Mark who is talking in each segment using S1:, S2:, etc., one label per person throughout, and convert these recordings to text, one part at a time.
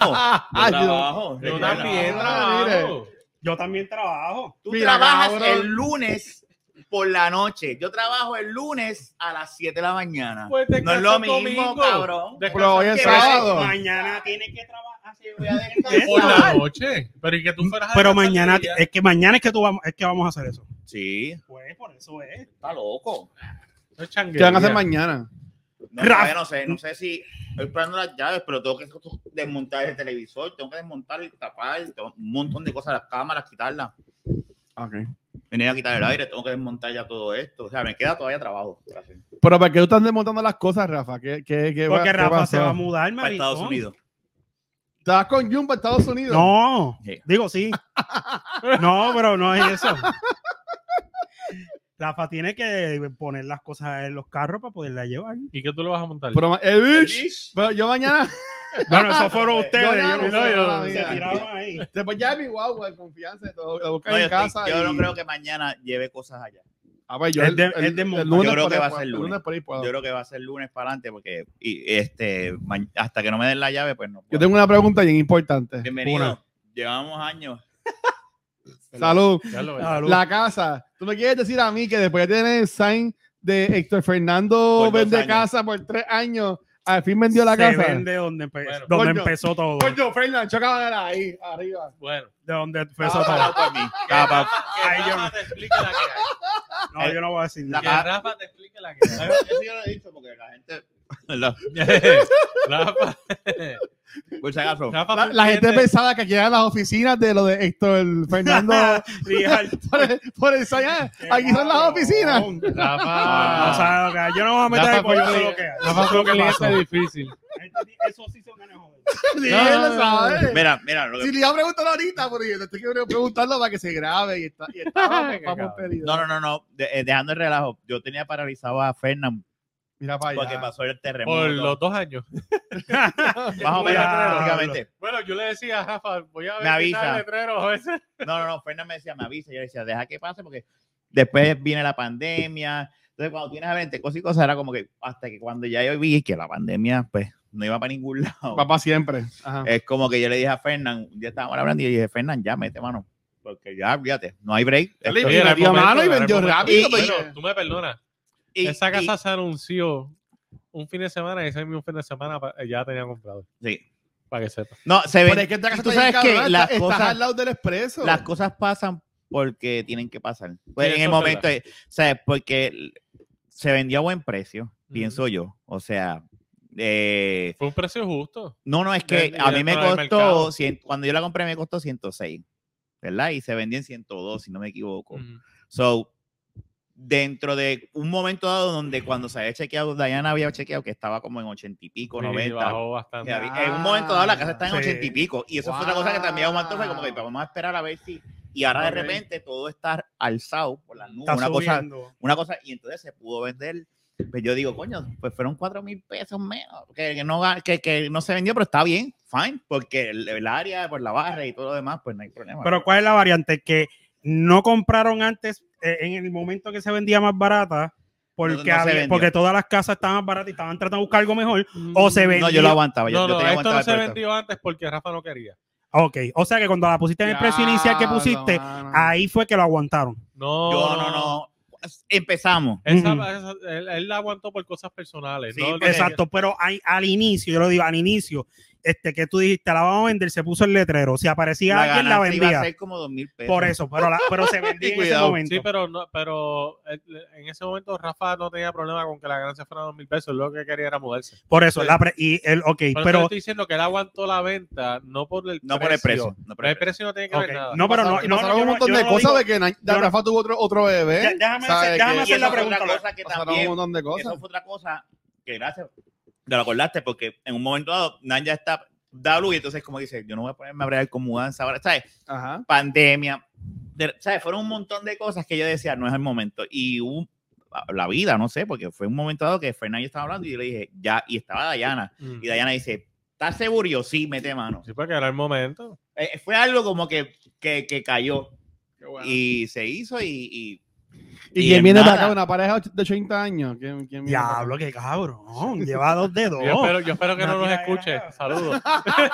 S1: Yo trabajo.
S2: Yo
S1: recuerda.
S2: también trabajo. Yo también trabajo.
S1: Tú
S3: Mira,
S1: trabajas
S3: cabrón.
S1: el lunes por la noche. Yo trabajo el lunes a las 7 de la mañana.
S2: Pues
S1: no es
S2: descansa
S1: lo
S2: el
S1: mismo,
S2: domingo.
S1: cabrón.
S3: Pero hoy es
S1: que
S3: sábado.
S2: Mañana tiene que
S4: Ah,
S2: trabajar. sí, voy a dejar-
S5: Por la noche. Pero y que
S3: Mm,
S5: tú fueras a
S4: Pero
S5: descansar
S4: mañana,
S5: el día.
S4: es que mañana es que, tú vamos, es que vamos a hacer eso.
S1: Sí,
S2: Pues por eso es.
S1: está loco.
S5: Eso es changuería.
S3: ¿Qué van a hacer mañana?
S1: No,
S4: Raf-
S1: todavía no sé, no sé si estoy esperando las llaves, pero tengo que desmontar el televisor, tengo que desmontar y tapar, tengo un montón de cosas, las cámaras, quitarlas.
S3: Ok.
S1: Venir a quitar el aire, tengo que desmontar ya todo esto. O sea, me queda todavía trabajo. Gracias.
S3: Pero ¿para qué tú estás desmontando las cosas, Rafa? ¿Qué, qué, qué,
S4: Porque
S3: qué
S4: Rafa
S3: pasó?
S4: se va a mudar,
S1: Para
S4: maricón.
S1: Estados Unidos.
S3: ¿Estás con Jumbo a Estados Unidos?
S4: No,
S1: Sí.
S4: digo sí. No, pero no es eso. Rafa tiene que poner las cosas en los carros para poderla llevar.
S5: ¿Y qué tú lo vas a montar?
S3: Pero, ma- eh, bish. Pero yo mañana.
S4: Bueno, eso fueron ustedes.
S3: Yo
S4: yo
S3: no,
S4: no
S3: no,
S4: sé,
S3: yo-
S4: yo-
S3: mira.
S4: se tiraron ahí.
S3: Después ya mi guagua, el confianza, y todo, lo buscan
S1: No, yo,
S3: en
S1: estoy-
S3: casa.
S1: yo no
S3: y-
S1: creo que mañana lleve cosas allá.
S3: Ah, pues yo
S4: Es
S3: el,
S4: de-
S3: el-
S4: es de
S3: el
S4: montar.
S3: lunes
S1: Yo creo
S3: por
S1: que
S3: ahí
S1: va a
S3: puedo-
S1: ser
S3: el
S1: lunes.
S3: por ahí puedo.
S1: Yo creo que va a ser lunes para adelante porque y, este, ma- hasta que no me den la llave, pues no.
S3: Yo
S1: puedo.
S3: tengo una pregunta bien importante.
S1: Bienvenido.
S4: una.
S1: Llevamos años.
S3: Salud.
S5: Ya lo ves.
S4: Salud.
S3: La casa. ¿Tú me quieres decir a mí que después de tener el sign de Héctor
S1: Por
S3: Fernando
S1: dos
S3: vende
S1: años.
S3: casa por tres años, al fin vendió la casa?
S4: Se vende donde, empe-
S5: Bueno.
S4: donde
S3: Coño.
S4: empezó todo.
S3: Coño, Fernando, chocaba ahí, arriba.
S5: Bueno.
S4: De donde empezó
S1: Cada
S4: todo.
S1: para mí. Cada para-
S5: Que
S4: Ay, yo-
S5: Rafa te explique la que
S4: No, yo no voy a decir
S5: hay.
S4: nada.
S5: Que
S3: Ah.
S5: Rafa te explique la que hay.
S1: Eso yo lo he dicho porque la gente. La,
S5: Rafa.
S1: por si acaso.
S5: Rafa
S3: La, la gente
S5: entiende-
S3: pensaba que aquí eran las oficinas de lo de Héctor Fernando
S4: Rijal,
S3: por el, por el sign. Ah, Aquí son las
S4: cabrón.
S3: oficinas.
S1: Ah.
S4: no
S5: Rafa.
S4: sabe lo que hay. Yo no voy a meter
S5: Rafa
S4: el pollo,
S5: fue-
S4: yo sé lo que hay.
S5: Rafa fue un cliente difícil.
S4: Eso sí son ganas joder.
S3: Sí, él lo sabe.
S1: Mira, mira, lo
S3: Si
S1: que-
S3: le iba a preguntar ahorita, pero yo le estoy queriendo preguntarlo para que se grabe y está, y está vamos, vamos perdido.
S1: no, no, no, no. de- eh, dejando el relajo. Yo tenía paralizado a Fernán
S3: Mira para
S1: porque
S3: allá.
S1: pasó el terremoto.
S5: Por los dos años.
S1: Más o menos,
S4: Diablo.
S1: lógicamente.
S5: Bueno, yo le decía a Rafa, voy a
S1: Me
S5: ver qué tal
S1: avisa.
S5: el letrero a veces.
S1: No, no, no. Fernán me decía, me avisa. Yo le decía, deja que pase porque después viene la pandemia. Entonces, cuando tienes a 20 cosas y cosas, era como que hasta que cuando ya yo vi que la pandemia, pues, no iba para ningún lado.
S3: Papá siempre. Ajá.
S1: Es como que yo le dije a Fernán, ya estábamos hablando y yo dije, Fernán, ya mete mano. Porque ya, fíjate, no hay break. Esto-
S3: Le-
S5: Oye,
S3: le
S5: era el
S3: metió
S5: momento,
S3: mano y
S5: era el
S3: vendió
S5: momento.
S3: rápido, pues.
S5: Y-
S3: pero-
S5: bueno, tú me perdonas.
S1: y-
S5: Esa
S1: y-
S5: casa se anunció un fin de semana y ese mismo fin de semana pa- eh, ya la tenía comprado.
S1: sí.
S5: Para que sepa.
S1: No, se
S3: Pero
S1: ve.
S3: es que esta casa
S1: tú
S3: está bien
S1: sabes que
S3: cabrona,
S1: las
S3: está- estás
S1: cosas-
S3: al lado del expreso.
S1: Las cosas pasan porque tienen que pasar. Pues en
S5: Sí, eso
S1: el
S5: es
S1: momento, eh, ¿sabes? Porque l- se vendió a buen precio, pienso yo. O sea, eh,
S5: Fue un precio justo.
S1: no, no, es que
S5: Del-
S1: a mí
S5: del-
S1: me
S5: del mercado.
S1: costó, cien- cuando yo la compré me costó 106, ¿verdad? Y se vendió en 102, si no me equivoco.
S5: Mm.
S1: So, dentro de un momento dado donde cuando se había chequeado, Diana había chequeado que estaba como en ochenta y pico,
S5: Sí,
S1: noventa.
S5: bajó
S1: que
S5: bastante.
S1: había- En un momento dado la casa está en
S4: Sí.
S1: ochenta y pico. Y eso fue otra cosa que también aumentó. Fue como que
S3: Wow.
S1: vamos a esperar a ver si. Y ahora
S3: Ok.
S1: de repente todo está alzado por la nube.
S4: Está
S1: Una cosa,
S4: subiendo.
S1: una cosa. Y entonces se pudo vender. Pues yo digo, coño, pues fueron cuatro mil pesos menos. Que, que no, ga- que, que no se vendió, pero está bien, fine. Porque el, el área, por la barra y todo lo demás, pues no hay problema.
S4: Pero ¿cuál es la variante? Que no compraron antes eh, en el momento que se vendía más barata.
S1: No,
S4: Porque,
S1: no se
S4: había-
S1: vendió.
S4: porque todas las casas estaban más baratas y estaban tratando de buscar algo mejor.
S5: Mm.
S4: O se vendió.
S1: no, yo lo aguantaba. Yo,
S5: No,
S1: yo
S5: no,
S1: tenía
S5: esto no
S1: aguantado
S5: se
S1: el precio.
S5: vendió antes porque Rafa no quería.
S4: Ok, o sea que cuando la pusiste en el precio inicial que pusiste, Ah, ahí fue que lo aguantaron.
S5: No,
S1: Yo no, no. Empezamos.
S5: Esa-
S4: Ujú.
S5: esa- él, él la aguantó por cosas personales.
S1: Sí,
S5: no
S1: Porque-
S4: Exacto, pero hay- al inicio, yo lo digo, al inicio, este que tú dijiste, la vamos a vender, se puso el letrero. Si aparecía alguien, la
S1: ganancia Iba a
S4: vendía.
S1: ser como 2 mil pesos.
S4: Por eso, pero, la- pero se vendía en ese
S1: Cuidado.
S4: momento.
S5: Sí, pero, no, pero eh, en ese momento Rafa no tenía problema con que la ganancia fuera dos mil pesos. Lo que quería era mudarse.
S4: Por eso,
S5: Sí.
S4: la pre- y el, ok,
S5: Pero,
S4: pero,
S5: estoy diciendo que él aguantó la venta no por el
S1: No
S5: precio.
S1: por el precio. No por el
S5: El precio no tiene que
S4: ok,
S5: ver nada.
S4: no, pero no,
S3: Y
S4: no,
S3: pasaron
S4: no, yo
S3: un
S4: no-
S3: montón
S4: yo
S3: de
S4: no
S3: cosas
S4: digo-
S3: de que na-
S4: yo no-
S3: Rafa tuvo otro, otro bebé.
S4: Ya- déjame
S3: ¿Sabe que-
S4: hacer- déjame
S1: Y
S4: hacer
S1: eso
S4: la
S1: fue otra
S4: pregunta.
S1: cosa que
S3: pasaron un
S1: también-
S3: montón de cosas.
S1: Eso fue otra cosa que gracias. Te lo acordaste porque en un momento dado Nan ya está da luz y entonces como dice, yo no voy a ponerme a bregar con mudanza ahora, ¿sabes?
S3: Ajá.
S1: Pandemia, de- ¿sabes? Fueron un montón de cosas que yo decía, no es el momento. Y hubo la vida, no sé, porque fue un momento dado que Fernández estaba hablando y yo le dije, ya, y estaba Dayana.
S5: Mm.
S1: Y Dayana dice, ¿estás seguro? Y yo, sí, mete mano.
S5: Sí, porque era el momento.
S1: Eh, fue algo como que, que, que cayó
S3: Qué bueno.
S1: y se hizo y, y Y
S3: Y, quien
S1: en
S3: viene
S1: nada.
S3: para acá, una pareja de 80 años. ¿Quién, quién viene para acá?
S4: Diablo, qué cabrón. Lleva dos dedos.
S5: Yo espero, yo espero que no
S2: Una
S5: nos
S2: tira
S5: escuche.
S2: era.
S5: Saludos.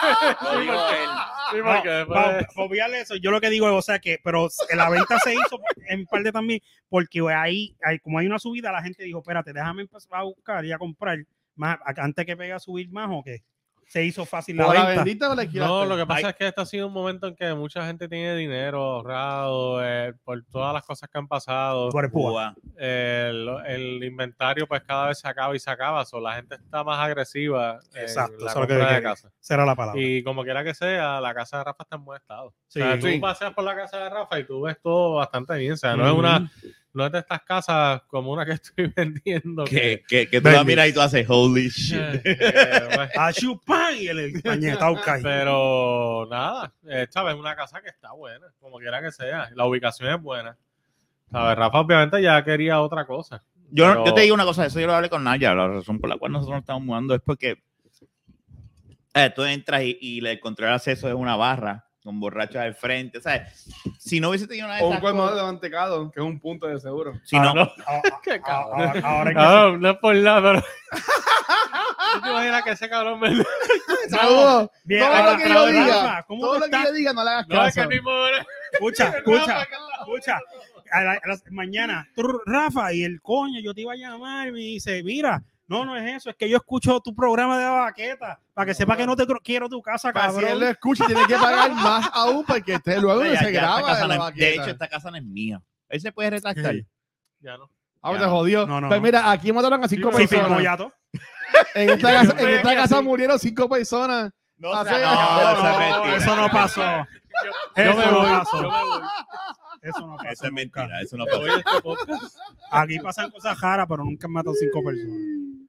S6: Lo digo él.
S5: Sí,
S2: No,
S5: porque después-
S2: pa- pa-
S4: obviarle eso, yo lo que digo es, o sea, que, pero la venta se hizo en parte también, porque ahí, ahí, como hay una subida, la gente dijo, espérate, déjame empezar a buscar y a comprar más, a- antes que pegue a subir más o qué. Se hizo fácil la
S3: ¿O la
S4: venta.
S3: bendita o la esquina?
S5: No, lo que pasa es que este ha sido un momento en que mucha gente tiene dinero ahorrado eh, por todas las cosas que han pasado.
S4: Tú eres púa.
S1: Cuba.
S5: El, el inventario pues cada vez se acaba y se acaba. So, la gente está más agresiva en
S4: Exacto,
S5: la
S4: eso es lo que
S5: compra de
S4: quería
S5: casa.
S4: Será la palabra.
S5: Y como quiera que sea, la casa de Rafa está en buen estado.
S4: Sí.
S5: o sea, tú
S3: Sí.
S5: paseas por la casa de Rafa y tú ves todo bastante bien. O sea, no es una, no es de estas casas como una que estoy vendiendo.
S1: Que, que, que tú la miras y tú haces, holy shit.
S5: que- que, pues,
S4: A chupar y el pañetao cae.
S5: Pero nada, eh, ¿sabes? Es una casa que está buena, como quiera que sea. La ubicación es buena. ¿Sabes? Rafa obviamente ya quería otra cosa.
S1: Yo,
S5: Pero-
S1: yo te digo una cosa, eso yo lo hablé con Naya, la razón por la cual nosotros nos estamos mudando es porque eh, tú entras y, y le encontré el acceso es una barra con borrachos al frente, ¿sabes? Si no hubiese tenido una de
S3: O un
S1: esas
S3: colmado
S1: cosas-
S3: de mantecado, que es un punto de seguro.
S1: si no,
S4: Ah, ah, ah, ah, Ahora es que
S5: No, no es por nada, pero... ¿Tú te imaginas que ese cabrón me...
S3: Saludos.
S4: Bien,
S3: Todo
S4: Rafa,
S3: lo que yo diga,
S4: Rafa, ¿cómo
S3: Todo lo
S4: tú
S3: que
S4: estás?
S3: yo diga, no le hagas
S5: No, es
S3: caso.
S5: que el mismo...
S4: Escucha, escucha, escucha. A la- a las- mañana, tú, Rafa, y el coño, yo te iba a llamar, me dice, mira, no, no es eso, es que yo escucho tu programa de la baqueta, para que sepa que no te cro- quiero tu casa,
S3: Para si él lo
S4: cabrón.
S3: escucha, tiene que pagar más aún porque este, luego
S1: ya-
S3: no se
S1: ya esta
S3: graba
S1: casa
S3: de la
S1: no es- de hecho,
S3: vaqueta.
S1: esta casa no es mía. Él se puede retractar.
S4: Sí.
S5: Ya no.
S3: Ah,
S1: ya
S3: te
S1: no.
S3: jodió.
S4: No, no,
S3: Pues
S4: no.
S3: mira, aquí mataron a cinco
S5: Sí,
S4: Sí,
S3: personas.
S4: firmó Yato.
S3: En esta casa, en
S5: Yo
S3: esta
S5: creo que
S3: casa
S5: sí.
S3: murieron cinco personas.
S1: No,
S3: Ah,
S1: o sea,
S3: sí.
S1: no,
S3: No,
S1: esa es
S3: no,
S1: mentira.
S4: Eso no pasó.
S5: Yo
S4: Eso
S5: me
S4: no
S5: voy,
S4: pasó.
S5: yo me voy.
S4: Eso no
S1: Eso
S4: pasó.
S1: es mentira, eso no
S5: Me
S1: pasó.
S5: voy de este podcast.
S4: Aquí pasan cosas raras, pero nunca han matado cinco personas.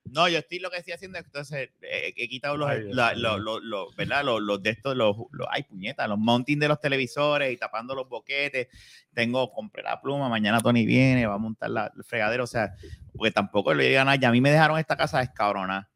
S1: No, yo estoy lo que estoy haciendo es que entonces eh, he quitado los,
S5: Ay, Dios
S1: la- lo-
S5: mío.
S1: lo- lo- ¿verdad? Los, los de estos, los, los- ay, puñeta, los mounting de los televisores y tapando los boquetes. Tengo, compré la pluma, mañana Tony viene, va a montar la, el fregadero, o sea, porque tampoco le digan nada. Ya a mí me dejaron esta casa descabrona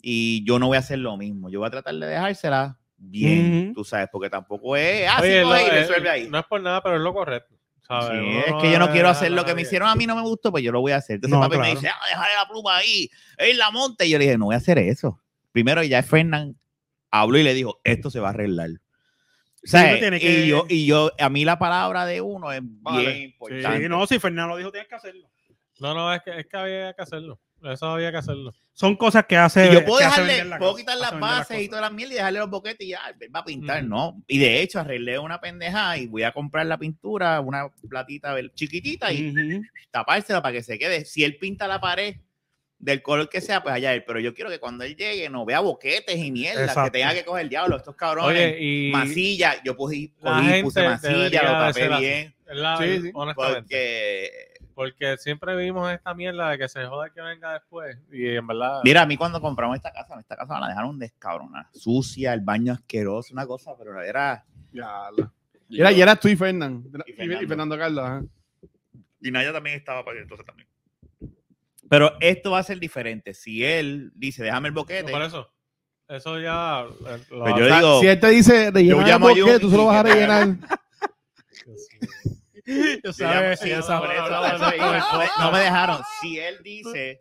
S1: y yo no voy a hacer lo mismo. Yo voy a tratar de dejársela bien,
S4: Ujú.
S1: tú sabes, porque tampoco es, ah,
S5: Oye,
S1: sí,
S5: lo-
S1: coge y
S5: eh,
S1: resuelve ahí.
S5: No es por nada, pero es lo correcto. ¿sabes?
S1: Sí,
S5: Uno
S1: es
S5: no
S1: que yo
S5: va
S1: no
S5: a
S1: quiero
S5: dejar
S1: hacer
S5: a
S1: lo que me
S5: nadie.
S1: hicieron a mí, no me gustó, pues yo lo voy a hacer. Entonces
S4: No,
S1: papi me
S4: claro.
S1: dice, ah, déjale la pluma ahí, él la monta. Y yo le dije, no voy a hacer eso. Primero ya Fernán habló y le dijo, esto se va a arreglar. O sea,
S4: tú tienes
S1: y,
S4: que-
S1: yo, y yo, a mí la palabra de uno es
S3: Vale,
S1: bien importante.
S4: Sí, no, si Fernando dijo, tienes que hacerlo.
S5: No, no, es que, es que había que hacerlo. Eso había que hacerlo.
S4: Son cosas que hace.
S1: Y yo puedo
S4: que hace
S1: dejarle,
S4: vender la
S1: puedo
S4: casa,
S1: quitar
S4: hace
S1: las
S4: vender
S1: bases y
S4: cosas.
S1: todas las mierdas y dejarle los boquetes y ya, él va a pintar,
S5: Ujú.
S1: ¿no? Y de hecho, arreglé una pendeja y voy a comprar la pintura, una platita del- chiquitita y
S4: Ujú.
S1: tapársela para que se quede. Si él pinta la pared del color que sea, pues allá él. Pero yo quiero que cuando él llegue no vea boquetes y mierda,
S4: Exacto.
S1: que tenga que coger el diablo. Estos cabrones,
S5: Oye, y...
S1: masilla, yo cogí,
S5: La
S1: cogí,
S5: gente
S1: puse masilla,
S5: debería
S1: lo
S5: de ser
S1: tapé
S5: así.
S1: bien.
S5: es la-
S3: Sí, sí.
S5: Honestamente.
S1: Porque,
S5: Porque siempre vimos esta mierda de que se joda el que venga después. Y en verdad.
S1: mira, a mí cuando compramos esta casa, esta casa la dejaron descabrona, sucia, el baño asqueroso, una cosa, pero era.
S3: Ya, la- Y era, y eras tú y Fernán.
S1: Y
S3: Y,
S1: Fernando.
S3: y Fernando Carlos. ajá.
S1: Y Naya también estaba para que entonces también. Pero esto va a ser diferente. Si él dice, déjame el boquete.
S5: Por eso. Eso ya. eh,
S1: Pues
S5: lo
S1: yo
S3: O
S5: hace-
S3: sea,
S1: digo-
S3: si él te dice
S1: Yo
S3: rellena el
S1: llamo a Jun
S3: boquete, tú
S1: y
S3: solo vas a
S1: que me haga-
S3: rellenar.
S1: Yo llamo-
S4: sí,
S1: yo llamo-
S4: esa-
S1: por eso,
S5: no, no,
S1: eso
S5: no,
S1: digo,
S5: no,
S1: no me- No me dejaron. Si él dice,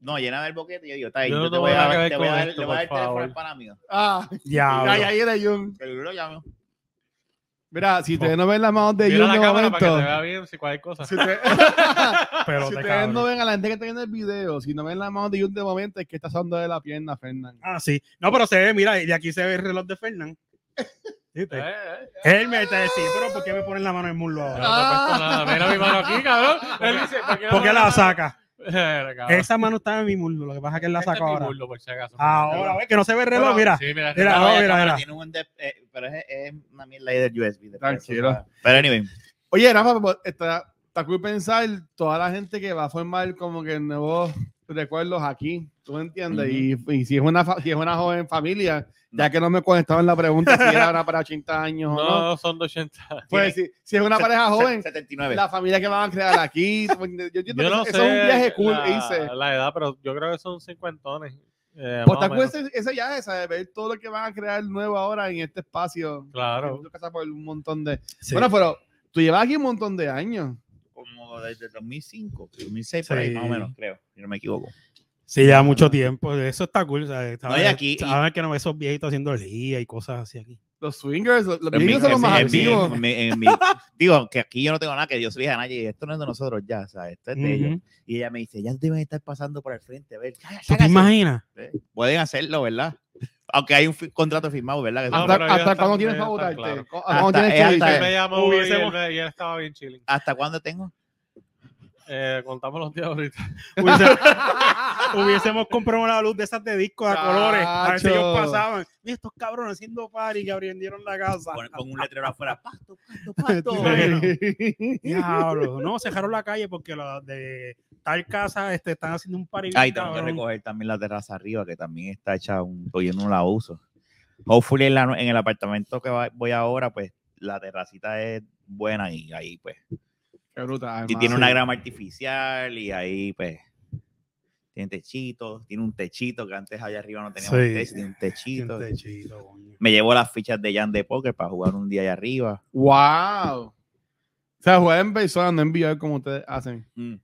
S1: no, llena el boquete, yo digo, está ahí,
S5: Yo
S1: yo
S5: no
S1: te
S5: tengo
S1: voy a
S5: nada que
S1: dar
S5: ver
S1: te voy a
S5: con
S1: dar-
S5: esto,
S1: le voy a dar el
S5: por
S1: teléfono
S5: favor.
S1: al pana mío.
S3: Ah,
S4: Diablo.
S3: ahí, ahí era Jun.
S1: Pero yo lo llamo.
S3: Mira, si ustedes no ven las manos de
S5: Mira
S3: Jun
S5: la
S3: de
S5: cámara para que
S3: momento.
S5: te vea bien si cualquier cosa. Eh,
S3: Si ustedes,
S4: Pero
S3: si
S4: te
S3: ustedes
S4: cabrón.
S3: no ven a la gente que está viendo el video, si no ven las manos de Jun de momento, es que está saliendo de la pierna, Fernán.
S4: Ah, sí. No, pero se ve, mira, y de aquí se ve el reloj de Fernán.
S5: Eh,
S4: ¿Viste?
S5: eh,
S4: Él me está diciendo, pero ¿por qué me ponen la mano en el muslo
S5: yo
S4: ahora?
S5: No te he
S3: Ah.
S5: puesto nada. Mira mi mano aquí, cabrón. Él dice, ¿por qué no
S4: ¿Por qué
S5: me
S4: la
S5: la-
S4: saca?
S5: Eh, cabrón.
S4: Esa mano estaba en mi muslo, lo que pasa es que él la
S5: Este es
S4: sacó
S5: mi
S4: ahora.
S5: burlo, por si acaso.
S4: Ahora, ves que no se ve el reloj, mira.
S5: Sí, mira.
S4: Mira,
S1: No,
S4: no,
S1: ya
S4: mira,
S1: cámara
S4: mira.
S1: tiene un de- eh, pero es, es una mierda ahí del USB. después,
S3: Tranquilo.
S1: o sea. Pero anyway,
S3: Oye, Rafa, pues, está, está cool pensar toda la gente que va a formar como que nuevos recuerdos aquí. ¿Tú me entiendes? y, y si es una fa- si es una joven familia, ya que no me conectaban la pregunta si era una para 80 años o no.
S5: No, son 280.
S3: Pues si, si es una pareja joven,
S1: 79.
S3: la familia que van a crear aquí. ¿tú me entiendes? Yo, entiendo
S5: Yo
S3: que
S5: no
S3: eso
S5: sé.
S3: es un viaje cool
S5: la,
S3: que hice.
S5: La edad, pero yo creo que son cincuentones. Eh,
S3: Pues
S5: más
S3: está
S5: o
S3: cool
S5: menos.
S3: ese, ese viaje, ¿sabes? Ver todo lo que van a crear nuevo ahora en este espacio.
S5: Claro.
S3: Que pasa por un montón de...
S4: Sí.
S3: Bueno, pero tú llevas aquí un montón de años.
S1: como desde 2005, 2006, por ahí más o
S4: Sí.
S1: menos, creo, si no me equivoco.
S4: Sí, ya mucho tiempo. Eso está cool. ¿sabes?
S1: No, y aquí-
S4: Saben que no ves esos viejitos haciendo lía y cosas así aquí.
S3: Los swingers, los, los
S1: En mi-
S3: niños son los
S1: en-
S3: más
S1: en mi-
S3: activos.
S1: en mi- en mi- Digo, que aquí yo no tengo nada que Dios le dije a nadie, esto no es de nosotros ya, o sea, esto es de ellos.
S4: Ujú.
S1: Y ella me dice, ya deben estar pasando por el frente, a ver. ya,
S4: ¿Tú te
S1: hágase".
S4: imaginas?
S1: Eh, Pueden hacerlo, ¿verdad? Aunque hay un fi- contrato firmado, ¿verdad? Que
S5: Ah,
S1: eso-
S3: hasta
S5: pero ellos
S3: hasta
S5: están-
S3: cuando tienes
S5: ellos
S3: para
S5: están
S3: votarte.
S5: claros.
S3: cu-
S1: Hasta-
S3: cuando tienes
S1: es
S3: que
S1: hasta-
S5: Él
S3: irte.
S5: me llamó y él,
S2: Hubiésemos-
S5: me- y él estaba bien chilling.
S1: ¿Hasta cuándo tengo?
S5: Eh, contamos los días ahorita.
S4: Hubiese- Hubiésemos comprado una luz de esas de discos a colores. A ver si
S3: Chacho.
S4: ellos pasaban. Mira estos cabrones haciendo party que abrieron la casa.
S1: Con, con un letrero afuera, pasto, pasto,
S4: Sí.
S1: pasto.
S4: Bueno. Diablo, no, cerraron la calle porque la de tal casa este, están haciendo un party. bien
S1: Ahí tengo que
S4: cabrón.
S1: recoger también la terraza arriba, que también está hecha un. pues, Yo no la uso. Hopefully, en, la nue- en el apartamento que va- voy ahora, pues la terracita es buena y ahí, pues.
S3: Qué brutal,
S1: Y tiene
S3: hermano.
S1: una grama artificial y ahí, pues. Tiene techito, tiene un techito que antes allá arriba no teníamos
S4: Sí.
S1: techo, tiene un techito.
S4: Gente chido, coño.
S1: Me llevo las fichas de Jan de Poker para jugar un día allá arriba.
S3: Wow. O sea, jugar en persona, no en VR como ustedes hacen.
S1: Mm,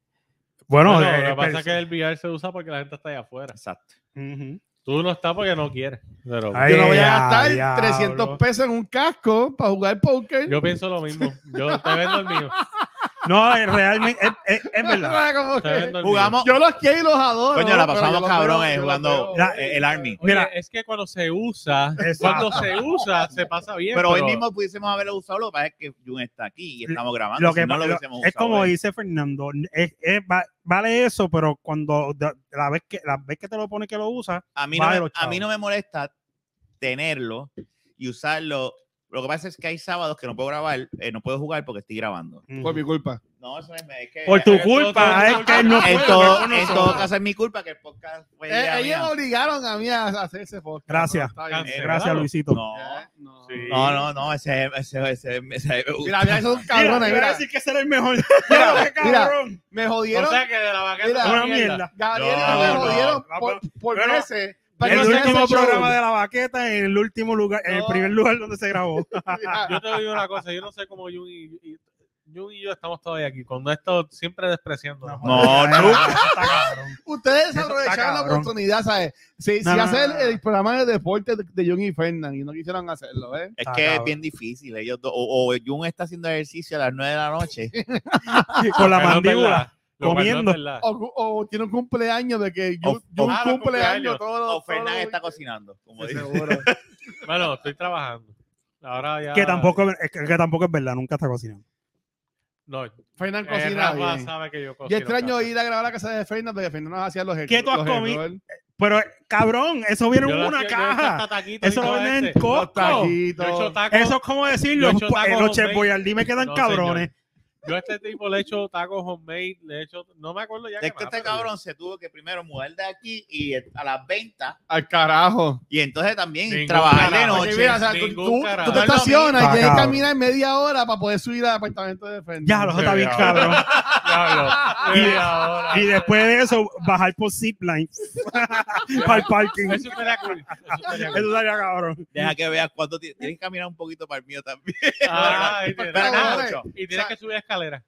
S4: Bueno,
S5: Bueno,
S4: eh,
S5: lo que pasa
S4: pers-
S5: es que el VR se usa porque la gente está allá afuera.
S1: exacto.
S4: Ujú.
S5: Tú no estás porque no quieres. Pero
S4: Ay,
S3: Yo no voy a
S4: Eh, ya,
S3: gastar
S4: diablo.
S3: 300 pesos en un casco para jugar póker.
S5: yo pienso lo mismo. Yo te vendo el mío.
S4: No, eh, realmente es, es- es verdad.
S3: Como
S5: te
S3: que-
S5: vendo el mío.
S1: Jugamos.
S3: yo los quiero y los adoro.
S1: Coño, la
S3: pero yo
S1: pasamos
S3: los
S1: cabrón
S3: veo-
S1: eh,
S3: yo los
S1: jugando
S3: veo-
S4: La-
S1: eh, el Army.
S5: Oye,
S4: Mira.
S5: es que cuando se usa,
S4: Exacto.
S5: cuando se usa, se pasa bien.
S1: Pero hoy mismo pudiésemos haberlo usado, lo que pasa es que Jun está aquí y estamos grabando.
S4: Lo
S1: si
S4: que
S1: no lo
S4: pa- lo-
S1: hubiésemos
S4: es
S1: usado,
S4: como
S1: eh.
S4: dice Fernando, es- es- va- vale eso, pero cuando da- la vez que la vez que te lo pone que lo usas,
S1: A mí, no
S4: Vale,
S1: me,
S4: los
S1: a mí no me molesta tenerlo y usarlo. Lo que pasa es que hay sábados que no puedo grabar, eh, no puedo jugar porque estoy grabando.
S3: Por mi culpa.
S1: No, eso es, es que.
S4: Por tu
S5: Es todo-
S4: culpa,
S5: todo-
S4: es que no
S1: en,
S4: fue
S1: todo,
S4: con
S1: en
S4: nosotros.
S1: todo caso, es mi culpa que el podcast fue.
S3: Eh,
S1: idea
S3: ellos
S1: mía.
S3: obligaron a mí a hacer ese podcast.
S4: Gracias.
S3: No, está bien.
S1: Eh,
S4: Gracias,
S5: Claro.
S4: Luisito.
S1: No,
S3: Eh, no.
S5: Sí.
S1: no, no, no, ese es. Ese, ese, ese, me gusta.
S3: Mira, mira, esos cabrones.
S4: Mira, iba a
S3: Mira,
S4: decir que será el mejor.
S3: Mira,
S4: Mira, qué
S3: mira.
S4: cabrón.
S3: me
S5: O
S3: jodieron.
S5: sea que de la baqueta.
S3: Mira,
S5: a la
S4: Una mierda.
S3: Gabriel,
S1: No,
S3: me
S1: no,
S3: jodieron
S4: no,
S3: por, por
S4: pero-
S3: meses. para
S4: El
S3: que no sea
S4: último
S3: ese show.
S4: programa de la baqueta en el último lugar, en el
S3: No.
S4: primer lugar donde se grabó.
S5: Yo te digo una cosa, yo no sé cómo Jun y, y- Jun y yo estamos todavía aquí. Cuando esto siempre despreciando.
S1: No, nunca.
S4: Está cabrón.
S3: Ustedes
S4: Eso está
S3: aprovecharon la
S4: cabrón.
S3: oportunidad, ¿sabes? Si,
S4: No,
S3: si
S4: no,
S3: hacen
S4: no, no.
S3: el, el programa de deporte de, de John y Fernan y no quisieron hacerlo, ¿eh?
S1: Es
S4: Ah,
S1: que es
S4: cabrón.
S1: bien difícil. Ellos dos- o, o Jun está haciendo ejercicio a las 9 de la noche.
S4: Con la
S5: Pero no es
S4: mandíbula.
S5: verdad, lo cual no es
S4: comiendo.
S5: verdad.
S3: O, cu- o tiene un cumpleaños de que
S1: O-
S3: Jun Jun
S5: o- Ah, los
S3: cumple años
S5: cumpleaños.
S3: todo.
S1: O Fernán está cocinando. Como dice.
S3: Seguro.
S5: Bueno, estoy trabajando. Ahora ya.
S4: Que tampoco, es- que tampoco es verdad, nunca está cocinando.
S5: No, eh,
S3: Fernan cocina
S5: Rafa
S3: bien.
S5: sabe que yo cocino.
S3: Yo extraño
S5: casi.
S3: ir a grabar a la casa de Fernan porque Fernan nos hacía los ejes-
S4: ¿Qué tú has
S3: los
S4: comido?
S3: errores.
S4: Pero, eh, cabrón, eso viene
S5: Yo
S4: en
S5: lo
S4: una
S5: hacía- yo
S4: caja.
S5: hasta taquitos y
S4: Eso lo
S5: todo
S4: venden en
S5: ese.
S3: Los
S4: Costco.
S5: Yo he hecho
S3: taquitos.
S5: tacos.
S4: Eso es como decirlo.
S5: Yo he
S4: Los,
S5: hecho tacos
S4: eh, los Chef
S5: homemade.
S4: Boyardee me quedan
S5: No,
S4: cabrones.
S5: Yo a este tipo le he hecho tacos homemade. Le he hecho. No me acuerdo ya.
S1: Es
S5: qué
S1: que
S5: más,
S1: este
S5: pero-
S1: cabrón se tuvo que primero mudar de aquí y a las 20
S3: Al carajo.
S1: y entonces también
S5: Ningún
S1: trabajar de
S5: carajo.
S1: noche.
S3: Oye, mira, o sea, tú,
S5: ningún
S3: tú- tú
S5: carajo.
S3: te
S1: No es lo
S3: estacionas
S4: mismo.
S3: y tienes
S4: Ah,
S3: que
S4: cabrón.
S3: caminar media hora para poder subir al apartamento de Fernan.
S4: Ya, lo está bien, cabrón.
S5: Diablo.
S4: Y-
S5: Y ahora.
S4: Y después de eso, bajar por zipline para el parking.
S5: Eso estaría cool. Eso estaría cool.
S4: Eso sería cabrón.
S1: Deja que veas cuánto ti- tienes que caminar un poquito para el mío también.
S5: Ah, y
S1: Pero
S5: tienes-
S1: no
S3: cabrón,
S1: mucho.
S5: Y tienes que subir escalera.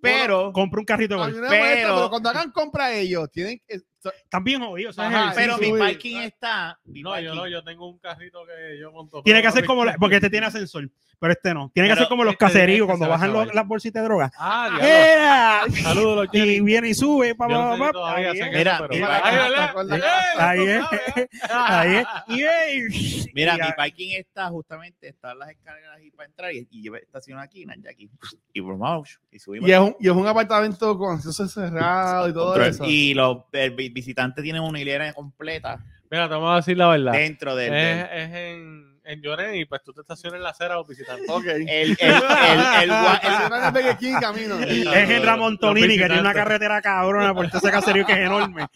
S1: Pero,
S4: Compré un carrito de
S3: A mí
S4: golf.
S3: no me molesta,
S1: Pero-
S3: pero cuando hagan compra ellos, tienen que.
S4: Están bien jodidos. eso es
S3: Ajá,
S4: el-
S1: pero
S3: sí,
S1: mi
S3: subir.
S1: parking está. mi
S5: No, yo
S1: parking-
S5: no, yo tengo un carrito que yo monto.
S4: Tiene que
S5: todo.
S4: hacer como, la- porque este tiene ascensor, pero este no. Tiene que
S1: Pero
S4: hacer como los
S5: este tiene
S4: caseríos
S5: que
S4: cuando
S5: ser
S4: bajan los-
S5: chaval.
S4: las bolsitas de droga.
S5: Ah, diablo.
S4: ¡Era!
S5: Saludos, los
S4: Eh, Y
S5: Jerry.
S4: viene y sube, pa,
S5: Yo no
S4: pa,
S5: sé
S4: pa,
S5: si
S4: pa.
S5: todavía
S4: Ahí
S5: hacen
S4: es,
S5: eso,
S1: Mira,
S5: pero-
S1: mi
S5: Ay,
S1: parking-
S5: ¿verdad?
S3: con la-
S5: Eh,
S4: ahí es,
S5: ¿verdad?
S4: ahí es. Y ahí-
S1: Mira,
S4: y
S1: mi
S4: ahí-
S1: parking está justamente, están las escaleras y para entrar y, y yo estaciono aquí, Nanja aquí. Y bromamos, y subimos.
S3: Y es, un, y es un apartamento con acceso cerrado y todo
S1: Control.
S3: eso.
S1: Y los el vi- visitantes tienen una hilera completa
S5: Mira, te vamos a decir la verdad.
S1: dentro del. del-
S5: Es, es en, en Lloren y pues tú te estacionas en la acera o visitante.
S3: Ok.
S1: el, el, el, el- el gua- el-
S3: Ese no es Burger King, camino.
S4: es en Ramón Tonini, que tiene una
S5: visitantes.
S4: carretera cabrona por todo ese caserío que es enorme.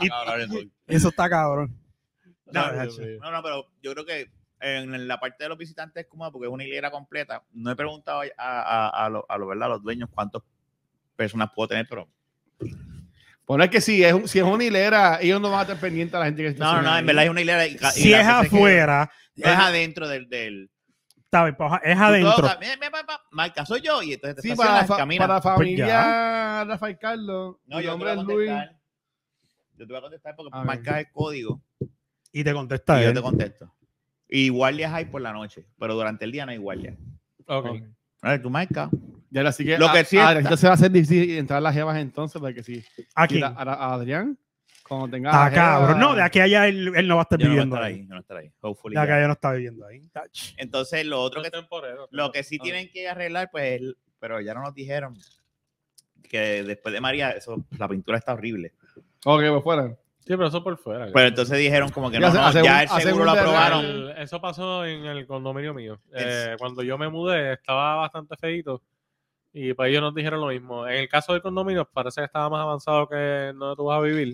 S4: Y- eso está cabrón. No,
S5: Ay, Dios
S4: Nacho.
S5: mío.
S1: No, no, pero yo creo que en la parte de los visitantes es como porque es una hilera completa. No he preguntado a, a, a, lo- a lo- ¿verdad? a los dueños cuántas personas puedo tener, pero.
S3: Bueno, es que si es, un- si es una hilera, ellos no van a estar pendientes a la gente que está
S1: No, no, no, en verdad es una hilera. Y, ca- y
S4: Si
S1: la
S4: es
S1: gente que-
S4: afuera,
S1: no es adentro del. del
S4: está bien, pues, es
S1: Tú
S4: adentro.
S1: tocas, "Mira, mira, papá, Marca, soy yo. Y entonces te
S3: Sí, para,
S1: estacionas,
S3: fa-
S1: caminas.
S3: para
S4: Pues
S3: familia Rafael Carlos,
S1: No, yo
S3: mi
S1: te
S3: nombre
S1: voy a
S3: es Luis.
S1: contestar. Yo te voy a contestar porque
S3: A ver.
S1: marcas el código
S4: Y te contesta
S1: y yo
S4: él.
S1: te contesto. Y guardias hay por la noche, pero durante el día no hay guardias.
S5: Ok.
S3: Ok.
S1: A ver, tú marcas.
S3: Ya, así que,
S1: Lo que
S3: ah,
S1: sienta.
S3: ahora, entonces va a ser difícil entrar las jevas entonces, porque si
S4: Aquí.
S3: quita a, a Adrián, cuando tenga
S4: Está
S1: Ah,
S3: la jeva-
S4: Ah, cabrón. No, de aquí a allá él, él no va a estar
S1: Yo no voy a
S4: viviendo
S1: estar ahí.
S4: ahí.
S1: Yo no voy a estar ahí. Hopefully.
S4: De acá
S1: ya.
S4: ya no está viviendo ahí.
S1: Entonces, lo otro que
S5: temporero.
S1: Lo que sí tienen que arreglar, pues, el- pero ya no nos dijeron que después de María, eso, la pintura está horrible.
S3: Ok, pues fuera.
S5: Sí, pero eso por fuera.
S1: Pero entonces dijeron como que
S3: Ya
S1: no,
S3: se-
S1: no,
S3: hace un-
S1: ya el
S3: hace
S1: seguro
S3: un
S1: lo
S3: derrame.
S1: aprobaron.
S5: El- eso pasó en el condominio mío.
S1: Es-
S5: Eh, cuando yo me mudé, estaba bastante feito. Y pues ellos nos dijeron lo mismo. En el caso del condominio, parece que estaba más avanzado que donde tú vas a vivir.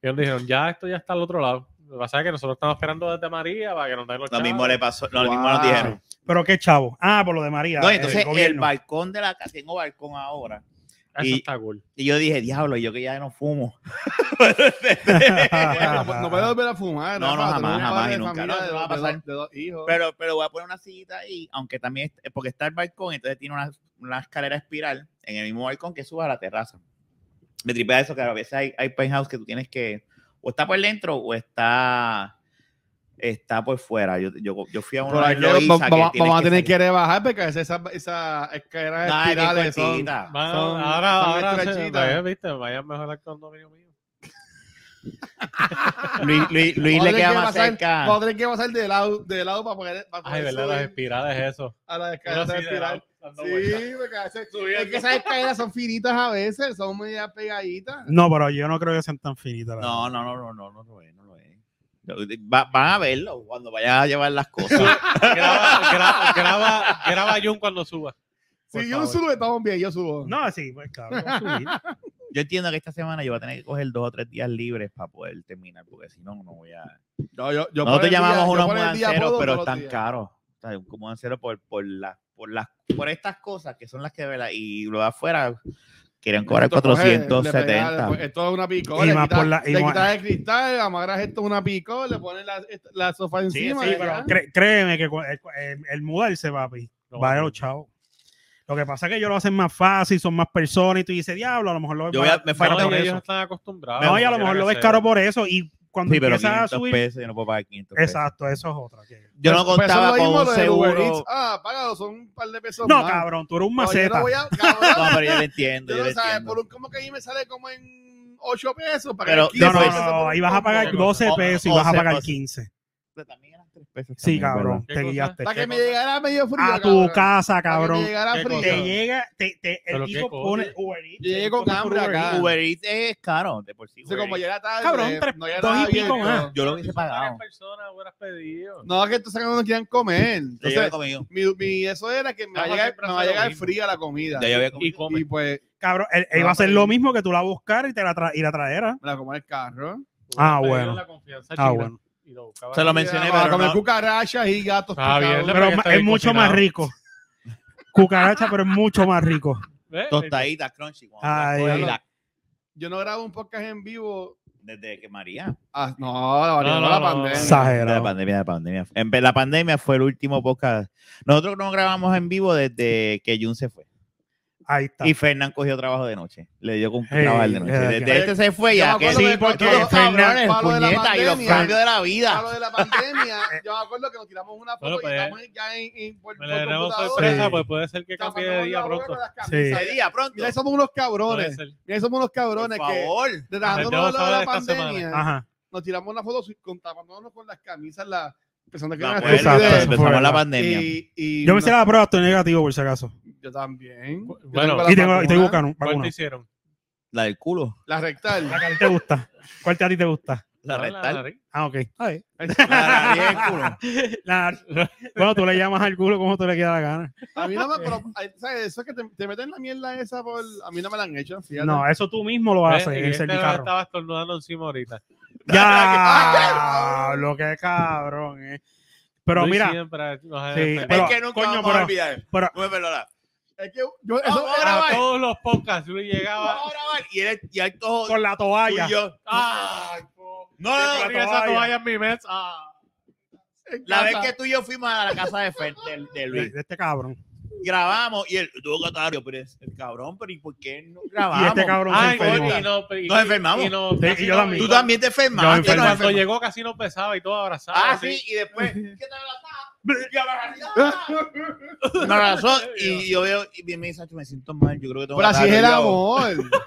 S5: Ellos nos dijeron, ya esto ya está al otro lado. Lo que pasa es que nosotros estamos esperando desde María para que nos den los
S1: Lo mismo
S5: chavos.
S1: le pasó, lo mismo
S3: Wow.
S1: nos dijeron.
S4: Pero qué chavo. Ah, por lo de María.
S1: No,
S4: el
S1: entonces el,
S4: gobierno.
S1: balcón de la casa, tengo balcón ahora.
S5: Eso
S1: Y-
S5: está cool.
S1: Y yo dije, diablo, yo que ya no fumo.
S3: No, no puedes volver a fumar.
S1: No, no,
S3: Rafa,
S1: jamás,
S3: tengo un
S1: jamás
S3: padre
S1: y
S3: de
S1: nunca.
S3: familia
S1: No, eso
S3: de
S1: no va a
S3: dos- de
S1: pasar.
S3: dos- de dos hijos.
S1: Pero, pero voy a poner una sillita ahí, aunque también, es- porque está el balcón, entonces tiene una, una escalera espiral en el mismo balcón que sube a la terraza. Me tripea eso, que a veces hay, hay penthouse que tú tienes que, o está por dentro o está, está por fuera. Yo, yo, yo fui a uno
S3: Por
S1: en
S3: aquí
S1: Loíza
S3: vamos,
S1: que
S3: vamos-
S1: tienes
S3: vamos a tener
S1: salir-
S3: que rebajar porque esas esas escaleras
S1: Nada, que
S3: espirales son.
S1: cortita.
S5: Van-
S3: son-
S5: ahora,
S3: son
S5: ahora, se-
S3: estrechitas.
S5: vayan, viste, vayan mejor al condominio mío.
S1: Luis, Luis- Luis
S3: Vamos
S1: le
S3: a tener
S1: queda
S3: que
S1: más
S3: pasar-
S1: cerca.
S3: Vamos a tener que pasar de lado, de lado para poder, para
S5: Ay,
S3: poder
S5: verdad,
S3: subir
S5: las espirales, eso.
S3: a las
S5: Uno
S3: escaleras
S5: así de
S3: espirales.
S5: lado, dando vueltas.
S3: Sí, porque a veces- es que esas escaleras son finitas a veces, son media pegaditas.
S4: No, pero yo no creo que sean tan finitas. la
S1: No, no, no, no, no, no lo es, no lo es. Va- van a verlo cuando vayan a llevar las cosas.
S5: Graba, graba, graba, graba Jun cuando suba.
S3: Si yo subo, estamos bien, yo subo.
S4: No, sí, pues cabrón. subir.
S1: Yo entiendo que esta semana yo voy a tener que coger dos o tres días libres para poder terminar, porque si no, no voy a.
S3: No, yo, yo por
S1: Nosotros
S3: el día-
S1: llamamos
S3: yo
S1: unos
S3: por el día
S1: mudanceros,
S3: puedo
S1: pero
S3: todos los
S1: están
S3: días.
S1: caros. O sea, un mudancero por, por, la- por, las por estas cosas que son las que de verdad, y lo de afuera querían cobrar
S3: Nosotros coger, le pegar,
S1: 470.
S3: pues, Esto es una picó.
S4: Y
S3: le
S4: más
S3: quitas-
S4: por la- y
S3: le
S4: más-
S3: quitas el cristal, amarras esto a una picó, le pones la, la sofá encima.
S4: Sí,
S3: y
S4: pero
S3: ya.
S4: cre- créeme que cu- el, el- el mudarse, papi,
S5: No,
S4: va a
S5: no.
S4: los chavos. Lo que pasa es que ellos lo hacen más fácil, son más personas y tú dices, diablo, a lo mejor lo ves
S1: Yo voy a- Ah,
S4: barato".
S1: me falta
S5: No,
S1: por
S5: y ellos
S1: eso.
S5: están acostumbrados.
S4: No, y a lo
S5: como
S4: mejor
S5: quiera
S4: lo
S5: que
S4: ves
S5: sea.
S4: caro por eso y cuando
S1: Sí, pero
S4: empiezas a
S1: 500
S4: subir...
S1: pesos, yo no puedo pagar 500 pesos.
S4: Exacto, eso es otra. que-
S1: Yo no
S3: Pues, pues,
S1: contaba
S3: eso es lo
S1: con un
S3: mismo lo del Uber
S1: seguro.
S3: Eats. Ah, pagado, son un par de pesos
S4: No,
S3: más.
S4: cabrón, tú eres un
S3: Pues, No, yo
S4: maceta.
S3: no voy a- cabrón,
S1: No, pero yo lo entiendo.
S3: yo
S1: Yo
S3: no
S1: lo
S3: sabes,
S1: entiendo.
S3: por un como que ahí me sale como en 8 pesos. Para
S1: Pero-
S4: No, no,
S1: Después-
S4: no, no, ahí vas a pagar
S5: Qué
S4: 12
S1: cosa.
S4: pesos y
S1: O-
S4: vas a
S1: once,
S4: pagar
S1: once.
S4: 15.
S1: Pero también eran tres pesos
S4: Sí,
S1: también,
S4: cabrón,
S1: ¿verdad?
S5: ¿Qué
S4: te
S5: cosa?
S4: guillaste.
S3: Para que me
S5: cosa?
S3: llegara medio frío.
S4: A tu
S3: cabrón.
S4: casa,
S3: Para que
S4: cabrón.
S3: me llegara
S5: Qué
S3: frío.
S5: cosa.
S4: Te llega, te, te- el
S5: Pero qué
S4: tipo
S5: cosa.
S4: pone Uber Eats.
S3: Yo llegué con
S4: cosas por
S3: hambre
S4: Uber
S3: acá.
S4: Eats.
S1: Uber Eats es caro, de por sí.
S3: Sí,
S1: Uber
S3: como
S1: Eats.
S3: llega tarde.
S4: Cabrón, tres-
S3: no llega
S4: dos y
S3: nada
S4: pico
S3: abierto.
S4: más.
S1: Yo lo
S5: Si
S1: hubiese
S5: tú fueras
S1: pagado.
S5: persona, hubieras pedido.
S3: No, que entonces no quieran
S1: Yo
S3: comer.
S1: ya había
S3: Entonces,
S1: comido.
S3: mi, mi- eso era que me va a
S5: Vamos
S3: llegar,
S5: Ah, siempre
S3: me
S5: a
S3: va a
S5: hacer lo
S3: llegar
S5: mismo.
S3: fría la comida.
S1: Ya yo había
S5: Y
S1: comido.
S5: come.
S3: Y pues
S4: Cabrón, él, él iba a hacer lo mismo que tú la buscar y te la tra- y la
S5: Ah,
S4: traerá.
S3: me la como en el carro.
S5: Hubieras
S4: Ah, bueno.
S5: pedido la confianza
S4: Ah,
S5: china
S4: bueno.
S5: y lo buscabas.
S1: Se lo mencioné,
S3: para
S1: pero
S3: comer
S1: no-
S3: Ah, cucarachas y gatos.
S5: Ah, bien,
S3: picados.
S5: le-
S4: Pero
S5: que
S4: ma-
S5: está
S4: es
S5: bien
S4: mucho más
S5: cocinado.
S4: rico. Cucaracha, pero es mucho más rico.
S5: ¿Ves?
S1: Tostaditas, crunchy. cuando las
S4: Ay,
S1: coges
S4: ay.
S1: la-
S3: Yo no grabo un podcast en vivo.
S1: Desde que María.
S3: Ah, no, la variedad
S5: No, no,
S3: la
S5: no, no.
S3: pandemia.
S5: Sa-
S1: De la
S4: Exagerado.
S1: pandemia, de la pandemia. En pe- la pandemia fue el último podcast. Nosotros no grabamos en vivo desde que Jun se fue.
S4: Ahí está.
S1: Y Fernán cogió trabajo de noche. Le dio con
S4: Hey,
S1: trabajar de noche.
S4: hey,
S1: Desde
S4: hey.
S1: este se fue y
S3: Yo me
S1: aquel.
S3: acuerdo
S4: Sí,
S3: que cuando
S4: porque
S3: los cabrones,
S1: Fernan,
S3: palo de la
S1: puñeta, y los
S3: pandemia,
S1: cambios de la
S3: A
S1: vida.
S3: lo de la pandemia, yo me acuerdo que nos tiramos una foto
S5: Bueno,
S3: y
S5: pues,
S3: estamos ya en, en por,
S5: Me
S3: por
S5: le daremos
S3: computadora.
S5: sorpresa,
S4: Sí.
S5: pues puede ser que cambie de día pronto.
S4: Sí.
S1: Ese día, pronto.
S3: Mira, ahí somos unos
S5: Puede
S3: cabrones.
S5: ser.
S3: Mira, ahí somos unos
S1: Por
S3: cabrones que
S1: favor.
S5: Debo
S3: tratándonos de la
S5: saber Pues esta
S3: pandemia,
S4: Ajá.
S3: nos tiramos una foto su- con- tapándonos con las camisas, las personas que
S1: Me
S3: iban a
S1: acuerdo,
S3: hacer
S4: Exacto,
S3: videos.
S4: eso
S1: pues, empezamos
S4: fue,
S1: la
S4: ¿verdad?
S1: pandemia.
S3: Y, y
S4: Yo me
S3: no-
S4: hice la prueba, estoy negativo por si acaso.
S3: Yo también.
S5: Bueno,
S3: Yo tengo la
S4: Y tengo, y estoy
S3: vacuna,
S4: buscando
S5: ¿Cuál
S4: vacuna.
S5: te hicieron?
S1: La del culo.
S3: La rectal.
S4: La que a ti te gusta. ¿Cuál te a ti te gusta?
S1: La
S5: No,
S1: rectal.
S5: nariz.
S4: Ah, ok. Está bien.
S1: La nariz del culo.
S4: La- bueno, tú le llamas al culo como tú le queda la gana.
S3: A mí no me. Pero, ay, ¿sabes? Eso es que te, te meten la mierda esa por. A mí no me la han hecho. Fíjate.
S4: No, eso tú mismo lo
S5: ¿Ves?
S4: haces.
S5: Y
S4: en el
S5: este
S4: servicarro.
S5: estaba estornudando encima ahorita.
S4: Ya, lo que cabrón, eh. Pero
S5: Luis
S4: mira,
S5: siempre nos ha
S4: Sí,
S5: defendido.
S4: pero-
S1: es que nunca
S4: coño,
S1: vamos
S4: pero-
S1: a olvidar.
S4: pero-
S1: No me perdona.
S3: Es que yo. Eso,
S1: Vamos a
S5: a
S1: grabar.
S5: todos los podcasts Luis llegaba.
S1: Vamos a grabar. Y él, y él todo
S4: con la toalla.
S3: Ah,
S1: tuyo.
S5: ¡Ay, po!
S1: No, no, no,
S5: Siempre
S4: la
S5: esa
S4: toalla.
S5: toalla en mi mesa. Ah.
S1: La vez que tú y yo fuimos a la casa de, Fer- de- de
S4: de,
S1: Luis,
S4: de este cabrón.
S1: grabamos y él, tú, Catario, pero es el cabrón, pero ¿y por qué no
S4: Y
S1: grabamos?
S4: este cabrón
S5: Ay,
S4: se enfermó.
S5: y no, y-
S1: Nos enfermamos.
S5: y no-
S4: Sí,
S5: casi
S4: y yo
S5: no-
S4: también.
S1: Tú también te
S4: Yo me
S1: enfermaste.
S5: Cuando
S1: nos
S4: enfermé.
S1: enfermamos.
S5: llegó casi no pesaba y todo abrazado.
S1: Ah,
S5: así.
S1: sí, y después, ¿qué te abrazaba? Y abrazaba. Me abrazó y yo veo, y me dice, "Sacho, me siento mal, yo creo que tengo
S3: Pero así
S1: catarro".
S3: es el
S1: Y yo,
S3: amor.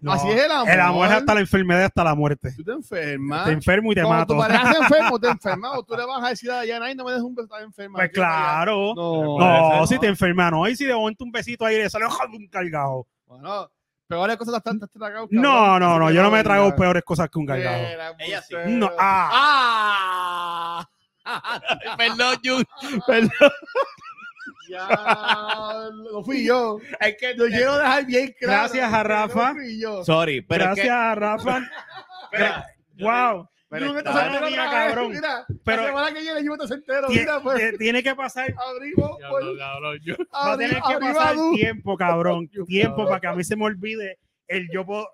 S4: No,
S3: Así es el amor.
S4: El amor es hasta la enfermedad, hasta la muerte.
S3: Tú te enfermas.
S4: Te enfermo y te
S3: Cuando
S4: mato.
S3: tu pareja se enferma, te enfermas. O tú le vas a decir a Diana, ay, no me dejes un beso, estás enferma.
S4: Pues
S3: Yo, Diana,
S4: claro.
S3: No.
S4: No, si te enferma, no. Y si de momento un besito ahí le sale ¡ojo! un cargado.
S3: Bueno, peores cosas las tantas te tragado.
S4: No, no, no. Yo no me trago peores cosas que un cargado.
S1: Ella sí.
S4: No, ah.
S1: ¡Ah! Perdón, Jun.
S3: Ya, no fui yo.
S1: Es que
S3: Yo quiero dejar bien claro.
S4: Gracias a
S3: que
S4: Rafa.
S3: No fui yo.
S1: Sorry, pero
S4: Gracias
S1: es
S4: a Rafa.
S1: Espera,
S4: wow.
S1: Pero
S3: Yo me
S1: está-
S3: te soltero
S4: Mira,
S3: otra vez,
S4: cabrón.
S3: Mira,
S4: Pero-
S3: la semana que viene yo me te entero.
S4: Tie-
S3: Mira, pues
S4: tie- tiene que pasar.
S3: abrimos.
S5: Ya,
S3: Pues,
S5: no, cabrón, yo-
S4: Va a tener
S3: abri-
S4: que
S3: abrimos
S4: pasar
S3: Adu.
S4: tiempo, cabrón. Tiempo para que a mí se me olvide el yo puedo.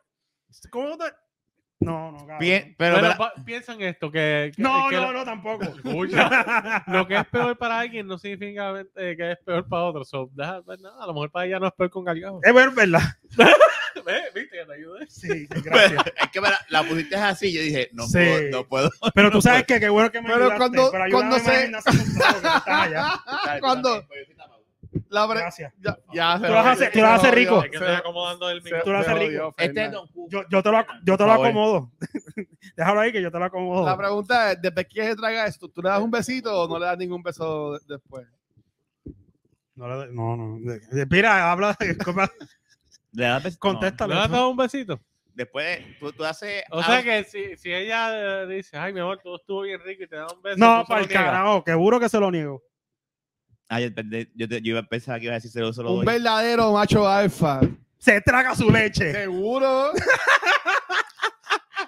S4: ¿Cómo te.? No, no, cabrón.
S1: bien, pero,
S5: Pero
S1: pero-
S5: pa- piensa en esto, que... que-
S4: No,
S5: que la-
S4: no, no, tampoco.
S5: Escucha, lo que es peor para alguien no significa eh, que es peor para otro. So, deja- pues nada, a lo mejor para ella no es peor con galgado.
S4: Es ver- verdad.
S5: ¿Ves? ¿Viste que te ayudé?
S4: Sí, gracias.
S1: es que mira, la pusiste así. Yo dije, no
S4: Sí.
S1: puedo, no puedo.
S4: Pero tú sabes que qué bueno que me
S3: Pero
S4: ayudaste,
S3: cuando-
S4: pero ayúdame
S3: cuando
S4: más
S3: se-
S4: en la segunda, porque estás allá.
S3: Cuando la pre-
S4: Gracias.
S3: ya, ya se
S4: Tú lo vas a hacer- tú lo vas a hacer rico.
S5: Es que estoy acomodando el micrófono.
S4: tú lo haces rico.
S1: Este es Don Q.
S4: Yo, yo te lo, ac- yo te
S1: Por
S4: lo
S1: favor.
S4: acomodo. Déjalo ahí que yo te lo acomodo.
S3: La pregunta es, ¿desde qué se traga esto? ¿Tú le das un besito o no le das ningún beso de- después?
S4: No, le- no, no. Mira, habla.
S1: Le das beso-
S5: ¿No
S4: Contéstale.
S5: le has dado un besito?
S1: no. Después tú, tú haces.
S5: O sea que si, si ella eh, dice, ay, mi amor, todo estuvo bien rico y te da un beso.
S4: No,
S5: tú se
S4: para
S5: lo
S4: el
S5: niegas.
S4: carajo, que seguro que se lo niego.
S1: Ah, yo, perdí- yo, te- yo iba a pensar que iba a decir solo solo.
S3: Un
S1: doy.
S3: verdadero macho alfa.
S4: Se traga su leche.
S3: Seguro.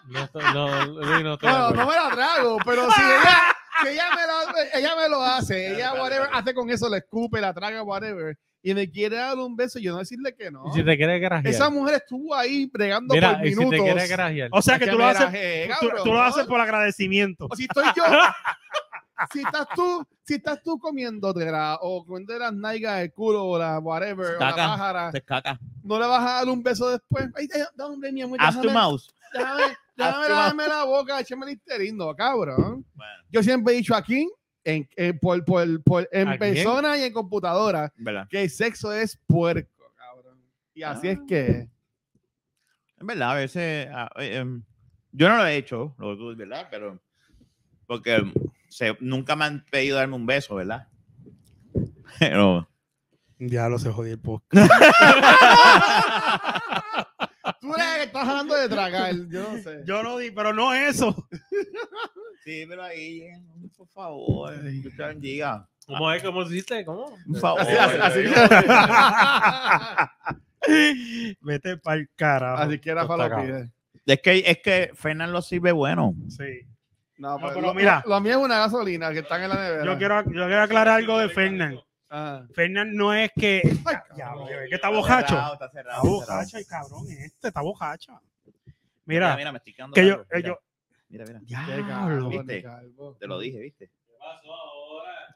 S5: No, estoy- no, Luis, no estoy de
S3: Bueno,
S5: acuerdo.
S3: no me la trago, pero si ella, si ella, me, lo, ella me lo hace, ella whatever, hace con eso, la escupe, la traga, whatever, y me quiere dar un beso, yo no decirle que no.
S5: Y si te quieres grajear.
S3: Esa mujer estuvo ahí bregando
S5: Mira,
S3: por
S5: y si
S3: minutos.
S5: te quieres grajear.
S4: O sea que
S3: Es
S4: tú lo
S3: me
S4: haces.
S3: grajé,
S4: tú-
S3: cabrón.
S4: tú lo haces por agradecimiento.
S3: O si estoy yo. si estás tú, si estás tú comiendo de la, o comiendo de las nalgas el culo o la whatever, o la
S1: Taca.
S3: pájara,
S1: Te caca.
S3: no le vas a dar un beso después. Ay, ay, da, hombre, mi amor,
S1: Haz tu
S3: déjame,
S1: mouse.
S3: déjame,
S1: Haz
S3: déjame
S1: tu
S3: lavarme la boca, échame el histerindo, cabrón.
S1: Bueno,
S3: Yo siempre he dicho aquí, en, en- por, por- por- en
S5: ¿A quién?
S3: persona y en computadora,
S1: ¿verdad?
S3: que el sexo es puerco, cabrón. Y así
S1: Ah.
S3: es que.
S1: En verdad, a veces. ah, eh, em, yo no lo he hecho, lo tú, ¿verdad? Pero. Porque em, se- nunca me han pedido darme un beso, ¿verdad? Pero.
S4: Ya lo pues. se jodió el post.
S3: Tú eres el que estás hablando de tragar, yo no sé.
S4: Ah. Yo lo di, pero no eso.
S1: Sí, pero ahí, eh, por favor, que te bendiga.
S5: ¿Cómo es? ¿Cómo hiciste? ¿Cómo?
S1: Por favor.
S3: Así- así- así-
S4: Vete para el carajo.
S3: Así que Rafa lo
S5: Está
S3: pide.
S1: Es que, es que Fernan lo sirve bueno.
S4: Sí.
S3: No, pues,
S4: pero
S3: lo,
S4: mira.
S3: Lo, mío es una gasolina que están en la nevera.
S4: Yo quiero, yo quiero aclarar algo de Fernán.
S3: Ajá.
S4: Fernán no es que.
S3: Ay,
S4: Ya,
S3: cabrón.
S4: que está bojacho.
S1: Cerrado, está cerrado,
S4: Está
S1: está
S4: bojacha
S1: cerrado.
S4: el cabrón este, está bojacha.
S1: Mira,
S4: Mira,
S1: mira, me estoy quedando
S4: que yo, eh,
S1: largo, mira,
S4: yo-
S1: mira, mira,
S3: Qué
S4: diablo,
S3: cabrón,
S1: ¿Viste?
S3: calvo.
S1: te lo dije, ¿viste?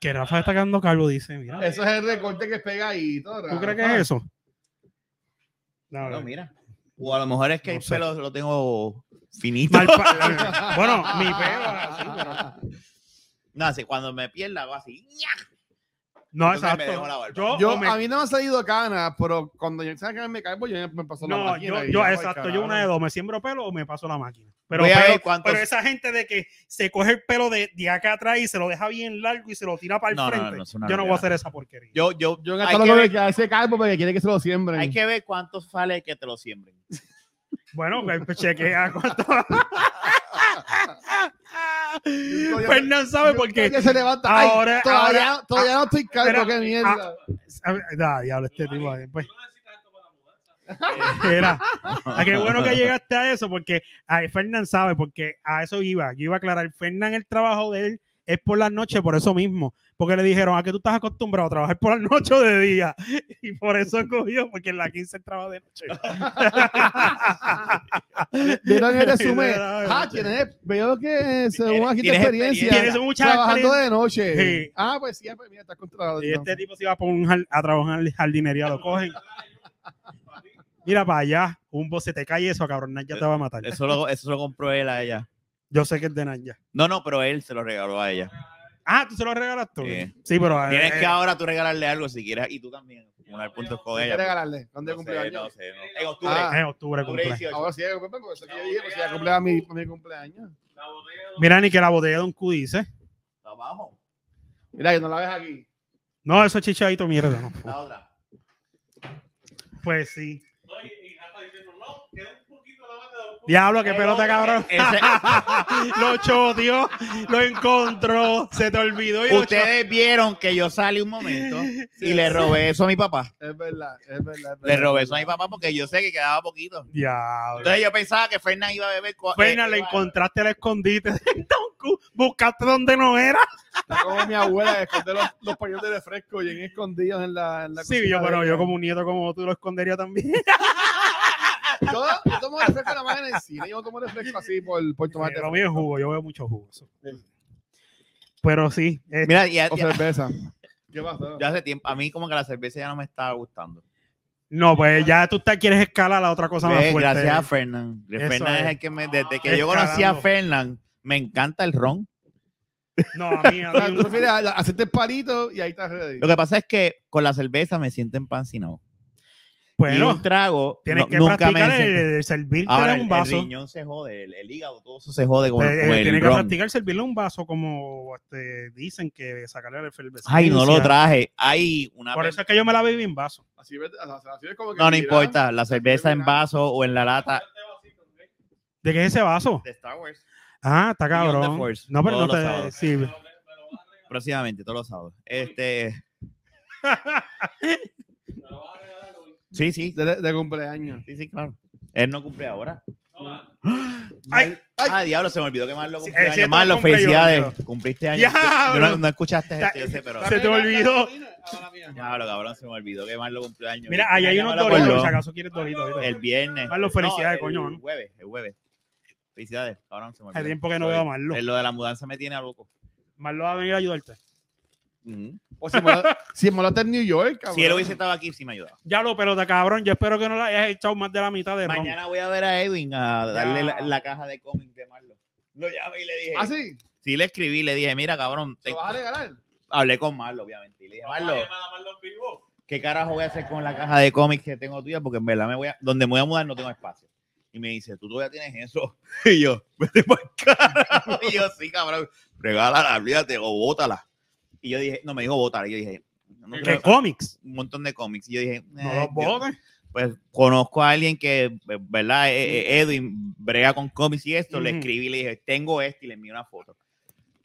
S4: que Rafa está quedando calvo, dice, mira.
S3: Eso es el recorte que es pegadito.
S4: ¿Tú crees que es eso? No,
S1: No,
S4: no.
S1: mira. O a lo mejor es que
S4: No
S1: el
S4: sé.
S1: pelo lo tengo finito.
S4: Mal pa- bueno,
S3: Ah.
S4: mi pelo.
S1: No, si cuando me pierda hago así.
S4: No,
S1: Entonces me
S4: exacto.
S1: dejo la barba.
S4: Yo,
S3: Yo,
S4: o me-
S3: a mí no me ha salido canas, pero cuando yo empecé a me calvo, yo me pasó la
S4: no,
S3: máquina.
S4: yo,
S3: y
S4: yo,
S3: ya,
S4: exacto.
S3: pues,
S4: Yo una de
S3: cabrón.
S4: dos, me siembro pelo o me paso la máquina. Pero,
S1: Voy a
S4: pelo-
S1: ver cuántos-
S4: pero esa gente de que se coge el pelo de, de acá atrás y se lo deja bien largo y se lo tira para el
S1: No, no,
S4: frente.
S1: no, es una
S4: yo no voy
S1: realidad.
S4: a hacer esa porquería.
S1: Yo, yo,
S3: Yo en
S1: hay,
S3: esto
S1: que
S3: lo que
S1: ver,
S3: que hace calvo porque quiere que se lo siembren.
S1: hay que ver cuántos sale que te lo siembren.
S4: Bueno, pues, chequea cuánto.
S3: Yo-
S4: Fernán Pues sabe por qué.
S3: Que se levanta. Ay,
S4: Ahora-
S3: todavía,
S4: ahora-
S3: todavía no estoy calvo,
S4: espera,
S3: qué mierda.
S4: Ah, da, diablo, este tipo ahí, pues. Era. Ah, qué bueno que llegaste a eso, porque a Fernán sabe, porque a eso iba. Yo iba a aclarar. Fernán, el trabajo de él es por las noches, por eso mismo. porque le dijeron a que tú estás acostumbrado a trabajar por la noche o de día. Y por eso cogió, porque en la 15 él trabaja de noche.
S3: Vieron el resumen. Ah,
S4: resumen.
S3: ¿quién es? Veo que según aquí
S1: Tienes
S3: tienes experiencia.
S4: Tienes mucha
S3: Trabajando
S4: experiencia.
S3: de noche.
S4: Sí.
S3: Ah, pues sí, pues mira, estás contratado.
S4: Y este tipo se iba a, poner un jal- a trabajar en jardinería, lo cogen. Mira para allá, un se te cae eso, cabrón, Naya te va a matar.
S1: Eso lo, eso lo compró él a ella.
S4: Yo sé que es de Naya.
S1: No, no, pero él se lo regaló a ella.
S4: Ah, tú se lo regalas tú.
S1: Sí.
S4: Sí, pero. eh,
S1: Tienes que ahora tú regalarle algo si quieres y tú también. Acumular puntos con
S3: ¿Qué
S1: ella. pues.
S3: regalarle?
S1: No
S3: ¿Cuándo es
S1: sé,
S3: cumpleaños?
S1: no sé, no. En octubre.
S3: Ah,
S4: en octubre
S1: octubre
S4: cumple.
S1: 18.
S3: Ahora sí, es cumpleaños, porque eso que yo dije, pues ya cumplea mi, mi cumpleaños.
S4: Mira, ni que la botella de un Q dice.
S1: No, vamos.
S3: Mira, que no la ves aquí.
S4: No, eso es chichadito mierda. no.
S1: La otra.
S4: Pues sí. Diablo, qué pelota, cabrón.
S1: Ese-
S4: lo choteó, lo encontró, se te olvidó y lo
S1: Ustedes vieron que yo salí un momento y le robé eso a mi papá.
S3: Es verdad, es verdad. es
S1: Le
S3: verdad.
S1: robé eso a mi papá porque yo sé que quedaba poquito.
S4: choteó. Diablo.
S1: Entonces yo pensaba que Fernan iba a beber. co-
S4: Pena,
S1: eh,
S4: le
S1: iba-
S4: encontraste el escondite. Buscaste donde no era.
S3: Está Como mi abuela que esconde los, los pañuelos de refresco bien escondidos en la, en la
S4: Sí,
S3: cocina
S4: yo,
S3: de
S4: pero
S3: ella.
S4: yo como un nieto como tú lo escondería también.
S3: Yo, yo tomo refresco nada más en el cine, yo no tomo refresco así por, por tomar
S4: Pero mío es jugo, yo veo mucho jugo. eso. Pero sí, eh,
S1: Mira, ya,
S3: O
S1: ya-
S3: cerveza. ¿Qué pasó?
S1: ya hace tiempo. A mí como que la cerveza ya no me estaba gustando.
S4: no, pues ya tú te quieres escalar a otra cosa más
S1: Ve,
S4: fuerte.
S1: Pues, gracias a Fernan.
S4: Eso
S1: Fernan es
S4: es.
S1: el que me, desde que
S4: Ah,
S1: yo conocí a
S4: escalando.
S1: Fernan, me encanta el ron.
S4: No, a mí, a
S3: O sea,
S4: mí
S3: tú prefieres a- a- hacerte el palito y ahí estás ready.
S1: Lo que pasa es que con la cerveza me siento empancinado. y
S4: Bueno,
S1: un trago
S4: tienes
S1: no-
S4: que
S1: nunca me
S4: practicar el,
S1: siento-
S4: el servirte
S1: Ahora,
S4: en
S1: el,
S4: un
S1: el
S4: vaso.
S1: riñón se jode, el, el hígado, todo eso se jode con,
S4: Te-
S1: con
S4: eh,
S1: el
S4: tienes que
S1: ron.
S4: practicar servirle un vaso como este, dicen que sacarle el efervescencia.
S1: Ay, no lo traje. Hay una
S4: Por eso es que yo me la bebí en vaso.
S3: Así, ves- o sea, así es como que
S1: No, no
S3: mira,
S1: importa. La cerveza en vaso o en la lata.
S4: ¿De qué es ese vaso?
S1: De Star Wars.
S4: Ah, está
S1: Beyond the
S4: cabrón.
S1: Force,
S4: No, pero no
S1: todos los
S4: te
S1: sábados.
S4: sirve.
S1: Próximamente, todos los sábados. Este. sí, sí.
S3: De, de cumpleaños.
S1: Sí, sí, claro. Él no cumple ahora.
S4: Ay,
S1: Ah, diablo, se me olvidó que Marlo
S4: Sí,
S1: cumple
S4: es cierto,
S1: años. Marlo,
S4: cumple yo,
S1: felicidades.
S4: yo.
S1: Cumpliste años. Yo
S4: ¡Diablo!
S1: no, no escuchaste
S4: Ta-
S1: esto, yo sé, pero.
S4: Se te olvidó.
S1: Diablo, cabrón, se me olvidó que Marlo cumple años.
S4: Mira, ahí hay unos
S1: Marlo acordó.
S4: doritos, si acaso quieres doritos. doritos.
S1: El viernes.
S4: Marlo, felicidades,
S1: el
S4: coño, ¿no?
S1: jueves, el jueves. Felicidades, cabrón, se me
S4: Hace
S1: olvidó.
S4: tiempo que no
S1: Sorry.
S4: veo a Marlo.
S1: Eh, Lo de la mudanza me tiene a loco.
S4: Marlo va a venir a ayudarte.
S3: O si Molo- si Molo está en New York, cabrón.
S1: Si él hubiese estado aquí, sí me ayudaba.
S4: Ya lo pelota, cabrón. Yo espero que no la hayas echado más de la mitad de ron.
S1: Mañana voy a ver a Edwin a darle
S4: Ya.
S1: la, la caja de cómic de Marlo. Lo llamé y le dije.
S3: Ah, sí.
S1: Sí, le escribí, le dije, mira, cabrón, te-
S3: ¿Lo vas a regalar?
S1: hablé con Marlo, obviamente. Y le dije, Marlo, ¿qué carajo voy a hacer con la caja de cómics que tengo tuya? Porque en verdad me voy a, donde me voy a mudar no tengo espacio. Y me dice, tú todavía tienes eso. Y yo, vete por carajo. Y yo, sí, cabrón, regálala, olvídate, o bótala. Y yo dije, no, me dijo bótala. Y yo dije, no
S4: ¿Qué
S1: creo-
S4: cómics?
S1: un montón de cómics. Y yo dije,
S4: No
S1: eh,
S4: los
S1: yo-
S4: botes.
S1: pues conozco a alguien que, eh, ¿verdad? Eh, eh, Edwin brega con cómics y esto. Le
S4: Ujú.
S1: escribí y le dije, tengo este y le envié una foto.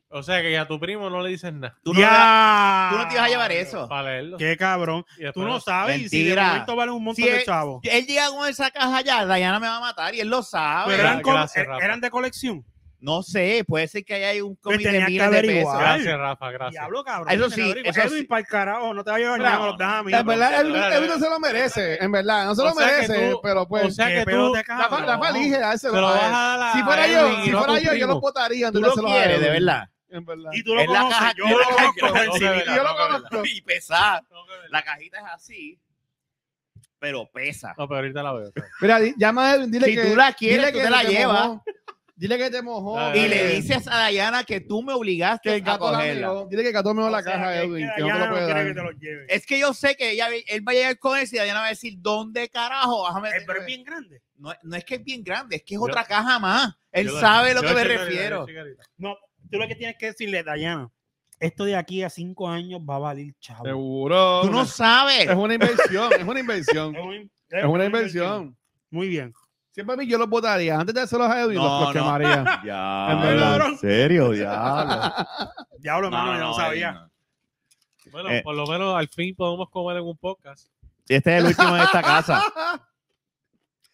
S5: O sea que a tu primo no le dices nada.
S1: Tú no, le das- tú no te ibas a llevar eso.
S5: Para leerlo.
S4: Qué cabrón.
S5: Y después
S4: Tú no
S5: lo-
S4: sabes. Y si de
S1: Mentira.
S4: momento valen un montón
S1: Sí,
S4: de
S1: es-
S4: chavos.
S1: Él llega con esa caja allá, Dayana me va a matar y él lo sabe.
S4: Pero eran,
S5: Gracias,
S4: col-
S5: gracias, Rafa.
S4: eran de colección.
S1: no sé, puede ser que haya ahí un cómic de
S4: Pues tenía que
S1: miles de pesos.
S4: averiguar.
S5: Gracias, Rafa, gracias.
S4: Diablo, cabrón.
S1: Eso
S4: Te lo
S1: sí,
S4: averiguo.
S1: eso
S4: Edwin,
S1: sí.
S4: para el carajo. No te vayas a
S1: Claro.
S4: llevar. No los das a mí.
S3: En verdad, él,
S5: Mira,
S3: él no se lo merece. En verdad, no se
S5: O
S3: lo
S5: sea que
S3: merece.
S5: tú-
S3: pero pues.
S5: o sea que
S4: Qué
S5: tú
S4: pelota,
S3: la
S4: cabrón.
S3: la elige a ese.
S5: se lo
S3: a
S5: vas
S3: él.
S5: a dar a
S3: Si fuera yo,
S5: Edwin y
S3: si
S5: no a
S3: fuera yo,
S5: tu
S3: yo
S5: primo.
S3: lo votaría.
S1: Tú lo quieres, de verdad.
S3: En verdad.
S4: Y tú lo
S1: Es la
S4: conoces.
S1: caja-
S4: Yo
S1: es
S4: lo
S1: la caja-
S4: conozco.
S5: No, de verdad,
S3: yo lo
S5: no, de verdad.
S3: conozco.
S1: Y pesa. La cajita es así, pero pesa.
S5: No, pero ahorita la veo.
S3: Mira, di- llama a él. Dile
S1: Si
S3: que.
S1: tú la quieres,
S3: dile
S1: tú
S3: que
S1: te la
S3: te
S1: llevas.
S3: mojó. Dile que te mojó.
S5: Ah,
S1: Y
S5: Eh,
S1: le dices a Dayana que tú me obligaste
S3: que el
S1: a
S3: gato la
S1: cogerla.
S3: meó. Dile que el gato meó la
S4: O sea,
S3: caja,
S4: que es
S3: Edwin. Que
S4: que
S3: no te
S4: Dayana
S3: lo puede
S4: quiere que te
S3: dar.
S4: los lleve.
S1: Es que yo sé que ella, él va a llegar con eso y Dayana va a decir, ¿dónde carajo? vas a meter
S4: Eh, Pero es bien grande.
S1: No, no es que es bien grande, es que es
S5: Yo-
S1: otra caja más. Él sabe a lo que me refiero.
S4: No, tú lo que tienes que decirle, Dayana, esto de aquí a cinco años va a valer chavo.
S3: Seguro.
S1: Tú no sabes.
S3: Es una inversión, es una inversión.
S4: Es un-
S3: es una inversión.
S4: Muy bien.
S3: Siempre a mí yo los votaría. Antes de hacerlos a Edwin,
S1: No,
S3: los, los
S1: no.
S3: quemaría.
S1: Ya,
S3: En verdad.
S1: en serio, ya.
S4: Diablo, hermano, yo no sabía.
S5: Bueno,
S1: Eh.
S5: por lo menos al fin podemos comer en un podcast.
S1: Este es el último de esta casa.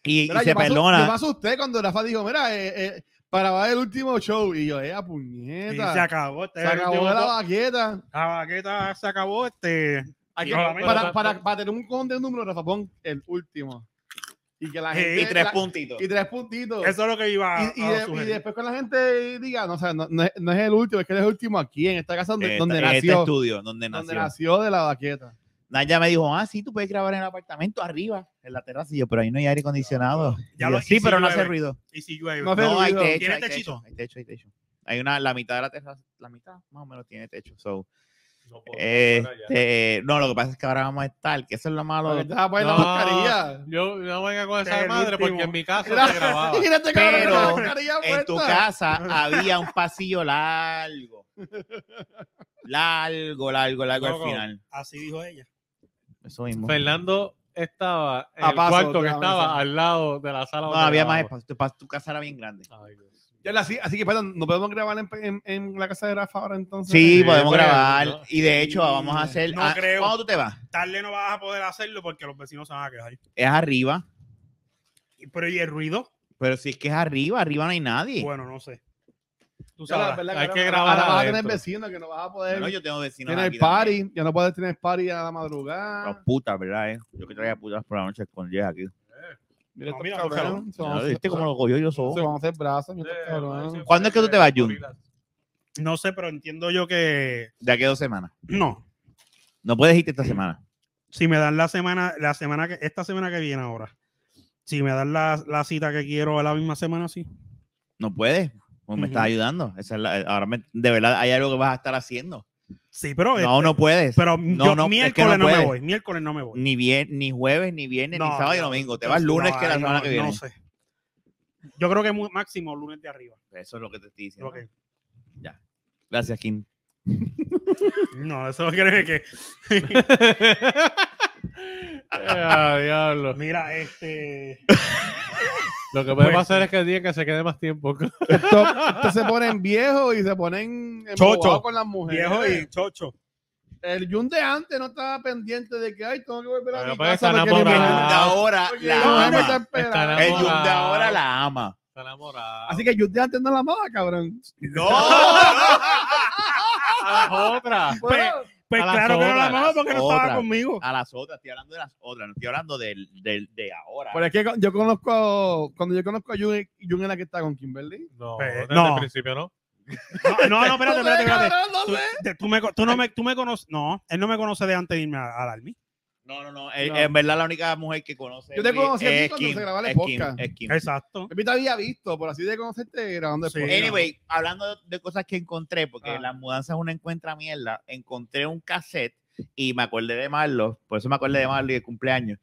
S1: Y, y
S3: Mira,
S1: se
S3: yo paso-
S1: perdona.
S3: Yo me asusté cuando Rafa dijo, mira, eh, eh, para ver el último show. Y yo, ¡eh,
S4: Y
S3: puñeta!
S4: se acabó. Este
S3: se acabó la baqueta.
S4: La baqueta se acabó. Este.
S5: Aquí-
S4: Para-
S5: pero-
S3: Para, para, para tener un conteo de número, Rafa, pon el último. Y que la
S4: Sí,
S3: gente.
S1: Y tres
S3: la-
S1: puntitos.
S3: y tres puntitos.
S4: Eso es lo que iba a,
S3: y, y
S4: a
S3: de- y
S4: sugerir.
S3: después con la gente diga, no, o sea, no, no es, no es el último, es que él es el último aquí, en esta casa donde,
S1: Eh,
S3: donde
S1: en este
S3: nació.
S1: estudio, donde nació.
S3: donde nació de la baqueta.
S1: Naya me dijo, ah, sí, tú puedes grabar en el apartamento arriba, en la terraza. Y yo, pero ahí no hay aire acondicionado.
S4: Ya
S1: Y
S4: lo-
S1: yo, sí,
S4: y si
S1: pero no hace
S4: llueve".
S1: ruido.
S4: Y si llueve.
S3: No hace
S1: No, hay
S3: ruido.
S1: techo,
S4: ¿Tiene
S1: hay
S4: techito?
S1: techo, hay techo, hay techo. Hay una, la mitad de la terraza, la mitad más o menos tiene techo. So,
S5: No puedo, fuera ya.
S1: este, no, lo que pasa es que ahora vamos a estar, que eso es lo malo.
S3: Porque te vas a poner la
S5: No.
S3: mascarilla.
S5: Yo no venga con
S4: Este
S5: esa
S4: es el
S5: madre
S4: último.
S5: porque en mi casa
S3: Era-
S5: se grababa.
S3: Imagínate, este cabrón,
S1: Pero,
S3: con la mascarilla
S1: En tu
S3: puesta.
S1: casa había un pasillo largo. Largo, largo, largo al
S5: Loco.
S1: final.
S4: Así dijo ella.
S1: Eso mismo.
S5: Fernando estaba en
S3: A
S5: el
S3: paso,
S5: cuarto
S3: déjame
S5: que estaba
S3: saber.
S5: al lado de la sala.
S1: No,
S5: donde
S1: había más
S5: grababa.
S1: espacio. Tu, pa- tu casa era bien grande.
S5: Ay, Dios.
S3: Ya la- Así, así que, perdón, ¿no podemos grabar en, en- en la casa de Rafa ahora entonces?
S1: Sí,
S5: Sí,
S1: podemos
S5: bueno,
S1: grabar.
S5: ¿no?
S1: Y de hecho, vamos a hacer.
S4: No
S1: ah,
S4: creo.
S1: ¿Cuándo tú te vas?
S4: Tarde no vas a poder hacerlo porque los vecinos se van a quejar.
S1: Es arriba.
S4: Y- Pero ¿y el ruido?
S1: Pero si es que es arriba, arriba no hay nadie.
S4: Bueno, no sé. Tú
S3: Ya la-
S4: sabrás.
S3: verdad
S5: Hay
S3: ahora-
S5: que grabar
S3: Ahora vas a tener
S5: adentro.
S3: vecinos que no vas a poder
S1: Bueno, yo tengo vecinos.
S3: tener
S1: aquí
S3: party,
S1: también.
S3: ya no puedes tener party a la
S4: Ah.
S1: Las
S3: madrugada.
S1: putas, ¿verdad? eh? Yo que traía putas por la noche con Jess aquí.
S3: Mira, pues,
S4: No,
S3: estos
S4: mira,
S3: cabrones,
S4: cabrón.
S3: se van a hacer-
S1: ¿Viste cómo lo cogió yo
S3: se
S1: solo?
S3: van a hacer brazos,
S5: Eh,
S3: mira, estos cabrones.
S1: ¿Cuándo es que tú te vas, Jun?
S4: No sé, pero entiendo yo que.
S1: De aquí a dos semanas.
S4: No.
S1: No puedes irte esta semana.
S4: Si me dan la semana, la semana que, esta semana que viene ahora. Si me dan la, la cita que quiero a la misma semana, sí.
S1: No puedes. Pues me
S4: Ujú.
S1: estás ayudando. Esa es la- ahora me- de verdad hay algo que vas a estar haciendo.
S4: Sí, pero.
S1: No,
S4: este-
S1: no puedes.
S4: Pero
S1: No,
S4: yo
S1: no, es que
S4: miércoles
S1: no
S4: no, me
S1: puedes.
S4: voy. Miércoles no me voy.
S1: Ni, bien, ni jueves, ni viernes, ni
S4: No,
S1: sábado ni
S4: no,
S1: domingo. Te vas lunes,
S4: no,
S1: que es la
S4: ahí
S1: semana
S4: no-
S1: que viene.
S4: No sé. Yo creo que mu- máximo lunes de arriba.
S1: Eso es lo que te estoy diciendo.
S4: Ok.
S1: Gracias, Kim.
S4: No, eso creo que.
S5: Ah, diablo.
S4: Mira, este.
S5: Lo que puede
S4: Pues,
S5: pasar
S4: sí.
S5: es que el día que se quede más tiempo.
S3: Estos- estos se ponen viejos y se ponen
S4: Chocho.
S3: embobados con las mujeres.
S4: Viejo y chocho.
S3: El Jun de antes no estaba pendiente de que, ay, tengo que volver a
S5: Pero
S3: mi
S5: pues
S3: casa
S5: está
S3: porque mi
S1: El
S5: enamorado.
S3: mujer-
S1: Hyundai ahora
S3: porque mi
S1: la
S3: mujer me está
S1: ama.
S3: esperando.
S1: El
S5: enamorado.
S1: Hyundai ahora la ama.
S5: Está enamorado.
S3: Así que el Jun de antes no la amaba, cabrón.
S1: ¡No!
S5: Ah, otra.
S3: Bueno,
S4: Pues
S5: A las
S4: claro que no la
S5: otras,
S4: amaba porque no estaba
S1: otras.
S4: conmigo.
S1: A las otras, estoy hablando de las otras, no estoy hablando del, del- de ahora.
S3: pero es que con- yo conozco, cuando yo conozco a Jun, Jun era que está con Kimberly.
S5: No,
S1: Pues
S4: Eh,
S5: desde
S4: no.
S5: el principio no.
S4: No, no, no, espérate, espérate, espérate.
S3: Cabrón, no
S4: Tú,
S3: sé.
S4: te- tú me, co- tú no me, tú me conoces. No, él no me conoce de antes de irme a- al Army.
S1: No, no, no. eh,
S3: No.
S1: En verdad, la única mujer que conoce.
S3: Yo te conocí a ti
S1: es
S3: cuando
S1: Kim,
S3: se grababa el
S1: es Kim,
S3: podcast.
S1: es Kim.
S4: Exacto.
S3: A mí te había visto, por así de conocerte grabando el
S4: Sí.
S3: podcast.
S1: Anyway, hablando de cosas que encontré, porque
S3: Ah.
S1: en las mudanzas uno encuentra mierda, encontré un cassette y me acordé de Marlo, por eso me acordé de Marlo y de cumpleaños,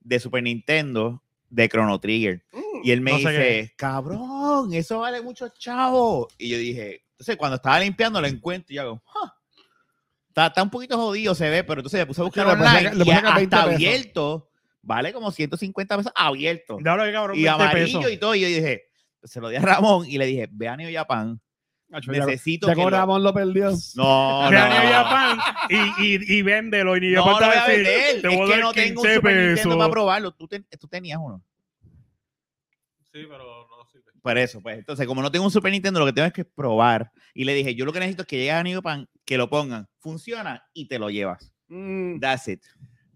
S1: de Super Nintendo, de Chrono Trigger.
S3: Mm.
S1: Y él me
S4: no sé
S1: dice, cabrón, eso vale mucho chavo. Y yo dije, entonces cuando estaba limpiando lo encuentro y yo hago, "Ah". está, está un poquito jodido, se ve, pero entonces me puse a buscar
S3: le puse
S1: online
S3: acá- le
S1: y
S3: puse acá 20
S1: hasta
S3: pesos.
S1: abierto, vale como 150 pesos abierto
S4: Ya lo que cabrón,
S1: y
S4: 20
S1: amarillo
S4: pesos.
S1: y todo. Y yo dije, se lo di a Ramón y le dije, ve a New Japan.
S3: Nacho, ya-
S1: Necesito
S3: ya
S1: que.
S3: con
S1: lo-
S3: Ramón lo perdió.
S1: No, no,
S4: Ve a New
S1: no.
S4: Japan y, y, y véndelo. Y ni
S1: No,
S4: yo
S1: no voy a vender. Es que no tengo un Super Nintendo para
S4: pesos.
S1: probarlo. Tú, ten- tú tenías uno.
S5: Sí, pero no sirve.
S1: Por eso, pues. Entonces, como no tengo un Super Nintendo, lo que tengo es que probar. Y le dije, yo lo que necesito es que llegue a New Japan, que lo pongan. Funciona y te lo llevas.
S3: Mm,
S1: That's it.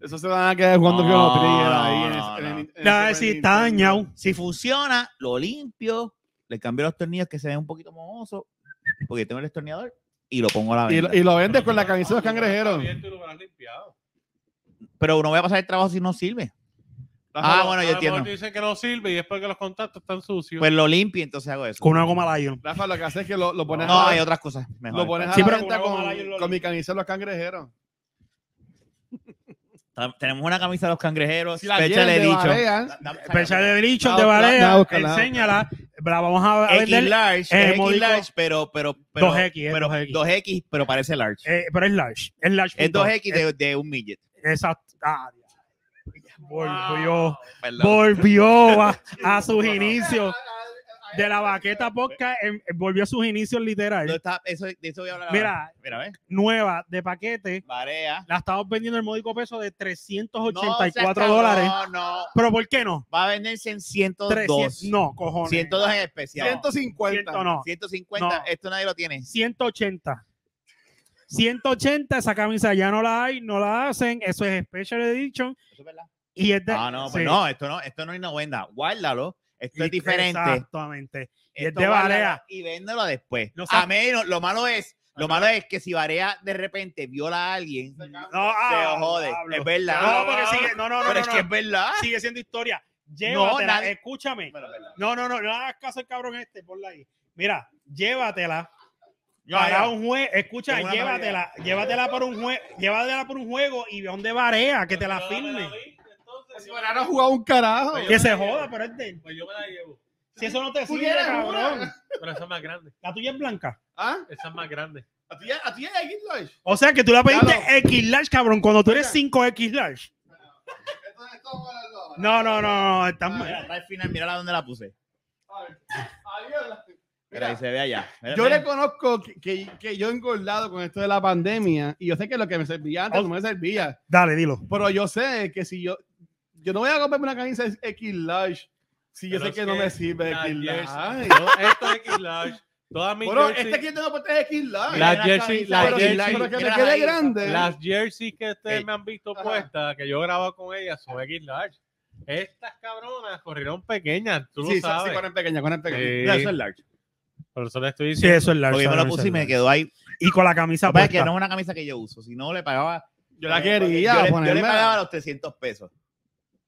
S3: eso se van a quedar jugando
S1: No,
S3: Chrono Trigger ahí. en
S1: no,
S3: el- en el-
S1: no.
S3: en el
S4: Ya,
S3: Super pues.
S4: sí, está
S3: Nintendo.
S4: dañado.
S1: Si funciona, lo limpio, le cambio los tornillos que se ven un poquito mohosos, porque tengo el estornillador, y lo pongo a la
S3: Y
S1: venta.
S3: lo, y lo vendes con la camisa de los cangrejeros.
S1: Pero no voy a pasar el trabajo si no sirve. Ah, bueno, yo entiendo.
S5: Dicen que no sirve y es porque los contactos están sucios.
S1: Pues lo limpio, entonces hago eso.
S4: Con una goma Lion.
S3: Rafa, lo que hace es que lo, lo pones
S1: No,
S3: a
S1: hay
S3: la,
S1: otras cosas. mejores. pues.
S3: lo pones a
S4: Sí,
S3: la
S4: pero
S3: venta
S4: con una
S3: con,
S4: bala y un
S3: con mi camisa de los cangrejeros.
S1: Ta- Tenemos una camisa de los cangrejeros.
S3: Si la
S1: fecha
S3: quieren,
S1: le he
S3: de
S1: dicho.
S3: Barea,
S1: Da- dame-
S4: Fecha de Delition
S3: No,
S4: de
S3: no,
S4: Valera.
S3: no, búscala.
S4: enséñala. La vamos a, a
S1: X
S4: vender.
S1: large,
S4: eh,
S1: X
S4: módico.
S1: large, pero, pero, pero,
S4: 2X, es
S1: pero
S4: 2X.
S1: 2X, pero parece large.
S4: Eh, pero es large. Es large.
S1: es
S4: punto.
S1: 2X de, de un midget.
S4: Exacto. Ah, Volvió.
S1: Perdón.
S4: Volvió a, a sus inicios. de la baqueta podcast em- em- volvió a sus inicios
S1: No
S4: literal.
S1: está- eso, de eso voy a hablar ahora.
S4: Mira,
S1: Mira, ve.
S4: nueva de paquete,
S1: Varea.
S4: la estamos vendiendo el módico peso
S1: No,
S4: de
S1: seas
S4: 384
S1: cabrón,
S4: dólares.
S1: No,
S4: Pero ¿por qué no?
S1: Va a venderse en
S4: 300,
S1: 102.
S4: no, cojones.
S1: 102 en especial.
S3: 150.
S4: 100 no.
S1: 150.
S4: No.
S1: Esto nadie lo tiene.
S4: 180. 180, esa camisa ya no la hay, no la hacen, eso es Special Edition
S1: Eso es verdad.
S4: y es de...
S1: Ah, no, pues
S4: sí.
S1: no, esto no, esto no es una venda. Guárdalo. Esto es diferente.
S4: Exactamente. y es
S1: Esto
S4: de
S1: guárdalo
S4: Barea.
S1: Y véndelo después.
S4: No sea-
S1: a menos, lo malo es, lo malo es que si Varea de repente viola a alguien, se
S4: No, ah,
S1: os jode.
S4: diablo.
S1: Es verdad.
S4: No, porque sigue, no, no, no,
S1: Pero es
S4: no,
S1: que
S4: no.
S1: es verdad.
S4: sigue siendo historia.
S1: No,
S4: Llévatela,
S1: nadie-
S4: escúchame.
S1: Pero es verdad.
S4: No, no, no, no hagas caso al cabrón este, ponla ahí. Mira, llévatela
S1: Ya,
S4: para
S1: ya.
S4: un juez, escucha,
S1: Es una
S4: llévatela, llévatela por un juez, llévatela por un juego y ve donde varea, que te la firme.
S3: Si Varela no ha jugado un carajo.
S5: Oye,
S4: Que se joda, pero es de él.
S5: Pues yo me la llevo.
S4: Si eso no te sirve,
S3: quieres
S4: cabrón.
S3: una?
S5: Pero esa es más grande.
S4: La tuya es blanca.
S3: ¿Ah?
S5: Esa es más grande.
S3: ¿A ti ya- a ti ya hay English?
S4: O sea que tú la pediste
S3: Ya
S4: X large, cabrón, cuando tú eres
S3: Oiga.
S4: 5 X large. No, no, no, no, estás
S1: Mira,
S4: mal.
S1: está al final, mira dónde la puse. Mira, ahí se ve allá. Mira,
S3: Yo
S1: mira.
S3: reconozco que, que, que yo he engordado con esto de la pandemia y yo sé que lo que me servía
S4: Oh.
S3: antes no me servía,
S4: Dale, dilo.
S3: pero yo sé que si yo yo no voy a comprarme una camisa X large si yo
S5: Pero
S3: sé
S5: es
S3: que, no
S5: que
S3: me sirve
S5: la
S3: X
S5: jersey-
S3: large.
S5: No, esto es X-Large. Todas mis
S3: Bueno,
S5: jerseys-
S3: este que yo tengo puesta es X large.
S5: La
S1: Mira
S5: jersey-
S1: camisa,
S5: la
S1: pero-
S5: jersey-
S1: pero
S3: que me
S1: mira
S3: quede
S1: ahí.
S3: grande.
S5: Las jerseys que ustedes
S1: Ey.
S5: me han visto
S3: Ajá.
S5: puestas, que yo grabo con ellas, son X-Large. Estas cabronas corrieron pequeñas, tú
S3: sí,
S5: lo
S3: sí, sí,
S5: sabes.
S3: con el pequeño, con el pequeño.
S1: No, eso es large.
S5: Por eso le estoy
S4: Sí,
S5: diciendo.
S4: eso es large.
S1: Porque yo me
S4: sabe,
S1: lo puse y me
S4: sabe.
S1: quedó ahí.
S4: Y con la camisa
S1: Lo que pasa es que
S4: puesta.
S1: no es una camisa que yo uso, si no le pagaba
S3: Yo la
S1: yo,
S3: quería
S1: le- yo le,
S3: ponerme.
S1: pagaba los 300 pesos.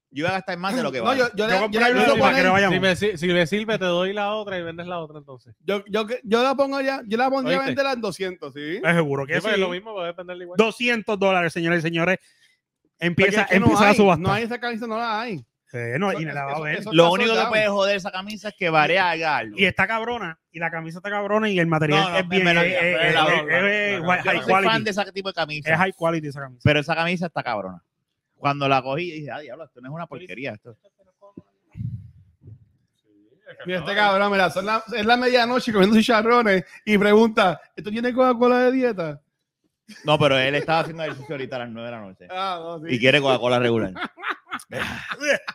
S1: Yo iba a gastar más de lo que
S3: No,
S1: vale.
S3: yo, yo,
S4: Yo
S3: le- yo,
S4: compré
S3: la
S4: el
S3: pienso
S4: otro para que
S3: poner-
S4: no vayamos.
S5: Si me, si- si me sirve, te doy la otra y vendes la otra entonces.
S3: yo, yo, yo la pongo ya, yo la pondría a
S5: ¿Oíste?
S3: vender en 200, ¿sí?
S4: Eh, seguro que
S5: Sí, porque
S4: sí.
S5: lo mismo, puedes venderla igual.
S4: 200 dólares, señores y señores.
S3: Porque
S4: Empieza,
S3: es que
S4: empieza
S3: no
S4: la
S3: hay,
S4: subasta.
S3: No hay esa camisa, no la hay.
S4: Eh, no, y la va a
S3: Eso-
S4: ver.
S3: eso-
S1: Lo
S3: está
S1: único que
S3: soldado.
S1: puede joder esa camisa es que Varea haga algo.
S4: y está cabrona, y la camisa está cabrona, y el material
S1: No, no,
S4: es bien.
S1: me la-
S4: eh,
S1: me la-
S4: eh,
S1: la-
S4: eh,
S5: la- la-
S4: eh, eh,
S5: la-
S4: high
S1: yo no soy
S4: quality.
S1: fan de ese tipo de
S4: Es
S1: camisa.
S4: high quality esa camisa.
S1: Pero esa camisa está cabrona. Cuando la cogí, dije, ah, diablo, esto no es una porquería. Esto.
S3: Y este cabrón, mira, son la- es la medianoche comiendo chicharrones y pregunta, ¿esto tiene Coca-Cola de dieta?
S1: No, pero él estaba haciendo ejercicio ahorita a las 9 de la noche.
S3: Ah, no, sí.
S1: Y quiere Coca-Cola regular.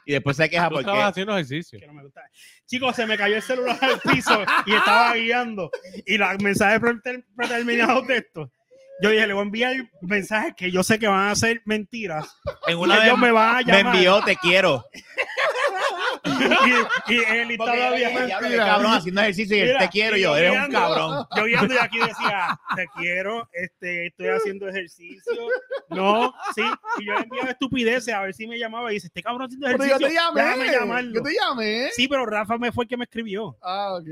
S1: y después se queja
S5: Tú
S1: Ah, porque.
S5: estabas haciendo ejercicio.
S4: Que no me gusta. Chicos, se me cayó el celular al piso y estaba guiando. Y los mensajes preter- predeterminados de esto. Yo dije, le voy a enviar mensajes que yo sé que van a ser mentiras.
S1: En
S4: Y
S1: una vez
S4: ellos me van a
S1: me
S4: llamar.
S1: envió, te quiero.
S4: Y, y él
S1: Porque
S4: estaba
S1: yo dije,
S4: bien.
S1: "Diablo, qué cabrón haciendo ejercicio y él
S4: Mira,
S1: te quiero. Y yo,
S4: y
S1: eres un
S4: guiando.
S1: cabrón.
S4: Yo guiando y aquí decía, te quiero, este, estoy haciendo ejercicio. No, sí. Y yo le enviaba estupideces a ver si me llamaba y dice, este cabrón haciendo
S3: Pero
S4: ejercicio.
S3: yo te llamé.
S4: déjame llamarlo.
S3: Yo te llamé.
S4: Sí, pero Rafa me fue el que me escribió.
S3: Ah, ok.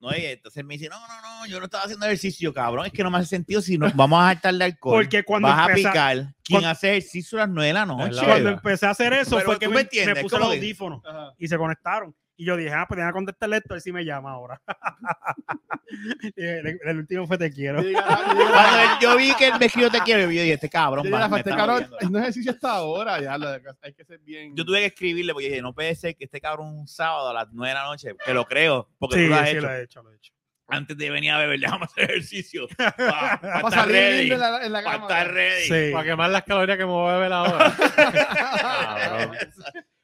S1: No, y entonces me dice, no, no, no, yo no estaba haciendo ejercicio, cabrón, es que no me hace sentido si nos vamos a saltar de alcohol.
S4: Porque cuando
S1: vas
S4: empeza-
S1: a picar, quien
S4: cuando-
S1: hace ejercicio a las 9 de la noche.
S5: Es la
S4: Cuando
S5: verdad.
S4: empecé a hacer eso
S1: Pero
S4: fue que
S1: tú
S4: me,
S1: me entiendes,
S4: me puse los
S1: ¿cómo que?
S4: audífonos y se conectaron. Y yo dije, ah, pues tenía que contestarle esto, él sí me llama ahora. el, el último fue te quiero.
S3: Yo llegué a-
S1: Cuando él- yo vi que él me escribió te quiero, yo dije, este
S3: yo
S1: cabrón,
S3: llegué
S1: va,
S3: a la
S1: me
S3: fase,
S1: está
S3: cabrón,
S1: jodiendo.
S3: no ejercicio hasta ahora, ya, la- hay que ser bien.
S1: yo tuve que escribirle porque dije, no puede ser que este cabrón un sábado a las 9 de la noche, que lo creo, porque
S4: Sí,
S1: tú lo has
S4: sí,
S1: hecho.
S4: lo he hecho, lo he hecho.
S1: Antes de venir a beber, déjame hacer ejercicio. Para
S3: Para
S1: estar
S3: salir
S1: ready.
S3: de la, en la
S1: Para
S3: cama.
S1: estar ready.
S4: Sí,
S5: Para quemar las calorías que me voy a beber ahora. Cabrón.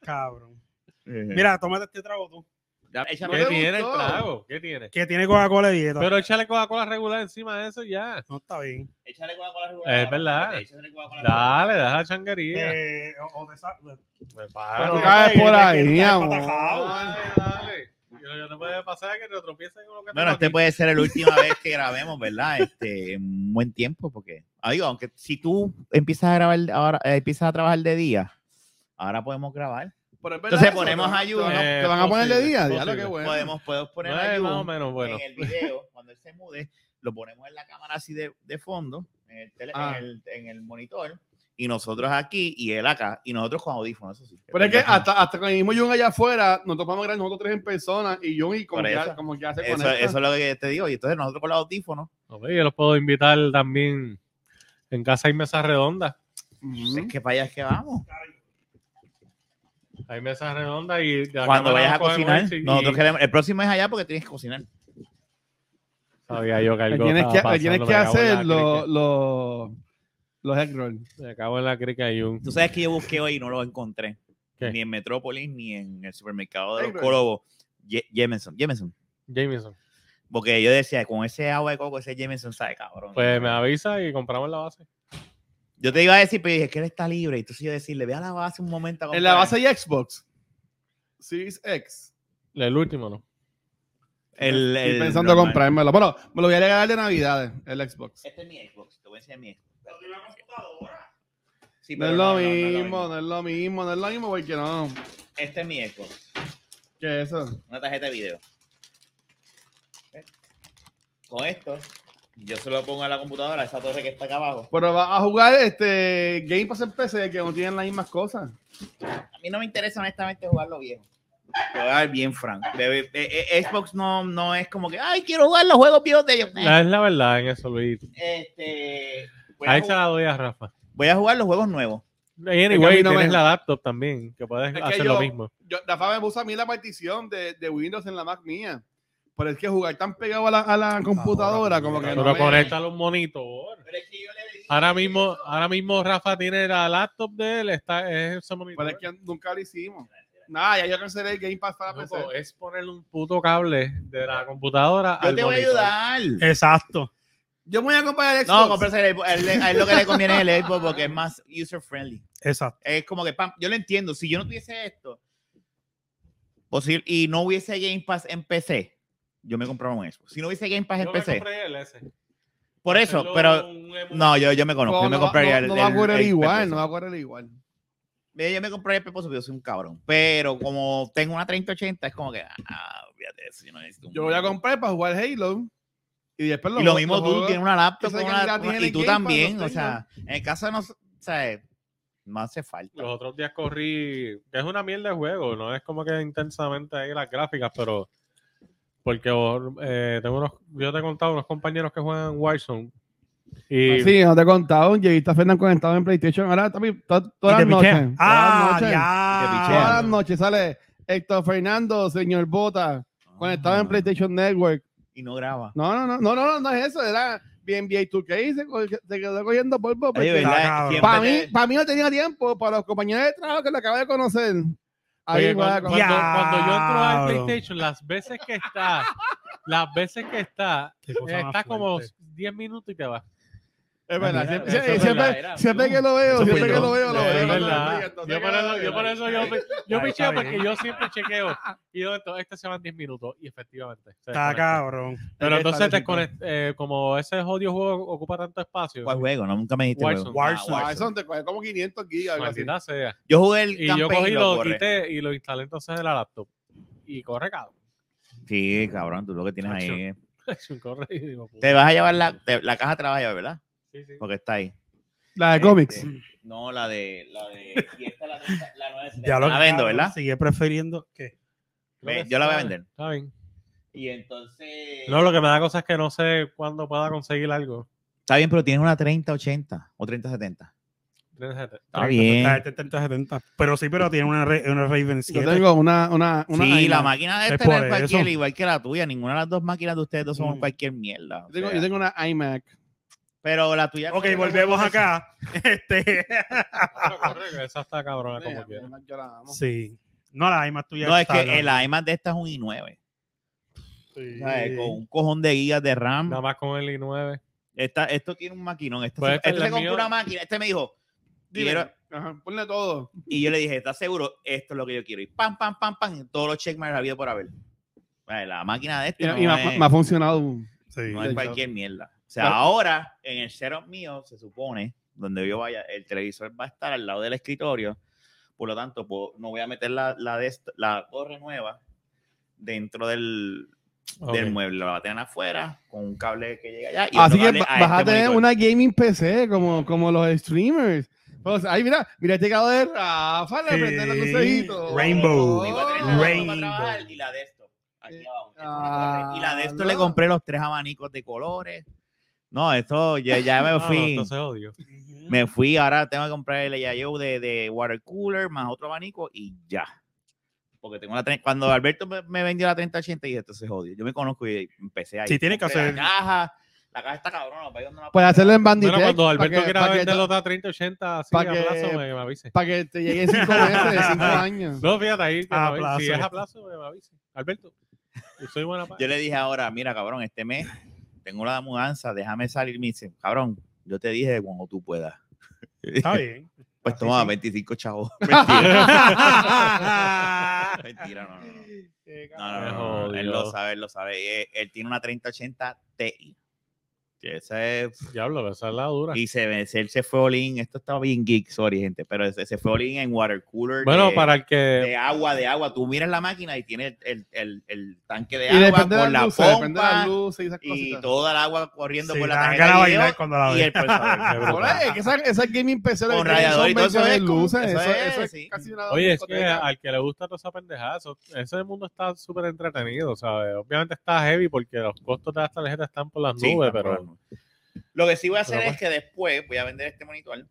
S4: cabrón.
S1: Mira,
S4: Mira, tómate este trago tú.
S1: ya, échame-
S3: No
S5: ¿Qué
S3: le
S5: tiene el
S3: gustó.
S5: trago? ¿Qué tiene?
S4: Que tiene Coca-Cola de dieta.
S5: Pero échale Coca-Cola regular encima de eso y ya.
S4: no está bien.
S1: échale Coca-Cola regular.
S5: Es verdad.
S1: Échale Coca-Cola regular.
S5: Dale, deja la changuería.
S4: Eh, o- o de esa- de-
S5: Me
S3: Pero
S5: paro.
S4: Bueno,
S3: Ah, caes por ahí, Ah.
S4: Está
S3: amor.
S5: Dale, dale. Yo, yo te puede pasar que te tropieces con lo que
S1: Bueno,
S5: tengo
S1: este
S5: aquí.
S1: puede ser la última vez que grabemos, ¿verdad? Este, en un buen tiempo, porque, ah, digo, aunque si tú empiezas a grabar ahora, eh, empiezas a trabajar de día, ahora podemos grabar.
S3: Pero es verdad
S1: Entonces
S3: eso,
S1: ponemos
S3: te van-
S1: ayuda.
S3: te van a-
S5: Eh,
S3: Te van a poner de
S5: posible,
S3: día,
S5: posible.
S3: ya lo que bueno.
S1: podemos, podemos poner Eh.
S5: No
S1: a
S5: es
S1: Jun
S5: más o menos bueno.
S1: en el video, cuando él se mude, lo ponemos en la cámara así de, de fondo, en el, tele-
S3: Ah.
S1: en, el, en el monitor, y nosotros aquí y él acá, y nosotros con audífonos, eso sí.
S3: Pero es que hasta, hasta cuando vimos Jun allá afuera, nos topamos grandes nosotros tres en persona y Jun y como,
S1: Por
S3: que,
S1: eso.
S3: como que hace
S1: Eso, eso es lo que te digo, y entonces nosotros con los audífonos,
S5: Ok, yo los puedo invitar también.
S1: pues
S5: En casa hay mesas redondas.
S1: es que para allá es que vamos.
S5: Hay mesas redondas y de acá
S1: Cuando
S5: para
S1: vayas a
S5: abajo cogemos
S1: cocinar,
S5: el chi-
S1: nosotros
S5: y-
S1: queremos. El próximo es allá porque tienes que cocinar.
S5: Sabía yo que
S3: Le
S5: algo
S3: tienes
S5: estaba
S3: que, le
S5: pasando,
S3: tienes
S5: me
S3: que
S5: cago en
S3: hacer
S5: la
S3: los los los egg rolls.
S5: crica. Me cago en la crica y un...
S1: Tú sabes que yo busqué hoy y no lo encontré.
S5: ¿Qué?
S1: Ni en Metrópolis ni en el supermercado de
S3: Ay,
S1: los
S3: bro.
S1: Corobos. Ye- Jameson, Jameson.
S5: Jameson.
S1: Porque yo decía, con ese agua de coco, ese Jameson sabe cabrón.
S5: Pues me avisa y compramos la base.
S1: Yo te iba a decir, pero dije que él está libre. Y entonces yo decirle, ve a la base un momento. a
S3: En la
S1: comprar.
S3: base hay Xbox. Series X.
S5: El último, ¿no?
S1: El-
S3: Estoy
S1: el
S3: pensando
S1: normal.
S3: comprármelo. Bueno, me lo voy a regalar de Navidades, el Xbox.
S1: Este es mi Xbox, te voy a enseñar mi Xbox. Sí,
S3: No
S1: pero
S3: es lo
S1: no, no, no es lo
S3: mismo, no es lo mismo, no es lo mismo porque no.
S1: Este es mi Xbox,
S3: ¿Qué es eso?
S1: una tarjeta de video. ¿Ves? Con esto, yo se lo pongo a la computadora, esa torre que está acá abajo.
S3: Pero va a jugar este Game Pass en PC que no tienen las mismas cosas.
S1: A mí no me interesa honestamente jugarlo viejo. Te voy a dar bien, Frank. Bebé, eh, eh, Xbox no, no es como que, ay, quiero jugar los juegos viejos de ellos. Eh,
S5: La- Es la verdad en eso, Luis.
S1: Este, voy, a
S5: Ahí se
S1: jugar,
S5: la doy a Rafa.
S1: voy a jugar los juegos nuevos.
S5: Y
S3: Pues que a mí
S5: anyway,
S3: no me-
S5: tienes la laptop también, que puedes
S3: Es que
S5: hacer
S3: yo-
S5: lo mismo.
S3: Yo, la fama me puso a mí la partición de, de Windows en la Mac mía. Pero es que jugar tan pegado a la, a
S1: Ah,
S3: la computadora como que
S5: Pero
S3: no. me-
S5: conéctalo a un monitor.
S1: Pero es que yo le dije-
S5: Ahora mismo, ahora mismo Rafa tiene la laptop de él, está, es ese monitor.
S3: Pero Pues es que nunca lo hicimos. Nada, ya yo cancelé el Game Pass para
S5: Loco,
S3: PC.
S1: pues,
S5: es ponerle un puto cable de la computadora
S1: Yo
S5: al
S1: te voy a
S5: monitor.
S1: ayudar.
S4: Exacto.
S3: Yo me voy a comprar el Xbox.
S1: No, comprarse el, el- a él lo que le conviene es el Xbox porque es más user friendly.
S4: Exacto.
S1: Es como que, pam, yo lo entiendo. Si yo no tuviese esto posi- y no hubiese Game Pass en PC, yo me compraba un Xbox. Si no hubiese Game Pass
S5: Yo
S1: en
S5: me
S1: PC,
S5: compré el ese.
S1: por eso,
S5: Hacerlo
S1: pero
S5: un emu-
S1: no, yo, yo me conozco.
S3: No,
S1: yo me
S3: no va-
S1: compraría el,
S3: no- no va a
S1: el-
S3: correr
S1: el
S3: igual,
S1: Peposo.
S3: no va a correr igual.
S1: Mira, Yo me compraría el Peposo, pero yo soy un cabrón. Pero como tengo una 3080, es como que, ah, olvídate de eso. Yo, no necesito un-
S3: Yo voy a comprar para jugar Halo. Y después
S1: Y lo mismo tú tienes una laptop
S3: Esa
S1: con
S3: que
S1: una-
S3: ya
S1: una-
S3: tiene
S1: y tú
S3: Game Pass,
S1: también.
S3: lo
S1: O sea, en el caso de nosotros, o sea, no hace falta.
S5: Los otros días corrí, que es una mierda de juego, no es como que intensamente ahí las gráficas, pero porque eh, tengo unos, yo te he contado unos compañeros que juegan Warzone y
S3: Ah, Sí, no te he contado. Jevita Fernández conectado en PlayStation. Ahora también, to- todas las
S4: Y te
S3: noches.
S4: pichea.
S3: todas
S4: Ah,
S3: las noches,
S1: pichea.
S4: ya.
S3: Todas las noches sale Héctor Fernando, señor Bota, conectado
S1: Ah.
S3: en PlayStation Network.
S1: Y no graba.
S3: No, no, no, no, no, no, no es eso. Era bien VA2K. Se, co- se quedó cogiendo polvo.
S1: Ay,
S3: Porque
S1: ¿verdad?
S4: Ah, cabrón.
S1: Siempre
S3: para, mí,
S1: te-
S3: para mí no tenía tiempo. Para los compañeros de trabajo que lo acabo de conocer. Ahí
S5: Oye,
S3: va,
S5: cuando,
S3: con-
S5: cuando- cuando yo entro al
S4: Diablo.
S5: PlayStation, las veces que está, las veces que está, eh,
S4: Qué cosa más
S5: está como
S4: fuerte.
S5: 10 minutos y te vas.
S3: Es verdad.
S1: Mira,
S3: Siempre,
S1: eso
S3: siempre,
S1: es
S3: siempre,
S1: verdad, era,
S3: que lo veo,
S1: Eso fui
S3: siempre que
S1: yo.
S3: lo veo, lo
S1: Es
S3: veo.
S5: Es
S3: lo veo, lo
S5: verdad.
S3: veo.
S5: Yo por eso, yo por eso yo, me- yo
S4: Está
S5: picheo
S4: bien.
S5: porque yo siempre chequeo. Y yo, entonces, este se van 10 minutos y efectivamente. se
S4: Está
S5: desconecta.
S4: cabrón.
S5: Pero entonces
S3: Está
S5: te conect- eh, como ese jodido juego ocupa tanto espacio,
S1: ¿Cuál juego? No, nunca me dijiste. el juego.
S5: Warzone.
S1: Ah,
S3: No, eso te coge como 500 gigas. algo así.
S5: maldita sea.
S1: Yo jugué el
S5: Y
S1: campaign
S5: yo cogí
S1: y
S5: lo
S1: borré.
S5: quité y lo instalé entonces en la laptop. Y corre, cabrón.
S1: Sí, cabrón, tú lo que tienes ahí. es-
S5: corre y digo, puta.
S1: Te vas a llevar la, te- la caja, te la vas a llevar, ¿verdad?
S5: Sí, sí.
S1: Porque está ahí.
S3: La de cómics.
S1: Este, no, la de. La de. y esta la, la nueva-
S4: Ya lo
S1: la vendo, ¿verdad?
S4: Sigue prefiriendo que.
S1: Ve, yo la voy a vender.
S5: Está bien.
S1: Y entonces.
S5: No, lo que me da cosa es que no sé cuándo pueda conseguir algo.
S1: Está bien, pero tienes una 3080 o 3070. Está
S5: Está
S1: bien.
S4: Ah, este 3070. Pero sí, pero tiene una, Ra- una Raven 7.
S3: Yo tengo una. una, una
S1: sí, la
S3: iMac.
S1: máquina de
S4: Es
S1: esta
S4: por
S1: es cualquier,
S4: eso.
S1: igual que la tuya. Ninguna de las dos máquinas de ustedes dos son
S4: Mm.
S1: cualquier mierda. o
S3: Yo tengo,
S1: sea.
S3: yo tengo una iMac.
S1: Pero la tuya.
S4: Ok, volvemos acá. Este.
S5: Esa está cabrona como
S3: Eh,
S5: quiera.
S3: yo la amo.
S4: Sí. No, la iMac tuya
S1: No, es
S4: está,
S1: que el
S4: cabrón.
S1: iMac de esta es un i9.
S4: Sí.
S1: ¿sabes? Con un cojón de gigas de RAM.
S5: Nada más con el i9.
S1: Esta, esto tiene un maquinón. Este,
S5: Pues
S1: se-
S5: este
S1: este
S5: es
S1: se
S5: el
S1: compró
S5: mío.
S1: una máquina. Este me dijo,
S3: Dile,
S1: quiero-
S3: ajá, ponle todo.
S1: y yo le dije, ¿estás seguro? Esto es lo que yo quiero. Y pam, pam, pam, pam, en todos los checkmarks habido por haber. Vale, La máquina de
S3: Y,
S1: este no,
S3: y me, ha-
S1: es,
S3: me ha funcionado.
S4: Sí.
S1: no es
S3: de hecho.
S1: cualquier mierda. O sea, ahora en el setup mío se supone, donde yo vaya, el televisor va a estar al lado del escritorio. Por lo tanto, puedo- no voy a meter la, la, de esto- la torre nueva dentro del,
S5: Ok.
S1: del mueble. La va a tener afuera con un cable que llega allá. y otro
S3: Así que
S1: cable
S3: ba-
S1: a
S3: vas a
S1: este
S3: tener
S1: monitor.
S3: una gaming PC como, como los streamers. Pues, ahí mira, mira, este llegado de Rafa, le
S4: Sí.
S3: prende los consejitos.
S4: Rainbow.
S1: Iba a tener
S3: Oh.
S1: la de esto para
S4: Rainbow.
S1: trabajar Y la de esto. Aquí abajo.
S3: Ah,
S1: y la de esto le
S3: no.
S1: compré los tres abanicos de colores. No, esto ya, ya me
S5: Ah, no,
S1: fui.
S5: entonces odio.
S1: me fui. Ahora tengo que comprar el Yayo de, de water cooler más otro abanico y ya. Porque tengo la tre- cuando Alberto me, me vendió la 3080 y dije, esto se jodió. Yo me conozco y empecé ahí.
S4: Sí, tiene que
S1: Compré
S4: hacer-
S1: La caja, la caja está cabrona. para ir donde una-
S3: Pues hacerlo en
S5: Bueno,
S3: Banditech.
S5: cuando
S3: para
S5: Alberto
S3: que-
S5: quiera
S3: para que-
S5: vender los da 30, 80, así
S3: pa'
S5: a
S3: que-
S5: plazo, me, me avise.
S3: Para que te llegue en cinco meses, de cinco años.
S5: No, fíjate ahí. que
S4: A
S5: me avise.
S4: plazo.
S5: Si es a plazo, pues, me avise. Alberto, yo soy buena pa-
S1: Yo le dije ahora, mira, cabrón, este mes tengo la mudanza, déjame salir. Me dice, cabrón, yo te dije cuando tú puedas.
S4: Está bien.
S1: Pues
S4: Así
S1: toma,
S4: sí.
S1: 25 chavos. Mentira. Mentira, no, no, no. No, no, no, no,
S5: Me
S1: Él lo
S5: jodió.
S1: sabe, él lo sabe. Y Él, él tiene una 3080 Ti. Que esa es-
S5: Diablo, esa es la
S3: Ah.
S5: dura.
S1: y se, ve- él se fue all in. Esto estaba bien geek, sorry, gente. Pero se, se fue all in en water cooler.
S5: Bueno,
S1: de,
S5: para el que.
S1: de agua, de agua. Tú miras la máquina y tiene el, el- el- el tanque de
S3: Y
S1: agua
S3: depende de
S1: con
S3: las
S1: la
S3: luces, depende de las
S1: pompa
S3: luces y esas
S1: y
S3: cositas.
S1: toda el agua corriendo
S4: Sí,
S1: por la
S4: dan
S1: tarjeta
S4: ganas de
S1: de video
S4: bailar cuando la
S1: y
S4: ves.
S1: el personaje.
S5: Pero-
S3: Ahora, es que esa, esa gaming PC lo
S1: Con
S3: que tiene son
S1: radiadorito, eso es,
S3: versiones
S1: con-
S3: luces,
S1: eso
S3: eso,
S1: es,
S3: eso es
S1: sí.
S3: casi una
S5: Oye, es que
S3: discoteca.
S5: al que le gusta toda esa pendejada, eso- ese mundo está súper entretenido, ¿sabes? Obviamente está heavy porque los costos de las tarjetas están por las
S1: Sí,
S5: nubes,
S1: está
S5: pero.
S1: probando. Lo que sí voy a hacer
S5: Pero
S1: es que después voy a vender este monitor.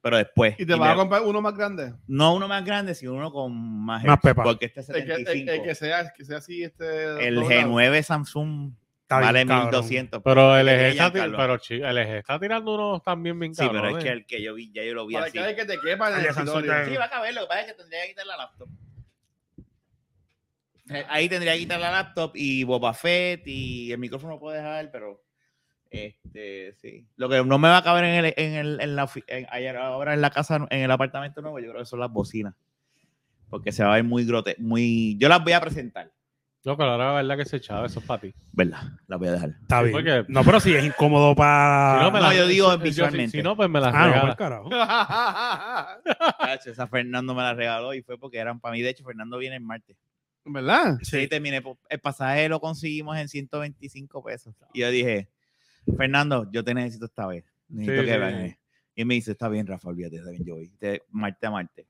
S1: Pero después.
S3: y te
S1: y
S3: vas a
S1: me-
S3: comprar uno más grande.
S1: No uno más grande, sino uno con más,
S4: Más
S1: hertz,
S4: pepa.
S1: Porque este es
S3: El que,
S1: 75.
S3: el- el que sea, que sea así. Este,
S1: El
S3: doblado.
S1: G9 Samsung
S4: Está bien,
S1: vale
S4: cabrón.
S1: 1200.
S5: Pero el
S1: Ella,
S5: eje está, ti-
S1: Carlos.
S5: pero, chi- el eje está tirando unos también bien
S1: Sí, pero es
S5: cabrones.
S1: que el que yo vi, ya yo lo vi
S3: Para
S1: así.
S3: que, que te quepa en
S4: Ay,
S3: el
S4: esa
S3: escritorio.
S4: suerte.
S1: Sí, va a caber, lo que pasa es que tendría que quitar la laptop. Eh, Ahí tendría que quitar la laptop y Boba Fett y el micrófono lo puedo dejar, pero este sí. Lo que no me va a caber en el, en el, en la, ofi- en- ayer- ahora en la casa, en el apartamento nuevo, yo creo que son las bocinas. Porque se va a ver muy grote, muy. Yo las voy a presentar,
S5: No, pero ahora la verdad que se echaba, eso es para ti.
S1: ¿verdad? Las voy a dejar.
S4: Está
S5: Sí,
S4: bien.
S5: porque-
S4: No, pero si es incómodo para.
S5: Si me
S1: Ah, no,
S5: las-
S1: yo digo
S5: si- si-
S1: visualmente.
S5: Si no, pues me las
S4: Ah, no,
S5: regala.
S4: pues carajo.
S1: pues. Tacho, esa Fernando me la regaló y fue porque eran para mí. De hecho, Fernando viene el martes.
S3: ¿Verdad?
S1: Sí. terminé. po- El pasaje lo conseguimos en 125 pesos. Y yo dije, Fernando, yo te necesito esta vez. Necesito
S5: Sí,
S1: que
S5: sí,
S1: vengas.
S5: sí.
S1: Y me dice, está bien, Rafa, olvídate, está bien, yo voy. Te- Marte a Marte.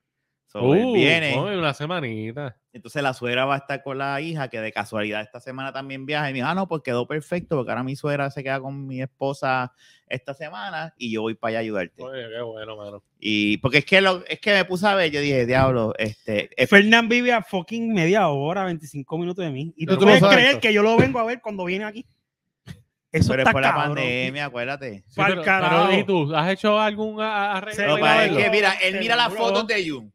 S1: So, él
S5: Uh,
S1: viene.
S5: uy, una semanita.
S1: Entonces la suegra va a estar con la hija, que de casualidad esta semana también viaja. Y me dijo, ah, no, pues quedó perfecto, porque ahora mi suegra se queda con mi esposa esta semana y yo voy para allá a ayudarte.
S5: Oye, qué bueno, mano.
S1: Y porque es que, lo, es que me puse a ver, yo dije, diablo, este, es-
S4: Fernán vive a fucking media hora, 25 minutos de mí. Y
S5: Pero
S4: tú,
S5: tú
S4: puedes
S3: no sabes
S4: creer
S5: esto.
S4: que yo lo vengo a ver cuando viene aquí. Eso
S1: pero es
S4: está
S1: por la
S4: cabrón.
S1: pandemia, acuérdate.
S5: Sí,
S4: Pa'l
S5: pero,
S4: carajo.
S5: pero, ¿y tú? ¿Has hecho algún a- a-
S4: Se
S1: Lo
S5: arreglo?
S1: que
S4: va a
S1: pasa es
S4: verlo.
S1: que mira, él mira las
S4: Seguro.
S1: fotos de Jun.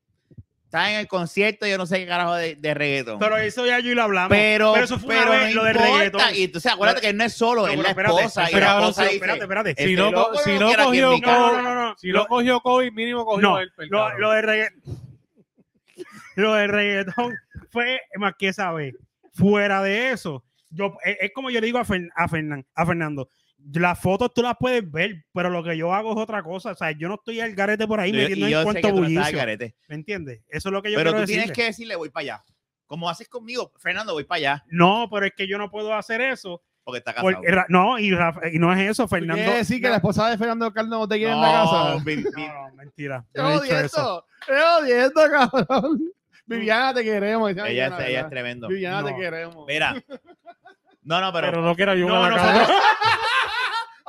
S1: Está en el concierto, yo no sé qué carajo de, de reggaetón.
S4: Pero eso ya yo y lo hablamos.
S1: pero,
S4: eso fue una
S1: pero
S4: vez,
S1: no
S4: lo del
S1: importa.
S4: reggaetón.
S1: Y entonces acuérdate que él no es solo,
S4: No,
S1: es
S4: pero
S1: la
S4: espérate,
S1: esposa. y
S4: espérate,
S1: la
S5: cabrón,
S1: esposa
S4: pero
S1: dice,
S4: espérate, espérate.
S1: "Este
S5: Si no,
S1: loco
S5: si
S1: no
S5: no
S1: quiere aquí en
S5: cogió
S1: mi casa".
S4: No,
S5: Covid,
S4: no, no, no.
S5: Si no
S4: Lo-
S5: cogió COVID, mínimo cogió
S4: No,
S5: él, el
S4: lo,
S5: cabrón.
S4: lo de reggaetón. lo de reggaetón fue más que saber. Fuera de eso, yo, es, es como yo le digo a, Fer- a, Fernan- a Fernando. Las fotos tú las puedes ver, pero lo que yo hago es otra cosa. O sea, yo no estoy al garete por ahí
S1: Yo-
S4: metiendo
S1: y yo
S4: en
S1: sé
S4: cuanto
S1: que tú no estás al
S4: bullicio.
S1: garete.
S4: ¿Me entiendes? Eso es lo que yo
S1: Pero tú
S4: quiero
S1: tienes
S4: decirle.
S1: que decirle, voy para allá. Como haces conmigo, Fernando, voy para allá,
S4: No, pero es que yo no puedo hacer eso.
S1: porque está casado.
S4: porque Ra- no, y, Rafa- y no es eso,
S3: ¿Tú
S4: Fernando.
S3: ¿Quieres decir que la esposa de Fernando Carlos no te quiere en la
S1: No,
S3: casa?
S1: mi- mi-
S4: No, no, mentira.
S3: ¡Qué
S4: No he dicho
S3: odiento!
S4: eso.
S3: ¡Qué odiento, cabrón! Viviana, te queremos. decía
S1: ella,
S3: Viviana,
S1: es- ella es
S3: ¿verdad?
S1: tremendo.
S3: Viviana, te
S4: No.
S3: queremos.
S1: Mira. No, no, pero...
S5: Pero no quiero ayudar a
S1: no,
S5: la
S1: no,
S5: cabrón.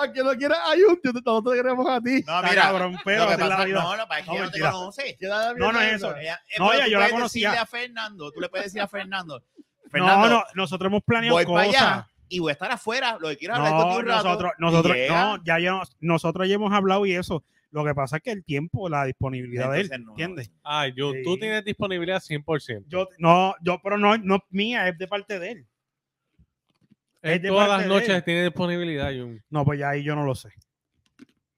S3: A quien lo quiera, hay un, nosotros te queremos a ti.
S1: No,
S4: Está
S1: ah, mira.
S4: cabrón, pero
S1: Lo que
S4: así es la
S1: pasa,
S4: vida.
S1: no, no, para que
S4: No,
S1: ella no te
S4: mentira.
S1: conoce.
S4: No, no es eso.
S1: Ella- eh,
S4: No,
S1: pero
S4: ya
S1: tú
S4: yo la
S1: puedes
S4: conocía.
S1: decirle a Fernando, tú le puedes decir a Fernando,
S4: No,
S1: Fernando,
S4: no, nosotros hemos planeado
S1: voy para
S4: cosas.
S1: allá y voy a estar afuera, lo que quieras hablar contigo
S4: No,
S1: un rato.
S4: nosotros,
S1: y
S4: nosotros,
S1: llega.
S4: no, ya yo, nosotros ya hemos hablado y eso. Lo que pasa es que el tiempo, la disponibilidad de
S1: Entonces,
S4: él,
S1: no,
S4: ¿entiendes?
S5: Ay, yo, tú
S4: Sí.
S5: tienes disponibilidad 100%.
S4: Yo, no, yo, pero no, no es mía, es de parte de él. Es
S5: Él
S4: de
S5: todas
S4: parte
S5: las
S4: de
S5: noches
S4: él.
S5: tiene disponibilidad, Jun.
S4: No, pues ya ahí yo no lo sé.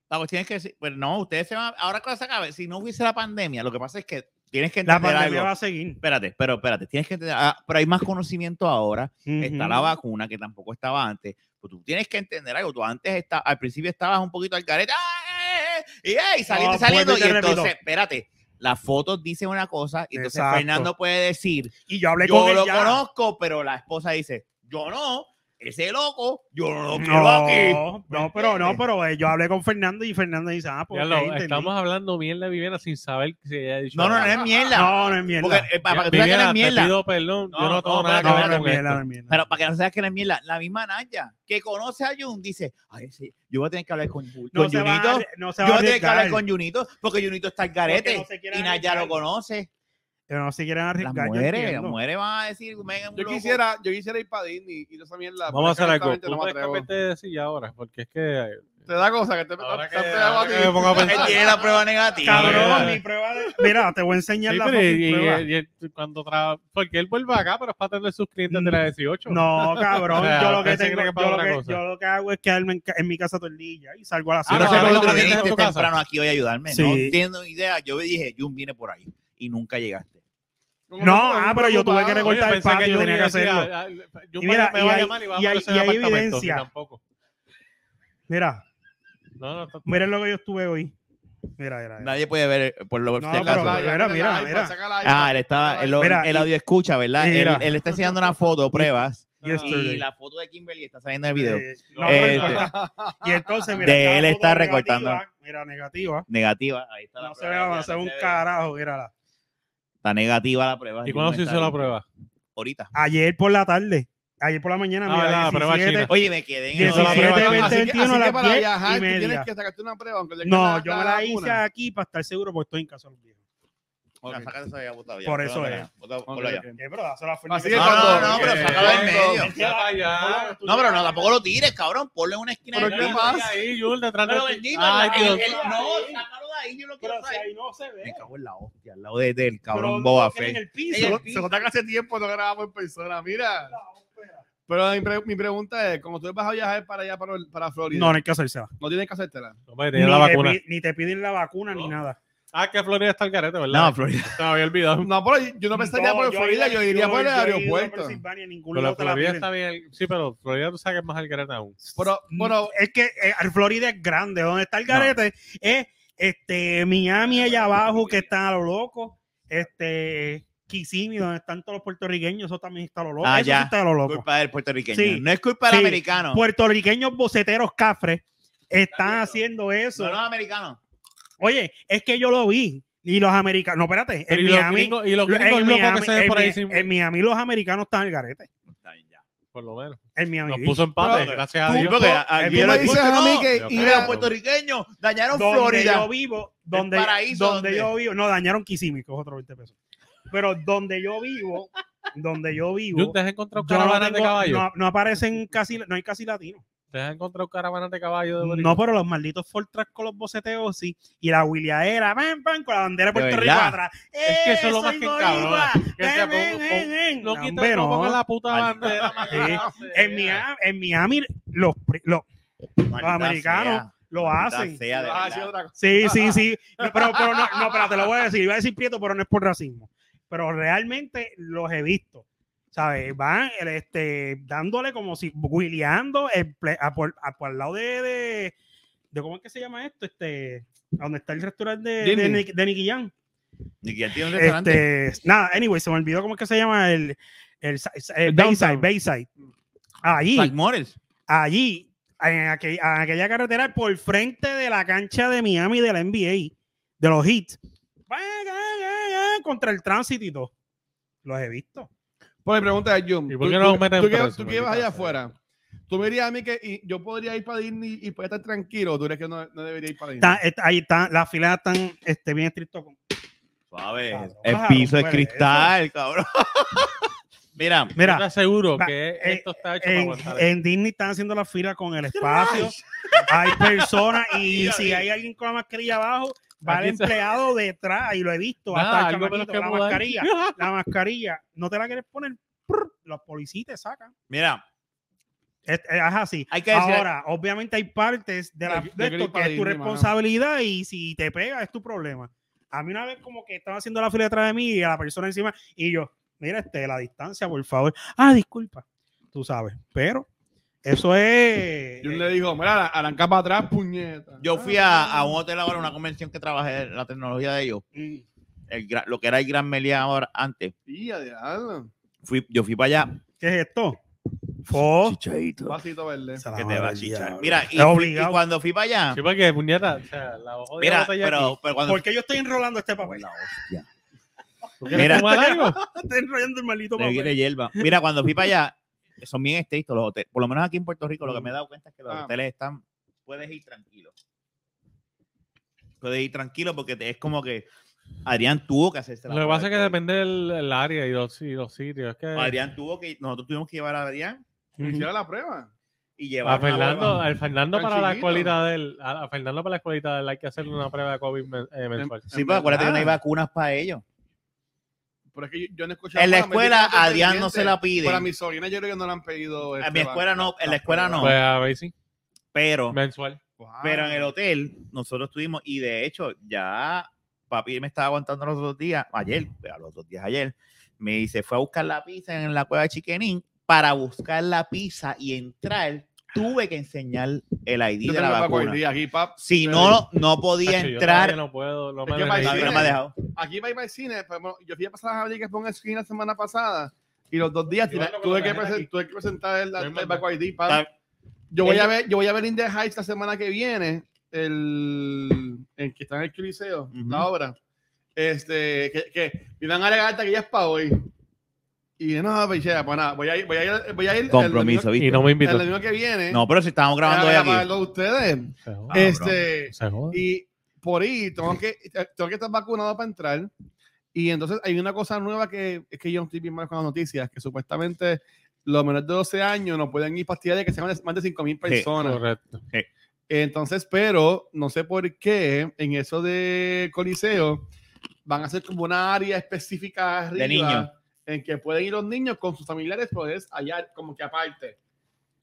S1: La cuestión es que, sí, pero no, ustedes se van, ahora cuando se acabe, si no hubiese la pandemia, lo que pasa es que tienes que
S4: La
S1: entender
S4: pandemia
S1: algo.
S4: va a seguir.
S1: Espérate, pero espérate, tienes que entender, ah, pero hay más conocimiento ahora, está la
S4: Ujú.
S1: vacuna que tampoco estaba antes, pues tú tienes que entender algo, tú antes está, al principio estabas un poquito al careta, y, eh, y saliendo,
S4: No,
S1: y saliendo,
S4: vuelvo y
S1: y
S4: te repito.
S1: entonces, espérate, las fotos dicen una cosa, y entonces
S4: Exacto.
S1: Fernando puede decir,
S4: Y yo hablé con
S1: yo
S4: él
S1: lo
S4: ya.
S1: conozco, pero la esposa dice, yo no, ese loco, yo no lo quiero aquí.
S4: No, no, pero no, pero eh, yo hablé con Fernando y Fernando dice, ah, pues
S5: Ya lo-
S4: ok, entendí.
S5: estamos hablando bien de Viviana sin saber si ella ha dicho
S1: No, no, no
S5: nada.
S1: es mierda.
S4: No, eh, no es mierda.
S1: Porque, eh, pa- para, que tú veas que no
S5: Viviana,
S1: es
S5: te
S1: mierda.
S5: pido perdón.
S1: No,
S5: yo no tengo
S1: no,
S5: nada
S1: espérate,
S5: que ver
S4: no, no es
S5: con esto.
S4: mierda, no es mierda.
S1: Pero para que no seas que no es mierda, la misma Naya que conoce a Jun dice, ay, sí, yo voy a tener que hablar con, Yu-
S4: no
S1: con
S4: se va a
S1: Junito.
S4: arri- no se
S1: Yo
S4: va a
S1: voy a tener que hablar
S4: arriesgar.
S1: con Junito porque Junito está al
S4: Porque
S1: garete
S4: no se quiere
S1: y Naya
S4: arriesgar.
S1: lo conoce.
S4: Pero no se quieren
S1: Las
S4: arriesgar. yo
S1: mujeres, las
S4: entiendo.
S1: mujeres van a decir, vengan un
S3: Yo
S1: loco.
S3: quisiera, yo quisiera ir para Disney y esa mierda. pero
S5: Vamos a hacer algo.
S3: honestamente no
S5: Tú
S3: me
S5: te
S3: atrevo.
S5: escapaste de silla ahora, porque es que.
S3: Te da cosa que te,
S5: Ahora
S3: te
S5: que-
S3: pegado
S5: ahora
S3: a
S5: que
S3: ti.
S5: me pongo a pensar.
S1: Él tiene la prueba negativa.
S2: Cabrón,
S5: Sí, eh.
S2: mi prueba de.
S4: Mira, te voy a enseñar
S5: Sí,
S4: la
S5: pero
S4: fucking
S5: y-
S4: prueba.
S5: y- y- cuando tra- Porque él vuelve acá, pero es para tener sus clientes de la 18.
S4: Mm, No, cabrón,
S5: O sea,
S4: yo lo que
S5: pensé que
S4: tengo,
S5: era que para
S4: yo lo
S5: otra
S4: que,
S5: cosa.
S4: yo lo que hago es quedarme en, ca- en mi casa todo el día y salgo a las
S5: Ah,
S4: seis.
S1: no
S5: no,
S1: sé
S5: no,
S1: cómo
S5: no,
S1: tú
S5: no,
S1: viniste
S5: no, no,
S1: temprano aquí hoy a ayudarme. No
S4: Sí.
S1: entiendo idea. Yo dije, Jun viene por ahí y nunca llegaste.
S3: Como
S4: No,
S3: que me
S4: ah,
S3: pongo
S4: pero yo tuve que
S3: preocupado.
S4: recortar- el patio, tenía que hacerlo.
S5: "Ah, Yo
S4: Y mira,
S5: me
S4: y
S5: va a
S4: hay-
S5: llamar y va a
S4: y hay-
S5: aparecer
S4: y
S5: en
S4: hay
S5: apartamento,
S4: evidencia.
S5: y Tampoco.
S4: Mira,
S5: No, no, está-
S4: miren lo que yo estuve hoy. Mira, mira, mira.
S1: Nadie puede ver eh, por lo
S4: No,
S1: si
S4: pero
S1: acaso.
S4: vaya.
S3: Sácala,
S4: mira,
S3: iPad,
S4: mira.
S3: sácala, iPad.
S1: Ah, él estaba, el,
S4: Mira,
S1: el audio escucha, ¿verdad?
S4: Mira.
S1: Él, él está enseñando una foto, pruebas, y
S4: Yesterday.
S1: la foto de Kimberly está saliendo en el video.
S4: Eh, no,
S1: Este.
S4: recorta. y entonces, mira,
S1: De
S4: cada
S1: él
S4: foto
S1: está
S4: negativa,
S1: recortando.
S4: Mira, negativa.
S1: Negativa, ahí está la
S4: No se
S1: prueba.
S4: ve,
S1: ya,
S4: no se ve
S1: no
S4: un
S1: se ve.
S4: carajo, mírala.
S1: Está negativa la prueba.
S5: ¿Y cuándo se hizo la prueba?
S1: Ahorita.
S4: Ayer por la tarde, ayer por la mañana,
S5: Ah,
S4: mira,
S5: la prueba
S4: 17,
S5: china.
S1: Oye, me quedé en el
S5: Hizo la prueba
S4: 17,
S5: china.
S4: 20,
S5: Así
S3: Así que,
S4: 21 a
S3: así que
S4: las
S3: para
S4: 10
S3: viajar,
S4: y
S3: tú tienes
S4: media.
S3: que sacarte una prueba. aunque le quede
S4: No, yo me la hice
S3: vacuna.
S4: aquí para estar seguro porque estoy en casa olvidado.
S3: Ok.
S1: No, sácate eso de allá, botado ya.
S4: Por eso
S1: Bótalo
S4: es.
S1: allá, bótalo-
S3: Ok,
S1: ponlo allá.
S3: ok.
S4: Eh, pero dáselo a Fernández.
S3: Así que
S1: No, no,
S3: cuando-
S1: no, pero sácalo del medio.
S5: Ya para allá.
S1: No, pero no, tampoco lo tires, cabrón. Ponlo en una esquina.
S3: ¿Pero
S1: del
S3: qué
S1: piso.
S3: pasa?
S5: Ahí, Jul, detrás de
S1: Pero
S5: ti.
S1: bendito,
S5: Ay,
S1: el-
S5: Dios.
S1: el- el- no, Eh, sácalo de ahí, yo lo
S2: Pero
S1: quiero
S2: si
S1: sacar.
S2: ahí no se
S1: Me
S2: ve.
S1: cago en la hostia, al lado de- del
S2: Pero
S1: cabrón
S2: no
S1: Boba
S2: lo tiene en
S1: Fett.
S2: el piso.
S1: Ella-
S3: Se nota que hace tiempo no grabamos en persona, mira. Pero mi, pre- mi pregunta es, cuando tú vas a viajar para allá, para, para Florida,
S4: No,
S3: no,
S4: no hay que hacérsela.
S3: tienes que hacértela.
S5: No, pero
S4: Ni,
S5: tenía la
S4: te
S5: vacuna.
S4: pi- ni te piden la vacuna ni nada.
S5: Ah, que Florida está el carete, ¿verdad?
S1: No, Florida.
S5: Se me había olvidado.
S3: No, pero yo no pensaría
S4: No,
S3: por Florida,
S4: iría-
S3: yo iría por el
S4: yo he ido a
S3: aeropuerto.
S4: Pensilvania, ningún
S5: Pero la
S4: lado te la
S5: Florida
S4: piden.
S5: está bien. Sí, pero Florida tú sabes que es más al carete aún.
S3: Pero, bueno,
S4: es que eh, el Florida es grande. Donde está el garete es este, Miami allá abajo, que está a lo loco. Este, Kissimmee, donde están todos los puertorriqueños, eso también está a lo loco.
S1: Ah,
S4: eso
S1: ya.
S4: sí está a lo loco.
S1: Culpa del puertorriqueño.
S4: Sí.
S1: No es culpa del
S4: Sí.
S1: americano.
S4: Puertorriqueños boceteros cafres están
S1: viendo.
S4: haciendo eso.
S1: No los americanos.
S4: Oye, es que yo lo vi. Y los americanos, no, espérate,
S5: Pero
S4: en
S5: y los
S4: Miami,
S5: gringos- y los
S4: en
S5: gringos locos
S4: Miami-
S5: que se ven
S4: en
S5: por ahí
S4: Mi-
S5: sin.
S4: en Miami los americanos están al garete.
S1: Está bien, ya.
S5: Por lo menos.
S4: En Miami.
S5: Nos
S4: Beach.
S5: puso empate,
S1: Pero-
S5: gracias a
S1: Tú-
S5: Dios.
S1: porque a-
S3: tú
S1: ayer
S3: me
S1: el
S3: dices
S1: punto,
S3: a mí
S1: no,
S3: que
S5: yo
S3: ir
S1: mira,
S5: creo.
S1: los puertorriqueños dañaron
S4: donde
S1: Florida.
S4: yo vivo, donde,
S1: paraíso,
S4: donde
S1: ¿dónde?
S4: yo vivo, no dañaron Kissimmee, que es otro 20 pesos. Pero donde yo vivo, donde yo
S5: Jun,
S4: vivo,
S5: ¿Te has encontrado
S4: yo no
S5: caravanas de
S4: tengo-
S5: caballo?
S4: no- no aparecen casi, no hay casi latinos.
S5: ¿Te has encontrado caravanas de caballo de
S4: No, pero los malditos Ford Track con los boceteos sí, y la Williadera, ven, ven, con la bandera de
S1: De
S4: Puerto Rico
S1: verdad.
S4: atrás.
S5: Es que eso es lo
S4: ¡Eh,
S5: más
S4: soy
S5: que
S4: boricua!
S5: encabrona. Que sea,
S4: Ven, ven,
S5: pon-
S4: ven,
S5: pon-
S4: ven.
S5: No
S4: No,
S5: quites
S4: hombre,
S5: no
S4: no.
S5: pongas la puta
S1: Maldita
S5: bandera. maldita
S4: Sí.
S5: sea.
S4: En Miami, en Miami los, pri- los, los
S1: Maldita
S4: americanos
S1: sea,
S4: lo
S1: maldita
S4: hacen.
S1: sea, de
S3: Ah,
S1: verdad.
S3: sí, otra cosa.
S4: Sí, sí, sí. No, pero, pero no, no, pero te lo voy a decir. Iba a decir prieto, pero no es por racismo. Pero realmente los he visto. ¿Sabes? Van el, este, dándole como si, guileando el ple- a por, a por el lado de, de, de- ¿Cómo es que se llama esto? Este, donde está el restaurante de, de,
S3: Disney.
S4: Nick- de Nicky Jam.
S1: Ni que tiene un restaurante.
S4: Este, nada, anyway, se me olvidó cómo es que se llama el, el, sa- sa- eh,
S3: El
S4: Bayside,
S3: downtown.
S4: Bayside. Allí
S1: Zack Morris.
S4: allí, en, aquel- en aquella carretera, por frente de la cancha de Miami de la NBA, de los Heat, contra el tránsito y todo. Los he visto.
S3: Pues mi pregunta es, Jun,
S5: ¿Y por
S3: tú-
S5: qué no
S3: tú-
S5: los meten
S3: tú que-
S5: preso,
S3: Tú que ibas
S5: maldita
S3: allá
S5: sea?
S3: afuera, tú me dirías a mí que y yo podría ir para Disney y poder estar tranquilo, tú crees que no, no debería ir para Disney.
S4: Está- está- ahí están, las filas están este, bien estrictas. con-
S1: Suave.
S4: Cabrón,
S1: el
S4: bajaron,
S1: piso es
S4: pues,
S1: cristal, cabrón. Mira,
S5: Yo te
S4: Mira,
S5: aseguro
S4: va,
S5: que
S4: eh,
S5: esto está hecho para
S4: en,
S5: aguantar.
S4: en Disney están haciendo la fila con el espacio. Hay personas y si hay alguien con la mascarilla abajo, va el
S5: Aquí se-
S4: empleado detrás y lo he visto.
S5: Nada,
S4: Hasta el
S5: algo menos
S4: chamaquito,
S5: que
S4: la
S5: mudar.
S4: mascarilla. La mascarilla, no te la quieres poner, prr, los policías te sacan.
S1: mira,
S4: Es, es así.
S1: Hay que decir-
S4: Ahora, obviamente hay partes de, la,
S3: Yo- yo
S4: de
S3: creo
S4: esto
S3: que
S4: que es tu
S3: Disney, mano.
S4: responsabilidad y si te pega es tu problema. A mí una vez como que estaba haciendo la fila detrás de mí y a la persona encima y yo, mira, este, la distancia, por favor. Ah, disculpa, tú sabes, pero eso es...
S3: Jun le dijo, mira, arranca para atrás, puñeta.
S1: yo fui a, a un hotel ahora, una convención que trabajé, la tecnología de ellos.
S4: Mm.
S1: el gra- lo que era el Gran Meliá ahora antes.
S3: Tía, diablo.
S1: Fui, yo fui para allá.
S4: ¿Qué es esto? Fo-
S1: Chichaito.
S3: Pasito verde.
S1: Que te va a chichar. Mira, y,
S4: Es obligado.
S1: y cuando fui para allá,
S5: Sí, porque puñeta, o sea, la hoja de la
S1: mira,
S5: botella
S1: pero, pero cuando
S4: ¿Por qué yo estoy enrolando este papel?
S5: aquí. ¿Tú quieres
S1: mira.
S5: fumar algo?
S4: estoy enrollando el maldito
S1: Le
S3: pues.
S4: papel.
S1: quiere hierba. Mira, cuando fui para allá, son bien estrictos los hoteles. Por lo menos aquí en Puerto Rico, lo que me he dado cuenta es que los
S3: Ah.
S1: hoteles están. Puedes ir tranquilo. Puedes ir tranquilo porque te- es como que Adrián tuvo que hacerse la
S5: Lo que
S1: prueba
S5: pasa es
S1: del
S5: que
S1: COVID.
S5: depende del, del área y los, y los sitios. Es que
S1: Adrián tuvo que, nosotros tuvimos que llevar a Adrián
S3: Hicieron la prueba.
S1: y
S5: a
S1: llevar
S5: Fernando, al Fernando
S3: Tan
S5: para la
S3: chiquito.
S5: escuelita del, a a Fernando para la escuelita del hay que hacerle una prueba de COVID men- eh, mensual.
S1: Sí, pues acuérdate que no hay
S3: verdad.
S1: vacunas para ellos.
S3: Pero es que yo, yo no escuché.
S1: En la escuela, a Adrián no se la pide.
S3: Para mi sobrina, yo creo que no le han pedido.
S1: En
S3: este,
S1: mi escuela no, en la escuela no.
S5: Pues a ver sí,
S1: Pero,
S5: mensual.
S3: Wow.
S1: pero en el hotel nosotros estuvimos y de hecho ya papi me estaba aguantando los dos días, ayer, a los dos días ayer, me se fue a buscar la pizza en la cueva de Chiquenín. Para buscar la pizza y entrar, tuve que enseñar el ID
S3: Yo
S1: de
S3: tengo
S1: la
S3: la
S1: vacuna.
S3: vacuna. Aquí, pap,
S1: Si
S3: Sí.
S1: no, no podía
S5: Tacho, yo
S1: entrar.
S5: todavía no puedo, no
S3: Es
S5: me
S3: que
S5: lo
S3: para
S1: Todavía
S5: necesito.
S1: no me ha dejado.
S3: aquí va a ir al cine. pero bueno, yo fui a pasar a Javier que fue en el cine la semana pasada y los dos días
S5: Yo
S3: tuve-
S5: ando con
S3: tuve,
S5: la
S3: que
S5: tarjeta
S3: presen-
S5: aquí.
S3: tuve que presentar el,
S5: Estoy
S3: el
S5: mandando.
S3: Baco ID. pap. Yo voy a ver, yo voy a ver In the Heights la semana que viene, el, el que está en el Coliseo,
S1: Ujú.
S3: la obra. Este, que, que me van a alegar hasta que ya es para hoy. Y yo, no, pues ya, pues nada, voy a ir, voy a ir, voy a ir el
S1: Compromiso,
S3: domingo-
S1: ¿viste?
S5: Y no me
S3: El
S5: invitó.
S3: domingo que viene.
S1: No, pero si estamos grabando hoy
S3: para
S1: aquí. Ah,
S3: pagarlo a ustedes.
S5: Se joda,
S3: este,
S5: se joda.
S3: y por ahí tengo que, tengo que estar vacunado para entrar. Y entonces hay una cosa nueva que es que yo no estoy bien mal con las noticias, que supuestamente los menores de 12 años no pueden ir pastillas que sean de- más de 5 mil personas.
S5: Correcto.
S3: Entonces, pero no sé por qué en eso de Coliseo van a hacer como una área específica arriba
S1: niños.
S3: en que pueden ir los niños con sus familiares, pues allá como que aparte,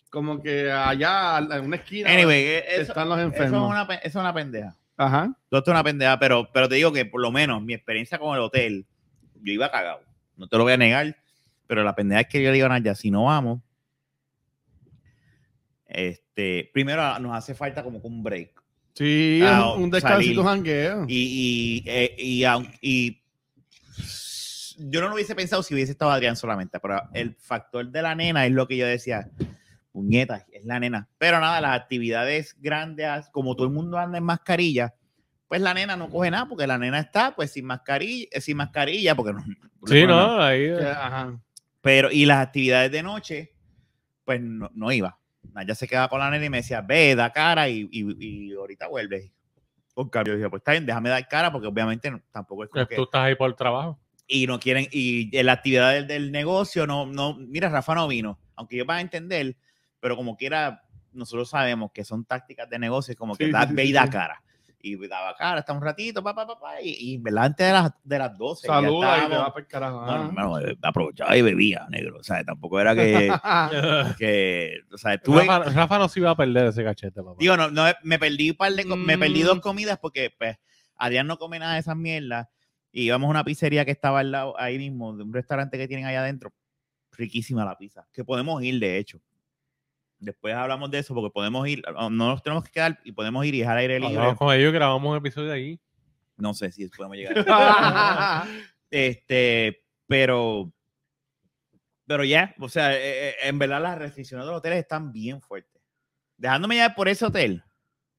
S3: como que allá en una esquina
S1: Anyway, eh, eso,
S3: están los
S1: eso es
S3: enfermos.
S1: una, pe- eso es una pendeja.
S3: Ajá.
S1: Todo esto es una pendeja, pero, pero te digo que por lo menos mi experiencia con el hotel, yo iba cagado. No te lo voy a negar, pero la pendeja es que yo le digo a Naya, si no vamos, este, primero nos hace falta como que un break.
S3: Sí,
S1: Ah,
S3: un, un
S1: salir.
S3: descansito jangueo.
S1: Y, y, eh, y, aun- y yo no lo hubiese pensado si hubiese estado Adrián solamente, pero el factor de la nena es lo que yo decía. Puñeta, es la nena. Pero nada, las actividades grandes, como todo el mundo anda en mascarilla, pues la nena no coge nada, porque la nena está pues sin mascarilla, eh, sin mascarilla, porque no. no
S5: Sí,
S1: coge nada.
S5: no, ahí.
S3: Que, ajá.
S1: Pero, y las actividades de noche, pues no, no iba. Naya se quedaba con la nena y me decía, ve, da cara y, y- y ahorita vuelves. Por cambio, yo decía, pues está bien, déjame dar cara porque obviamente no- tampoco es como
S5: Tú
S1: que...
S5: estás ahí por el trabajo.
S1: Y no quieren, y en la actividad del, del negocio, no, no, mira, Rafa no vino, aunque yo para entender, pero como quiera, nosotros sabemos que son tácticas de negocio, como que
S3: Sí,
S1: da,
S3: sí, sí,
S1: ve y
S3: sí,
S1: da
S3: sí.
S1: cara. Y daba cara, hasta un ratito, papá, papá, y, y en verdad antes de las, de las 12. ya
S3: Saluda y te
S1: estábamos-
S3: va para el carajo.
S1: bueno,
S3: ajá.
S1: hermano, eh, aprovechaba y bebía, negro. O sea, tampoco era que. que o sea, tuve.
S5: Rafa, Rafa no se iba a perder ese cachete, papá.
S1: digo, no, no, me perdí un par de co- me perdí
S3: Mm.
S1: dos comidas porque, pues, Adrián no come nada de esas mierdas. Y íbamos a una pizzería que estaba al lado, ahí mismo, de un restaurante que tienen allá adentro. Riquísima la pizza. Que podemos ir, de hecho. Después hablamos de eso porque podemos ir. No nos tenemos que quedar y podemos ir y dejar aire libre.
S5: Hablamos con ellos y grabamos un episodio ahí.
S1: No sé si podemos llegar. Este, pero, pero ya, o sea, eh, eh, en verdad las restricciones de los hoteles están bien fuertes. Dejándome ya por ese hotel,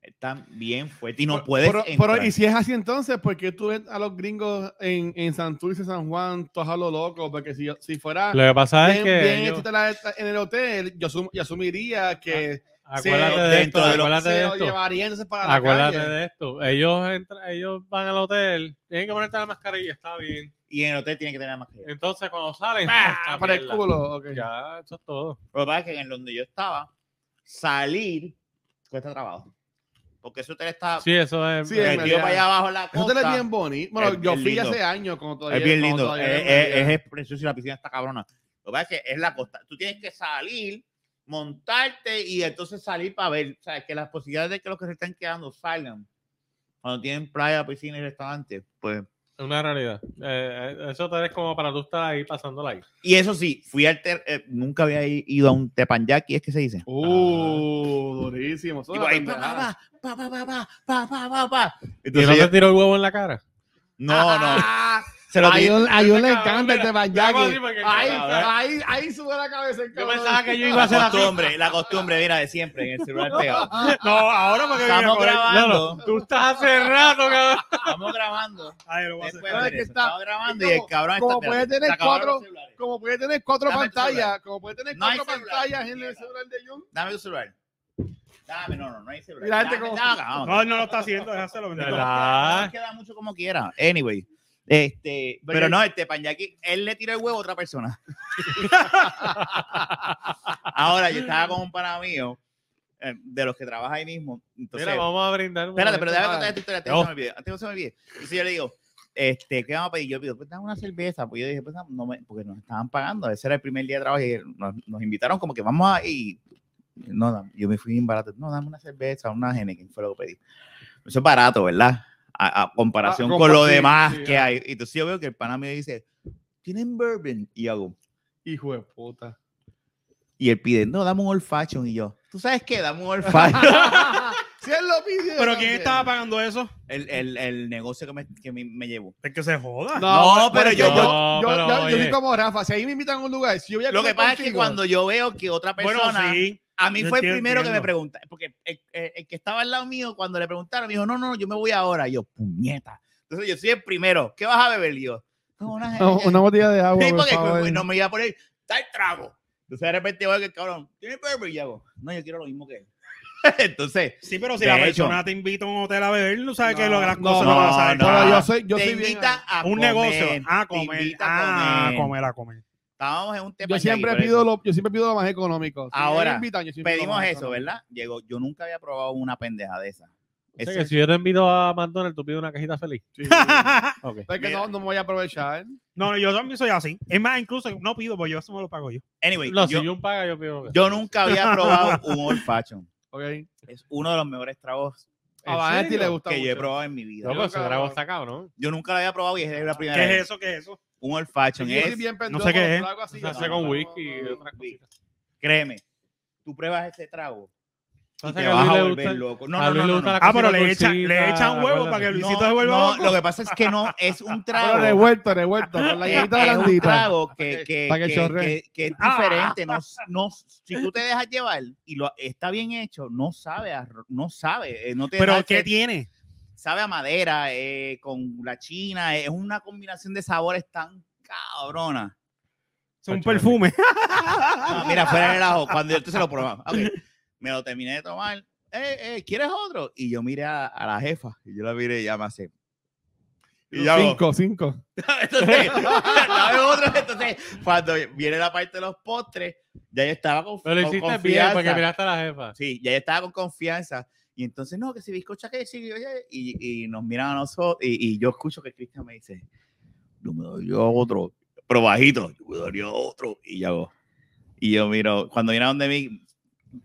S1: están bien fuertes y no
S3: Pero-
S1: puedes.
S3: pero-
S1: entrar.
S3: pero, y si es así entonces, ¿por qué tú ves a los gringos en, en Santurce, San Juan, todos a lo loco? Porque si, yo- si fuera
S5: Lo que pasa es
S3: Ah, bien,
S5: que.
S3: bien
S5: ellos-
S3: estricta la- en el hotel, yo, asum- yo asumiría que
S5: Ah, acuérdate
S3: se-
S5: de esto,
S1: dentro de lo-
S5: acuérdate de
S3: se lo
S5: esto.
S3: llevarían entonces para
S5: Acuérdate
S3: la calle.
S5: de esto. Ellos, entra- ellos van al hotel, tienen que ponerte la mascarilla, está bien.
S1: Y en el hotel tiene que tener más que.
S5: Entonces, cuando salen,
S3: Ah,
S5: esta
S3: para el
S5: mierda.
S3: culo. ok.
S5: Ya, eso es todo.
S1: Lo que pasa es que en el donde yo estaba, salir cuesta trabajo. Porque ese hotel está
S5: Sí, eso es.
S3: Sí,
S5: eh,
S3: en
S1: metido
S3: realidad.
S1: para allá abajo en la
S3: El hotel es
S1: costa.
S3: bien bonito. Bueno,
S1: Es
S3: yo
S1: bien
S3: fui
S1: lindo.
S3: hace años cuando todavía
S1: es bien
S3: cuando
S1: lindo.
S3: todavía
S1: Es,
S3: era
S1: es-
S3: Navidad.
S1: es precioso y la piscina está cabrona. Lo que pasa es que es la costa. Tú tienes que salir, montarte y entonces salir para ver. O sea, que las posibilidades de que los que se están quedando salgan cuando tienen playa, piscina y restaurante, pues.
S5: es una realidad. Eh, eh, eso te es como para tú estar ahí pasándola ahí.
S1: Y eso sí, fui al ter- eh, nunca había i- ido a un tepanyaki, es que se dice. Ah.
S3: Uh, durísimo. Eso
S1: Y
S3: es
S1: voy
S3: una
S1: ahí, pa,
S3: pendejada.
S1: pa, pa, pa, pa, pa, pa, pa, pa, pa.
S5: ¿Y
S1: Entonces
S5: no te
S1: yo-
S5: tiró el huevo en la cara?
S1: no, no, se lo
S3: Hay
S1: tiré.
S3: un, hay un
S5: Este
S3: le
S5: cabrón,
S3: encanta el
S5: mira,
S3: tebayaki.
S5: vamos así porque-
S3: Ahí,
S5: cabrón.
S3: ahí, ahí sube la cabeza el
S5: Yo
S3: cabrón.
S5: pensaba que yo iba a
S1: La
S5: hacer así.
S1: costumbre, la costumbre, mira, de siempre, en el celular pegado.
S4: No, ahora porque
S1: Estamos grabando,
S5: Tú estás hace rato, cabrón.
S1: estamos grabando.
S4: A ver, lo voy a hacer.
S1: Después
S3: Ahora
S1: de
S3: que
S1: que
S3: está-
S1: estaba grabando y el cabrón
S3: como
S1: está-
S3: puede
S1: espérate,
S3: tener
S1: se acabaron
S3: cuatro-
S1: los celulares.
S3: Como puede tener cuatro
S1: Dame el
S3: pantallas,
S1: celular.
S3: como puede tener
S1: No hay
S3: cuatro
S1: celular.
S3: pantallas en el celular de Jun.
S1: Dame tu celular. Dame, no, no, no hay celular.
S3: Mira, gente
S1: Dame,
S3: como-
S1: dame, dame, vamos. Ah.
S4: No, él no lo está haciendo, déjaselo. bendito.
S5: Relax.
S1: Queda mucho como quiera. Anyway, Este, pero no, este Panyaki, él le tiró el huevo a otra persona. Ahora, yo estaba con un pana mío, eh, de los que trabaja ahí mismo. Entonces,
S5: Mira, vamos a brindar. un
S1: espérate, pero
S5: momento
S1: déjame
S5: más.
S1: contar esta historia, antes que
S5: No.
S1: se me olvide, antes que se me olvide. Entonces yo le digo, este, ¿qué vamos a pedir? Yo pido, pues dame una cerveza. Pues yo dije, pues no me, porque nos estaban pagando, ese era el primer día de trabajo y nos, nos invitaron como que vamos a y no, dame- yo me fui bien barato. No, dame una cerveza, una Henneken, fue lo que pedí. Eso es barato, ¿verdad? A, a comparación
S3: Ah,
S1: con lo
S3: compa- sí,
S1: demás
S3: sí,
S1: que
S3: ah.
S1: hay. Y entonces yo veo que el pana me dice, ¿tienen bourbon? Y yo hago,
S3: Hijo de puta.
S1: y él pide, no, dame un old fashion. Y yo, ¿tú sabes qué? Dame un old fashion.
S3: Si él lo pidió.
S4: ¿Pero quién
S3: también.
S4: estaba pagando eso?
S1: el, el, el negocio que me, que me, me llevó.
S4: Es que se joda.
S1: No, pero yo-
S5: No,
S3: pues, yo,
S5: pero
S3: yo- yo soy
S5: oye.
S3: como Rafa, si ahí me invitan a un lugar, si yo voy a
S1: Lo que
S3: comer
S1: pasa es que
S3: contigo,
S1: cuando yo veo que otra
S4: bueno,
S1: persona,
S4: sí.
S1: a mí
S4: yo
S1: fue el
S4: entiendo,
S1: primero que me
S4: entiendo.
S1: pregunta, porque el, el- el que estaba al lado mío, cuando le preguntaron, me dijo, no, no, no, yo me voy ahora. Y yo, puñeta. Entonces yo soy el primero. ¿Qué vas a beber? Y yo, no, una,
S3: No, una botella de agua,
S1: Sí,
S3: por
S1: porque pues,
S3: favor.
S1: no me iba a poner tal trago. Entonces de repente veo que el cabrón, ¿tiene bourbon? Y yo hago, no, yo quiero lo mismo que él. Entonces,
S4: Sí, pero si
S1: De
S4: la
S1: hecho.
S4: persona te invita a un hotel a beber, no sabes que
S3: No,
S4: lo- las
S3: no,
S4: cosas no,
S1: no,
S4: van a salir.
S1: no.
S3: Pero
S4: Ah,
S3: yo soy, yo
S1: te
S3: soy bien-
S1: invita a
S4: un
S1: comer,
S4: negocio. Ah,
S1: te
S4: comer.
S1: invita a
S4: Ah,
S1: comer.
S4: comer, a comer.
S1: Estábamos en un tema
S3: Yo
S1: aquí,
S3: siempre
S1: por
S3: pido
S1: eso.
S3: lo, yo siempre pido lo más económico. Si
S1: Ahora,
S3: me invitan, yo siempre pido lo
S1: Pedimos
S3: más
S1: eso,
S3: económico.
S1: ¿verdad? Llegó, yo nunca había probado una pendeja de esa.
S5: O sea
S1: Ese-
S5: que si yo te invito a McDonald's, tú pides una cajita feliz.
S3: Sí, sí, sí.
S5: Ok.
S3: Es que
S1: Mira.
S3: no, no me voy a aprovechar.
S4: No, no, yo también soy así. Es más, incluso no pido, porque yo eso me lo pago yo.
S1: Anyway,
S5: No,
S1: yo,
S5: si Jun paga, yo pido.
S1: yo nunca había probado un old fashion.
S3: Ok.
S1: Es uno de los mejores tragos
S3: A Vanetti
S5: serio?
S3: le gusta
S1: que yo he
S3: mucho.
S1: probado en mi vida.
S5: No, pero ese
S3: Yo-
S5: trago está cabrón.
S1: Yo nunca lo había probado y es la primera
S4: ¿Qué
S1: vez.
S4: es eso? ¿Qué es eso?
S1: Un old fashion
S3: Yo soy
S1: es,
S3: bien pendejo
S4: sé qué
S3: cuando
S4: es.
S3: lo hago así,
S5: Se hace
S3: no,
S5: con
S3: no,
S5: whisky
S3: no,
S5: y
S3: no, no.
S5: otras cositas.
S1: créeme, tú pruebas ese trago y
S5: Pasa
S1: te
S5: que a
S1: vas
S5: Luis
S1: a
S5: le
S1: volver
S5: gusta-
S1: loco.
S5: a
S1: No, no,
S5: Luis
S1: no,
S5: le
S1: no,
S5: gusta
S1: no.
S5: la
S4: Ah, pero
S5: cosita
S4: le echan, le
S5: dulcita,
S4: echan huevo para que
S5: acuérdate.
S4: Luisito
S1: No,
S4: se vuelva
S1: no,
S4: loco.
S1: lo que pasa es que no, es un
S3: Pero
S1: trago.
S3: Ah, revuelto, revuelto, con la
S1: Es,
S3: galletita
S1: es un
S3: blandita.
S1: trago que, que,
S3: Pa' que
S1: que-
S3: chorre.
S1: que- que es
S5: Ah.
S1: diferente. No, no, si tú te dejas llevar y lo está bien hecho, no sabe, a ro- no sabe, eh, no te da
S4: Pero ¿qué
S1: ese-
S4: tiene?
S1: sabe a madera, eh, con la china, eh, es una combinación de sabores tan cabrona.
S4: Es un perfume.
S1: No, mira, fuera del ajo, cuando yo tú se lo probaba. ok, Me lo terminé de tomar. Eh, eh, ¿Quieres otro? Y yo miré a, a la jefa, y yo la miré y ya me hace. Y ya hago,
S3: Cinco, cinco.
S1: entonces, dame otro. Entonces, cuando viene la parte de los postres, ya yo estaba con,
S5: Pero lo
S1: con
S5: hiciste bien
S1: confianza.
S5: porque miraste a la jefa.
S1: Sí, ya yo estaba con confianza. Y entonces, no, que si bizcocha que sí, oye, y, y nos miran a nosotros. Y, y yo escucho que Cristian me dice, yo me doy yo otro, pero bajito, yo me doy yo otro. Y yo hago- Y yo miro, cuando viene a donde mí,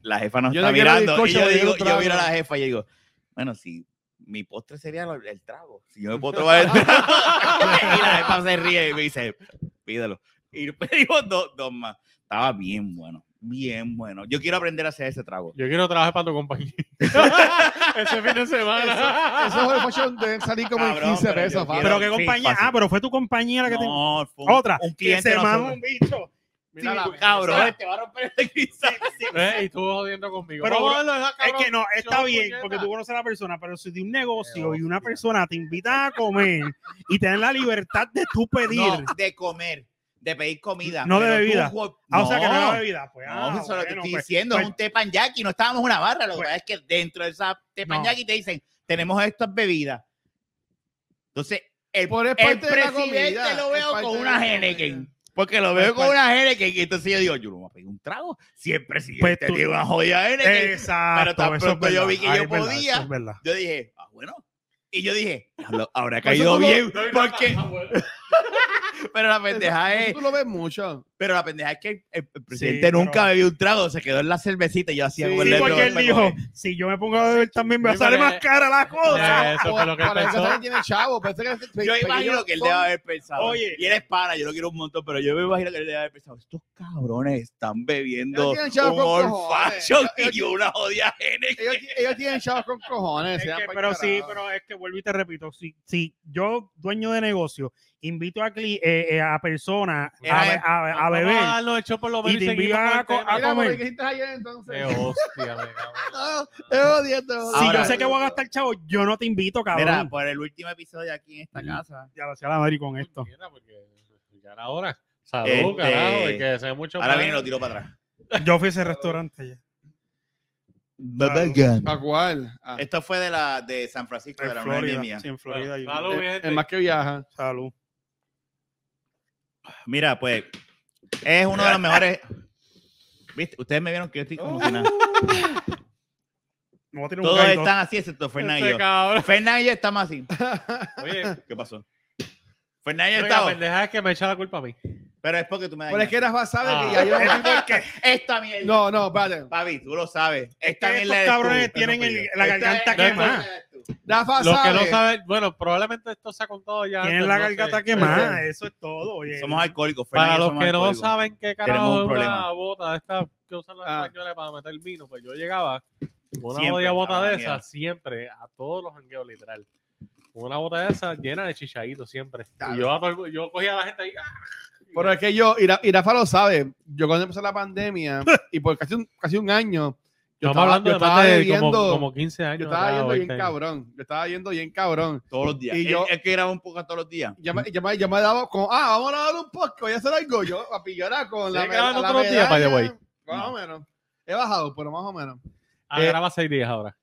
S1: la jefa nos
S3: Yo
S1: está
S3: no quiero
S1: mirando.
S3: bizcocho,
S1: y yo,
S3: yo quiero
S1: digo,
S3: un
S1: yo
S3: trago.
S1: miro a la jefa y yo digo, bueno, si mi postre sería lo- el trago, si yo me puedo tomar el trago. y la jefa se ríe y me dice, pídelo. Y pedimos dos, dos más. Estaba bien bueno, bien bueno. Yo quiero aprender a hacer ese trago.
S5: Yo quiero trabajar para tu compañía. Ese fin de semana.
S3: Eso fue el fashion de salir como en
S1: Cabrón,
S3: 15
S1: pero yo
S3: pesos.
S1: quiero-
S4: Pero
S1: sí,
S4: qué compañía.
S1: fácil.
S4: Ah, pero fue tu compañía la que te.
S1: No, fue un-
S4: Otra.
S1: Un
S4: Que
S1: cliente
S4: se
S1: de
S4: mama
S1: nosotros.
S4: un bicho.
S1: Sí,
S4: la-
S1: cabrón,
S4: esa-
S1: te va a romper el cristal.
S5: Eh, Y estuvo jodiendo conmigo.
S4: Pero,
S5: Vamos a verlo, esa
S4: Es
S5: cabrón.
S4: que no, está
S5: Yo,
S4: bien,
S5: puñeta.
S4: porque tú conoces a la persona, pero si de un negocio y
S1: Negocio.
S4: una persona te invita a comer y te dan la libertad de tú pedir.
S1: No, de comer, de pedir comida.
S4: No de
S1: pero tú,
S4: bebida.
S1: jo-
S4: Ah, o sea que no era
S1: no.
S4: bebida, pues.
S1: No,
S4: ah,
S1: eso es lo que
S4: bueno,
S1: estoy
S4: pues,
S1: diciendo,
S4: pues,
S1: es un tepanyaki, no estábamos en una barra, lo que
S4: Pues-
S1: pasa es que dentro de esa tepanyaki te dicen, tenemos estas bebidas. Entonces, el,
S3: Por es
S1: el
S3: parte de la
S1: presidente
S3: comida,
S1: lo
S3: es
S1: veo
S3: parte
S1: con
S3: de
S1: una
S3: la
S1: Henneken,
S3: comida.
S1: porque lo
S3: Pues
S1: veo con
S3: parte-
S1: una Henneken, y entonces yo digo, yo no voy a pedir un trago, si el presidente
S4: Pues tú- Eh,
S1: tiene una joya Henneken,
S4: Exacto.
S1: tan
S4: eso es
S1: pronto yo
S4: verdad.
S1: vi que
S4: Ay,
S1: yo
S4: es verdad,
S1: podía.
S4: eso es verdad.
S1: yo dije, ah, bueno. Y yo dije, "Diablo, habrá
S3: Pues
S1: caído
S3: eso tú lo-
S1: bien,
S5: No, no,
S1: porque...
S5: no, no, no.
S1: Pero la pendeja
S3: Eso
S1: es,
S3: Tú lo ves mucho.
S1: pero la pendeja es que el, el- el presidente
S4: pero-
S1: nunca bebió un trago, se quedó en la cervecita y yo hacía
S3: Sí,
S1: con
S4: Sí,
S1: el
S4: porque
S1: dedo,
S4: él
S1: me
S4: dijo,
S1: cogí.
S4: si yo me pongo a beber también me va a
S5: Sí,
S4: salir
S1: pues,
S5: porque-
S4: más cara la cosa.
S5: Eh, Eso fue lo que
S3: Por- por
S5: pensó.
S3: eso también tiene chavo. por eso que-
S1: Yo
S3: que
S1: imagino
S3: ellos
S1: que él
S3: son-
S1: debe haber pensado.
S4: Oye.
S1: Y él es para, yo lo quiero un montón, pero yo me imagino que él debe haber pensado, estos cabrones están bebiendo
S3: Ellos tienen chavos
S1: un
S3: con
S1: old
S3: cojones.
S1: fashion y yo una jodida Henneken.
S3: Ellos, ellos tienen chavos con cojones.
S4: Es
S3: se dan
S4: que-
S1: pues,
S3: pa'l
S4: pero sí,
S3: carajo.
S4: pero es que vuelvo y te repito, si, si yo, dueño de negocio, invito a, cli- eh, eh, a personas a,
S1: Era-
S4: a- a- a
S5: Vamos
S4: beber,
S5: a darlo hecho por lo menos
S4: Y te
S5: seguimos
S4: invitan
S5: con
S4: a
S5: el
S4: co-
S5: tema.
S4: a
S3: Mira, ¿por
S4: comer.
S3: qué hiciste ayer
S5: Qué
S3: entonces?
S5: hostia, me cago.
S3: Ah, Te odio, te odio.
S4: si
S1: Ahora-
S4: yo sé que voy a gastar chavo, yo no te invito, cabrón.
S1: Mira, por el último episodio aquí en
S3: Mm.
S1: esta casa.
S4: ya lo hacía la madre con esto.
S5: Mierda, porque ya era hora. Salud,
S1: Este,
S5: carajo, y que se ve mucho
S1: Ahora
S5: más.
S1: viene y lo tiro para atrás.
S4: Yo fui a ese restaurante ya.
S3: ¿Para cuál? Ah,
S1: Esto fue de la de San Francisco, de la una
S2: Florida.
S1: endemia.
S2: Sí, en Florida.
S5: Bueno,
S2: yo-
S5: Salud, mi gente.
S3: el más que viaja.
S2: Salud.
S1: Mira, pues, es uno de los mejores. ¿Viste? Ustedes me vieron que yo estoy como si nada.
S2: Me voy a tirar Oh, un
S1: Todos
S2: gallo.
S1: están así, excepto Fernan y
S5: Este
S1: yo.
S5: cabrón.
S1: Fernan y yo estamos así.
S5: Oye,
S1: ¿Qué pasó? Fernan y yo
S5: oiga,
S1: estamos.
S5: pendeja es que me echa la culpa a mí.
S1: Pero es porque tú me
S3: Pero es que
S1: dañaste.
S3: era basado
S5: Ah.
S3: que ya yo.
S1: Esta mierda.
S3: No, no, espérate.
S1: Papi, tú lo sabes. Esta
S2: que
S1: mierda
S2: estos
S1: eres tú.
S2: cabrones
S1: Esta
S2: tienen
S1: no fui
S2: el-
S1: yo.
S2: la
S1: Esta-
S2: garganta
S1: esta
S5: quemada.
S1: mierda eres tú.
S3: Rafa
S5: Los que
S3: sabe.
S5: no saben, bueno, probablemente esto se ha contado ya.
S2: Tienen
S5: antes,
S2: la
S5: no sé.
S2: garganta quemada. Eso es todo. Oye.
S1: Somos alcohólicos. Fernan y
S5: Para
S1: yo
S5: los
S1: somos
S5: que no
S1: alcohólicos.
S5: saben qué
S1: Tenemos un
S5: carajo es una
S1: problema.
S5: bota de estas que usan los
S3: Ah.
S5: españoles para meter vino, pues yo llegaba con una
S1: Siempre,
S5: jodida bota
S1: cabrón,
S5: de
S1: mierda.
S5: esas, siempre, a todos los jangueos, literal. Una bota de esas llena de chichaditos, siempre. Y yo, a todo el mu- yo cogía a la gente ahí, ¡ah!
S3: Pero es que yo, Ira- Irafa lo sabe. Yo cuando empezó la pandemia y por casi un, casi un año, yo
S5: Estamos
S3: estaba,
S5: hablando
S3: yo
S5: de
S3: estaba
S5: más de
S3: bebiendo-
S5: como, como 15 años.
S3: yo estaba
S5: atrás,
S3: yendo
S5: 20
S3: bien
S5: años.
S3: cabrón. Yo estaba yendo bien cabrón.
S1: Todos los días.
S3: Y
S1: Es-
S3: yo-
S1: Es que grabo un poco todos los días.
S3: Ya
S5: Mm.
S3: me, ya me, ya me he dado como, ah, vamos a dar un podcast, voy a hacer algo. Yo, papi, yo era con la,
S5: ¿Sigues grabando
S3: la
S5: todos los días, by the
S3: medalla,
S5: way?
S3: Más o menos. He bajado, pero más o menos.
S5: Ah,
S3: Eh,
S5: graba 6 días ahora.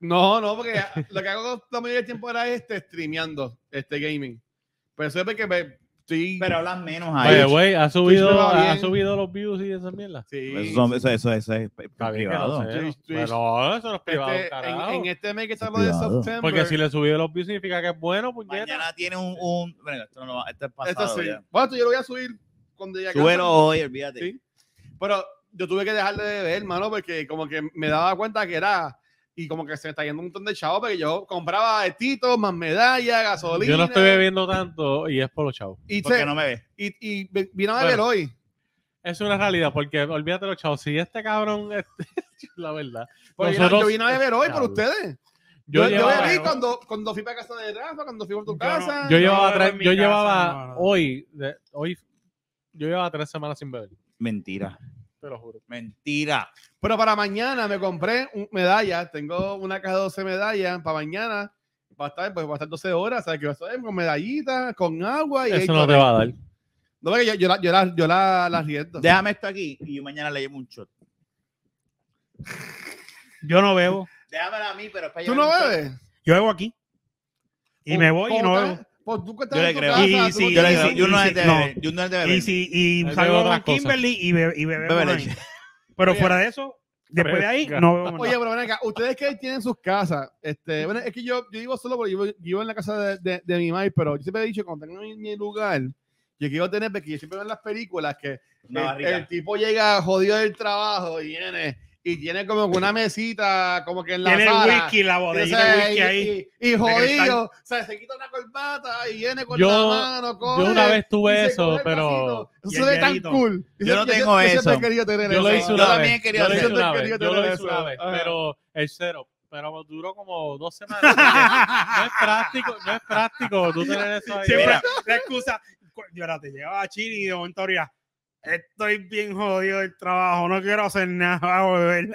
S3: No, no, porque lo que hago la mayoría del tiempo era este, streameando, este gaming. Pero eso es porque me, estoy...
S1: Pero hablas menos
S5: Oye,
S1: ahí.
S5: güey, ha
S3: me
S5: subido,
S3: va
S5: ha
S3: bien.
S5: subido los views y esas mierdas.
S3: sí,
S1: Eso, son- eso, eso, eso es
S5: Está bien, que no
S1: privado.
S5: sé,
S3: Twitch,
S5: ¿no?
S3: Twitch.
S5: Bueno, eso no es privado,
S3: Este, en,
S5: carajo.
S3: en este mes que está lo de
S1: Cuidado.
S3: September.
S5: Porque si le subido los views significa que es bueno, pues, puñeta.
S1: Mañana tiene un... un... Bueno, esto, no lo va... esto es
S3: Esto
S1: pasado
S3: sí.
S1: ya.
S3: Bueno, esto yo lo voy a subir cuando ya
S1: Súbelo hoy, olvídate.
S3: Sí. Pero yo tuve que dejar de beber, hermano, porque como que me daba cuenta que era. Y como que se me está yendo un montón de chavos, porque yo compraba estitos, más medallas, gasolina.
S5: Yo no estoy bebiendo tanto y es por los chavos.
S3: Y,
S1: Porque
S3: se-
S1: no me ves.
S3: y, y ve- vino a beber
S5: Bueno.
S3: hoy.
S5: Es una realidad, porque olvídate los chavos. Si este cabrón, este, la verdad.
S3: Porque
S5: Nosotros-
S3: Pues, yo vine a beber hoy por
S5: Diablo.
S3: ustedes. Yo,
S5: Yo,
S3: yo
S5: llevaba,
S3: bebí cuando, cuando fui para casa de Rafa, cuando fui por tu
S2: Yo
S3: casa.
S2: no-
S5: yo
S2: no
S5: llevaba,
S2: bebo
S5: tres,
S2: en mi
S5: yo
S2: casa,
S5: llevaba
S2: no, no.
S5: hoy, de- hoy, yo llevaba tres semanas sin beber,
S1: Mentira.
S5: te lo juro.
S1: Mentira.
S3: Pero para mañana me compré un- medallas. Tengo una caja de 12 medallas. Para mañana va a estar, pues, va a estar 12 horas. ¿Sabes qué va a estar? Con medallitas, con agua. Y
S5: Eso no te va a dar.
S3: No, porque yo, yo la, yo, la, yo la, la riendo.
S1: Déjame esto aquí y yo mañana le llevo un shot.
S4: Yo no bebo.
S1: Déjamela a mí, pero es para
S3: ¿Tú
S1: llevarme
S3: no
S1: un shot.
S3: bebes?
S4: Yo bebo aquí. Y
S2: Oh,
S4: me voy y no
S3: ¿Cómo
S4: bebo.
S3: estás? Pues tú que estás
S1: Yo le
S3: en tu
S1: creo.
S3: casa,
S4: Y
S3: tú
S4: sí,
S1: Yo le
S3: estás-
S1: digo,
S4: sí,
S1: yo no
S4: y
S1: es
S4: sí,
S1: de
S4: no.
S1: beber, yo no es de beber.
S4: Y, si,
S5: Ahí
S4: y
S5: bebo
S4: salgo
S5: otras
S4: con
S5: cosas.
S4: Kimberly y, be- y bebemos
S1: Bebe
S4: ahí.
S1: leche.
S4: Pero
S3: Oye.
S4: fuera de eso, después de ahí, no bebo más
S3: Oye,
S4: nada.
S3: pero ven acá, ustedes que tienen sus casas, este, bueno, es que yo, yo vivo solo porque yo vivo- yo vivo en la casa de, de- de mi madre, pero yo siempre he dicho, cuando tengo mi, mi lugar, yo quiero tener, porque yo siempre veo en las películas que
S1: Una
S3: el,
S1: barriga.
S3: el tipo llega jodido del trabajo y viene, y tiene como que una mesita, como que en la
S2: Tiene el
S3: sala.
S2: whisky, la botellita
S3: Entonces,
S2: de whisky ahí.
S3: y, y- y jodido, o sea, se quita una corbata y viene con
S5: Yo-
S3: la mano,
S5: Yo
S3: coge,
S5: una vez tuve
S3: y se
S5: eso,
S3: coge el
S5: pero
S3: vasito. Eso
S2: Y
S3: se
S2: el
S3: ve tan
S2: dedito.
S3: cool.
S1: Yo no tengo
S3: siempre- Yo siempre
S1: eso.
S3: he querido tener
S5: yo lo
S3: eso.
S5: hice
S1: yo
S5: una
S1: también
S5: vez.
S1: quería
S5: Yo lo hice
S3: hacer
S5: una
S3: eso.
S5: vez, yo lo hice una
S3: Ajá.
S5: vez, pero el cero, pero duró como dos semanas. no es práctico, no es práctico tú tener eso ahí.
S4: Siempre
S1: Mira.
S4: la excusa. cu- Yo ahora te llegaba a Chile y de momento ahorita, estoy bien jodido del trabajo, no quiero hacer nada, voy a beber.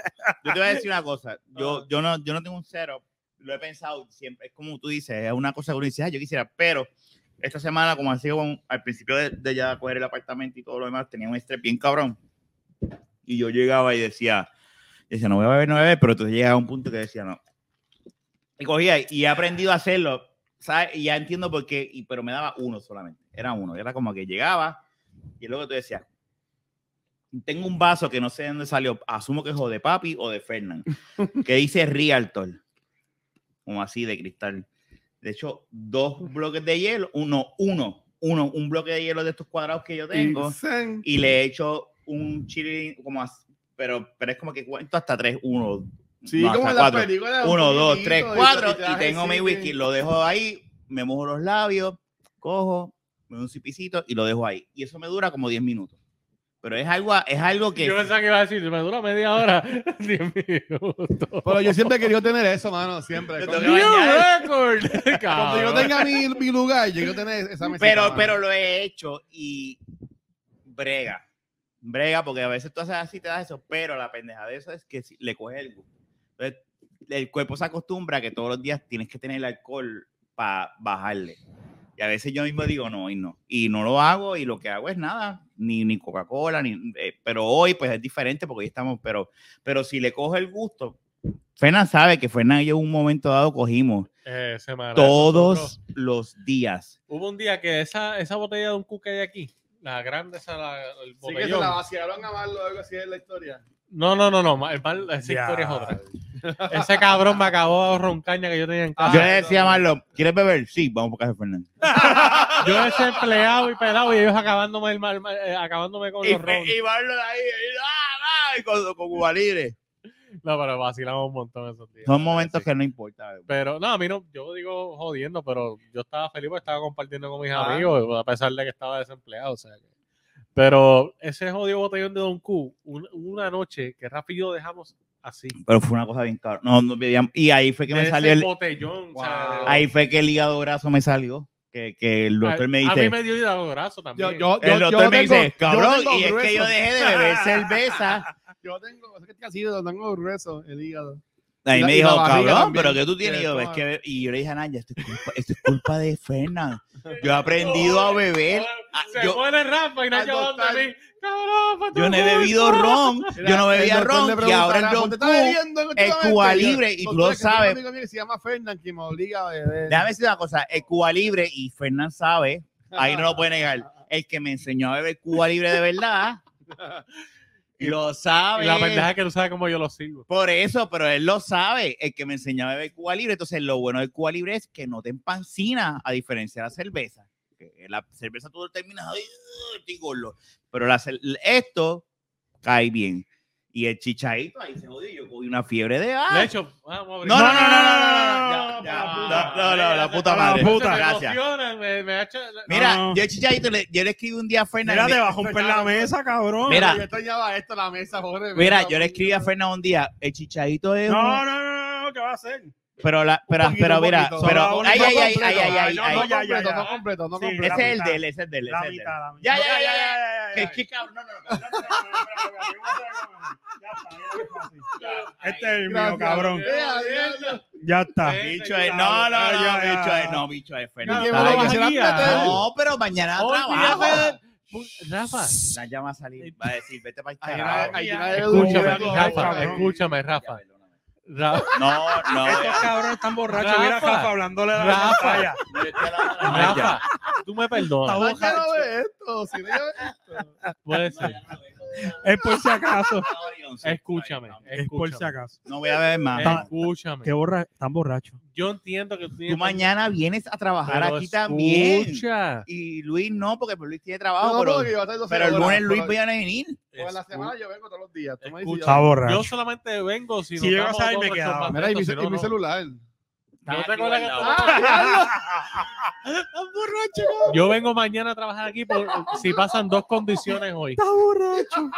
S1: Yo te voy a decir una cosa. Yo, yo, no, yo no tengo un cero. Lo he pensado siempre. Es como tú dices, es una cosa que uno dice, "Ah, yo quisiera, pero esta semana, como ha sido un- al principio de, de ya coger el apartamento y todo lo demás, tenía un estrés bien cabrón. Y yo llegaba y decía, decía, no voy a beber, no voy a beber, pero entonces llegaba a un punto que decía, no. Y cogía y he aprendido a hacerlo, ¿sabes? Y ya entiendo por qué, y, pero me daba uno solamente. Era uno. Era como que llegaba y luego tú decías, tengo un vaso que no sé de dónde salió. Asumo que es o de papi o de Fernán. Que dice Realtor. Como así de cristal. De hecho, dos bloques de hielo. Uno, uno, uno, un bloque de hielo de estos cuadrados que yo tengo.
S3: Insane.
S1: Y le echo un chili, como as- pero, pero es como que cuento hasta tres. Uno,
S3: Sí,
S1: no,
S3: como
S1: hasta
S3: en las
S1: cuatro.
S3: películas.
S1: Uno,
S3: un
S1: dos,
S3: poquitito,
S1: tres,
S3: y-
S1: cuatro.
S3: te das
S1: Y tengo
S3: el
S1: mi
S3: sip
S1: whisky,
S3: y-
S1: lo dejo ahí, me mojo los labios, cojo, me doy un cipicito y lo dejo ahí. Y eso me dura como 10 minutos. Pero es algo, es algo que.
S5: Yo pensaba que iba a decir, me dura media hora, 10 minutos.
S3: Pero yo siempre he querido tener eso, mano, siempre.
S1: Yo
S3: Cuando
S1: tengo que-
S3: yo,
S5: New record.
S3: cuando yo
S5: Cabrón.
S3: tenga mi, mi lugar, yo quiero tener esa mesa.
S1: pero, pero lo he hecho y brega. Brega, porque a veces tú haces así, te das eso, pero la pendeja de eso es que si- le coges el gusto. Entonces, el cuerpo se acostumbra a que todos los días tienes que tener el alcohol para bajarle. Y a veces yo mismo digo, no, y no. Y no lo hago, y lo que hago es nada, ni, ni Coca-Cola, ni, eh, pero hoy pues es diferente porque hoy estamos, pero, pero si le cojo el gusto, Fernan sabe que Fernan y yo en un momento dado cogimos
S5: eh, semanal.
S1: todos
S5: Nosotros-
S1: los días.
S5: Hubo un día que esa, esa botella de un cuque hay aquí, la grande, esa, la, el
S3: Sí que se
S5: botellón.
S3: la vaciaron a Marlo o algo así es la historia.
S5: No, no, no, no, ma- el mal- esa
S4: Ya.
S5: historia es otra. Ese cabrón me acabó roncaña que yo tenía en
S3: Ah,
S1: yo
S5: casa.
S1: le decía a Marlon, ¿quieres beber? Sí, vamos para casa de Fernan.
S5: Yo desempleado y pelado y ellos acabándome, el mal, mal- eh, acabándome con
S1: Y,
S5: los ron.
S1: y Marlon ahí, y, ¡ah, ah! y con, con Cuba Libre.
S5: No, pero vacilamos un montón esos días.
S1: Son momentos
S5: Sí.
S1: que no importa.
S5: Pero, no, a mí no, yo digo jodiendo, pero yo estaba feliz porque estaba compartiendo con mis
S3: Ah.
S5: amigos, a pesar de que estaba desempleado, o sea que- Pero ese jodido botellón de Don Q, un- una noche que Rafi y yo dejamos así.
S1: Pero fue una cosa bien cabrón. No, no bebíamos. y ahí fue que
S5: De
S1: me
S5: ese
S1: salió el,
S5: botellón, o sea,
S3: Wow.
S5: de-
S1: ahí fue que el hígado graso me salió. Que, que el doctor me
S5: A mí
S1: dice,
S5: me dio hidrabrazo también.
S3: Yo, yo, yo,
S1: el
S3: yo
S1: doctor me
S3: tengo-
S1: dice,
S3: yo
S1: cabrón,
S3: tengo
S1: y es que yo
S3: grueso.
S1: dejé de beber cerveza.
S3: Yo tengo, es que ha sido, tengo grueso el hígado. Y
S1: Ahí
S3: la-
S1: me
S3: y la
S1: dijo,
S3: barriga
S1: cabrón,
S3: también,
S1: pero que tú tienes.
S3: que
S1: Y yo, "Es
S3: toma".
S1: que- y yo le dije a Naya, esto es culpa, esto es culpa de Fernan. Yo he aprendido a beber. Ah,
S5: Se
S1: yo-
S5: muere Rafa y no
S3: Al
S5: llevando a
S3: doctor.
S5: mí. Cabrón, fue
S1: Yo
S5: tu
S1: no he
S5: culpa.
S1: bebido ron, yo no
S3: Mira,
S1: bebía
S3: el doctor
S1: ron,
S3: le
S1: y ahora el
S3: preguntará,
S1: ron
S3: "¿Dónde está
S1: Q".
S3: bebiendo en este
S1: es
S3: momento?"
S1: Cuba
S3: Y yo,
S1: Libre, y tú
S3: "Doctor,
S1: lo
S3: es que tengo
S1: sabes".
S3: un amigo mío que se llama Fernan que me obliga a beber.
S1: Déjame decir una cosa, el Cuba Libre y Fernán sabe, ahí no lo puede negar, el que me enseñó a beber Cuba Libre de verdad, lo sabe.
S5: Y la pendeja es que tú sabes cómo yo lo sirvo.
S1: Por eso, pero él lo sabe, el que me enseñó a beber Cuba Libre. Entonces, lo bueno del Cuba Libre es que no te empancina, a diferencia de la cerveza. Que la cerveza tú terminas, "Ay, estoy gordo". Pero la cel- esto cae bien. Y el chichaito ahí se jodió, yo cogí una fiebre de ah,
S5: De hecho, vamos a abrir.
S1: No, no, no, no, no, no, no, ya,
S5: Ah,
S1: ya, no, no, la puta
S5: la
S1: madre.
S5: puta,
S1: Gracias.
S5: Me Este, emociona, me, me ha hecho...
S1: Mira,
S4: No.
S1: yo el chichaito, le, yo le escribí un día a Fernan.
S4: Mira, te
S1: me-
S4: va a romper la mesa, cabrón.
S1: Mira.
S3: Yo extrañaba esto, la mesa, pobre.
S1: Mira,
S3: mesa,
S1: yo le escribí a Fernan un día, el chichaito es. un-
S4: No, no, no, no, ¿qué va a hacer?
S1: Pero, la, pero,
S3: poquito,
S1: pero,
S3: un
S1: mira,
S3: poquito.
S1: pero.
S4: Solo
S1: Ay,
S4: un
S1: ay, ay,
S4: poquito,
S1: ay, ay, ay,
S4: no,
S1: ay.
S3: No
S4: ya, ya,
S3: completo,
S4: ya.
S3: no completo, no
S4: Sí,
S3: completo.
S1: Ese
S4: la
S1: es el
S4: mitad.
S1: de él, ese es el de él. ese
S4: La
S1: es el de él.
S4: mitad, la mitad.
S1: Ya, ya, ya, ya, ya.
S4: ya, ya, ya.
S1: Es que, cabrón, no, no, no.
S4: Este es el mío,
S3: Gracias.
S4: cabrón.
S3: Vea, vea,
S4: Ya está. Este
S5: Sí.
S1: Bicho es, no, no, no,
S4: Ya, ya,
S1: bicho
S4: ya.
S1: es, no, bicho es,
S3: vea.
S1: Fernando.
S3: Y
S5: no,
S3: llevo
S5: no,
S3: la
S1: Ay,
S5: no,
S3: vacilata,
S5: no,
S3: eh.
S1: No, pero mañana
S5: Hoy
S1: trabajo.
S5: día fue- Rafa,
S1: La llama a salir, va a decir, vete para
S3: Ahí va- ahí va de duro,
S5: escúchame,
S3: ahí va de
S5: Rafa,
S3: cabrón.
S5: escúchame, Rafa. Ra-
S1: No, no.
S4: Estos cabrones están borrachos. Mira,
S5: Rafa.
S4: Rafa hablándole a la
S5: Rafa.
S4: pantalla.
S5: Rafa, tú me perdonas.
S3: No quiero ver esto, si no yo-
S5: Puede ser.
S4: Es por si acaso.
S5: Escúchame,
S4: Es por si
S5: escúchame.
S4: acaso.
S1: No voy a beber más.
S5: Escúchame.
S4: Que borra, están borrachos.
S5: Yo entiendo que tú tienes
S1: Tú mañana vienes a trabajar
S5: Eh, Pero
S1: aquí también.
S5: Escucha.
S1: Y Luis no, porque Luis tiene
S3: No,
S1: trabajo,
S3: no, porque
S1: pero,
S3: yo voy a estar 12
S1: pero el
S3: horas,
S1: lunes Luis
S3: pero-
S1: va a venir.
S3: Porque en la semana yo vengo todos los días. Tú me dices,
S5: Escucha.
S4: Está
S3: yo-
S4: borracho.
S5: Yo solamente vengo si,
S4: Si
S5: nos
S4: llegas
S5: damos
S4: ahí, me
S5: dos
S4: quedaba.
S5: chorros
S3: Mira, y mi,
S5: si no,
S3: y mi
S5: no.
S3: celular.
S5: Yo te acuerdas que-
S3: Ah. borracho.
S5: Yo vengo mañana a trabajar aquí por, si pasan dos condiciones hoy.
S4: borracho.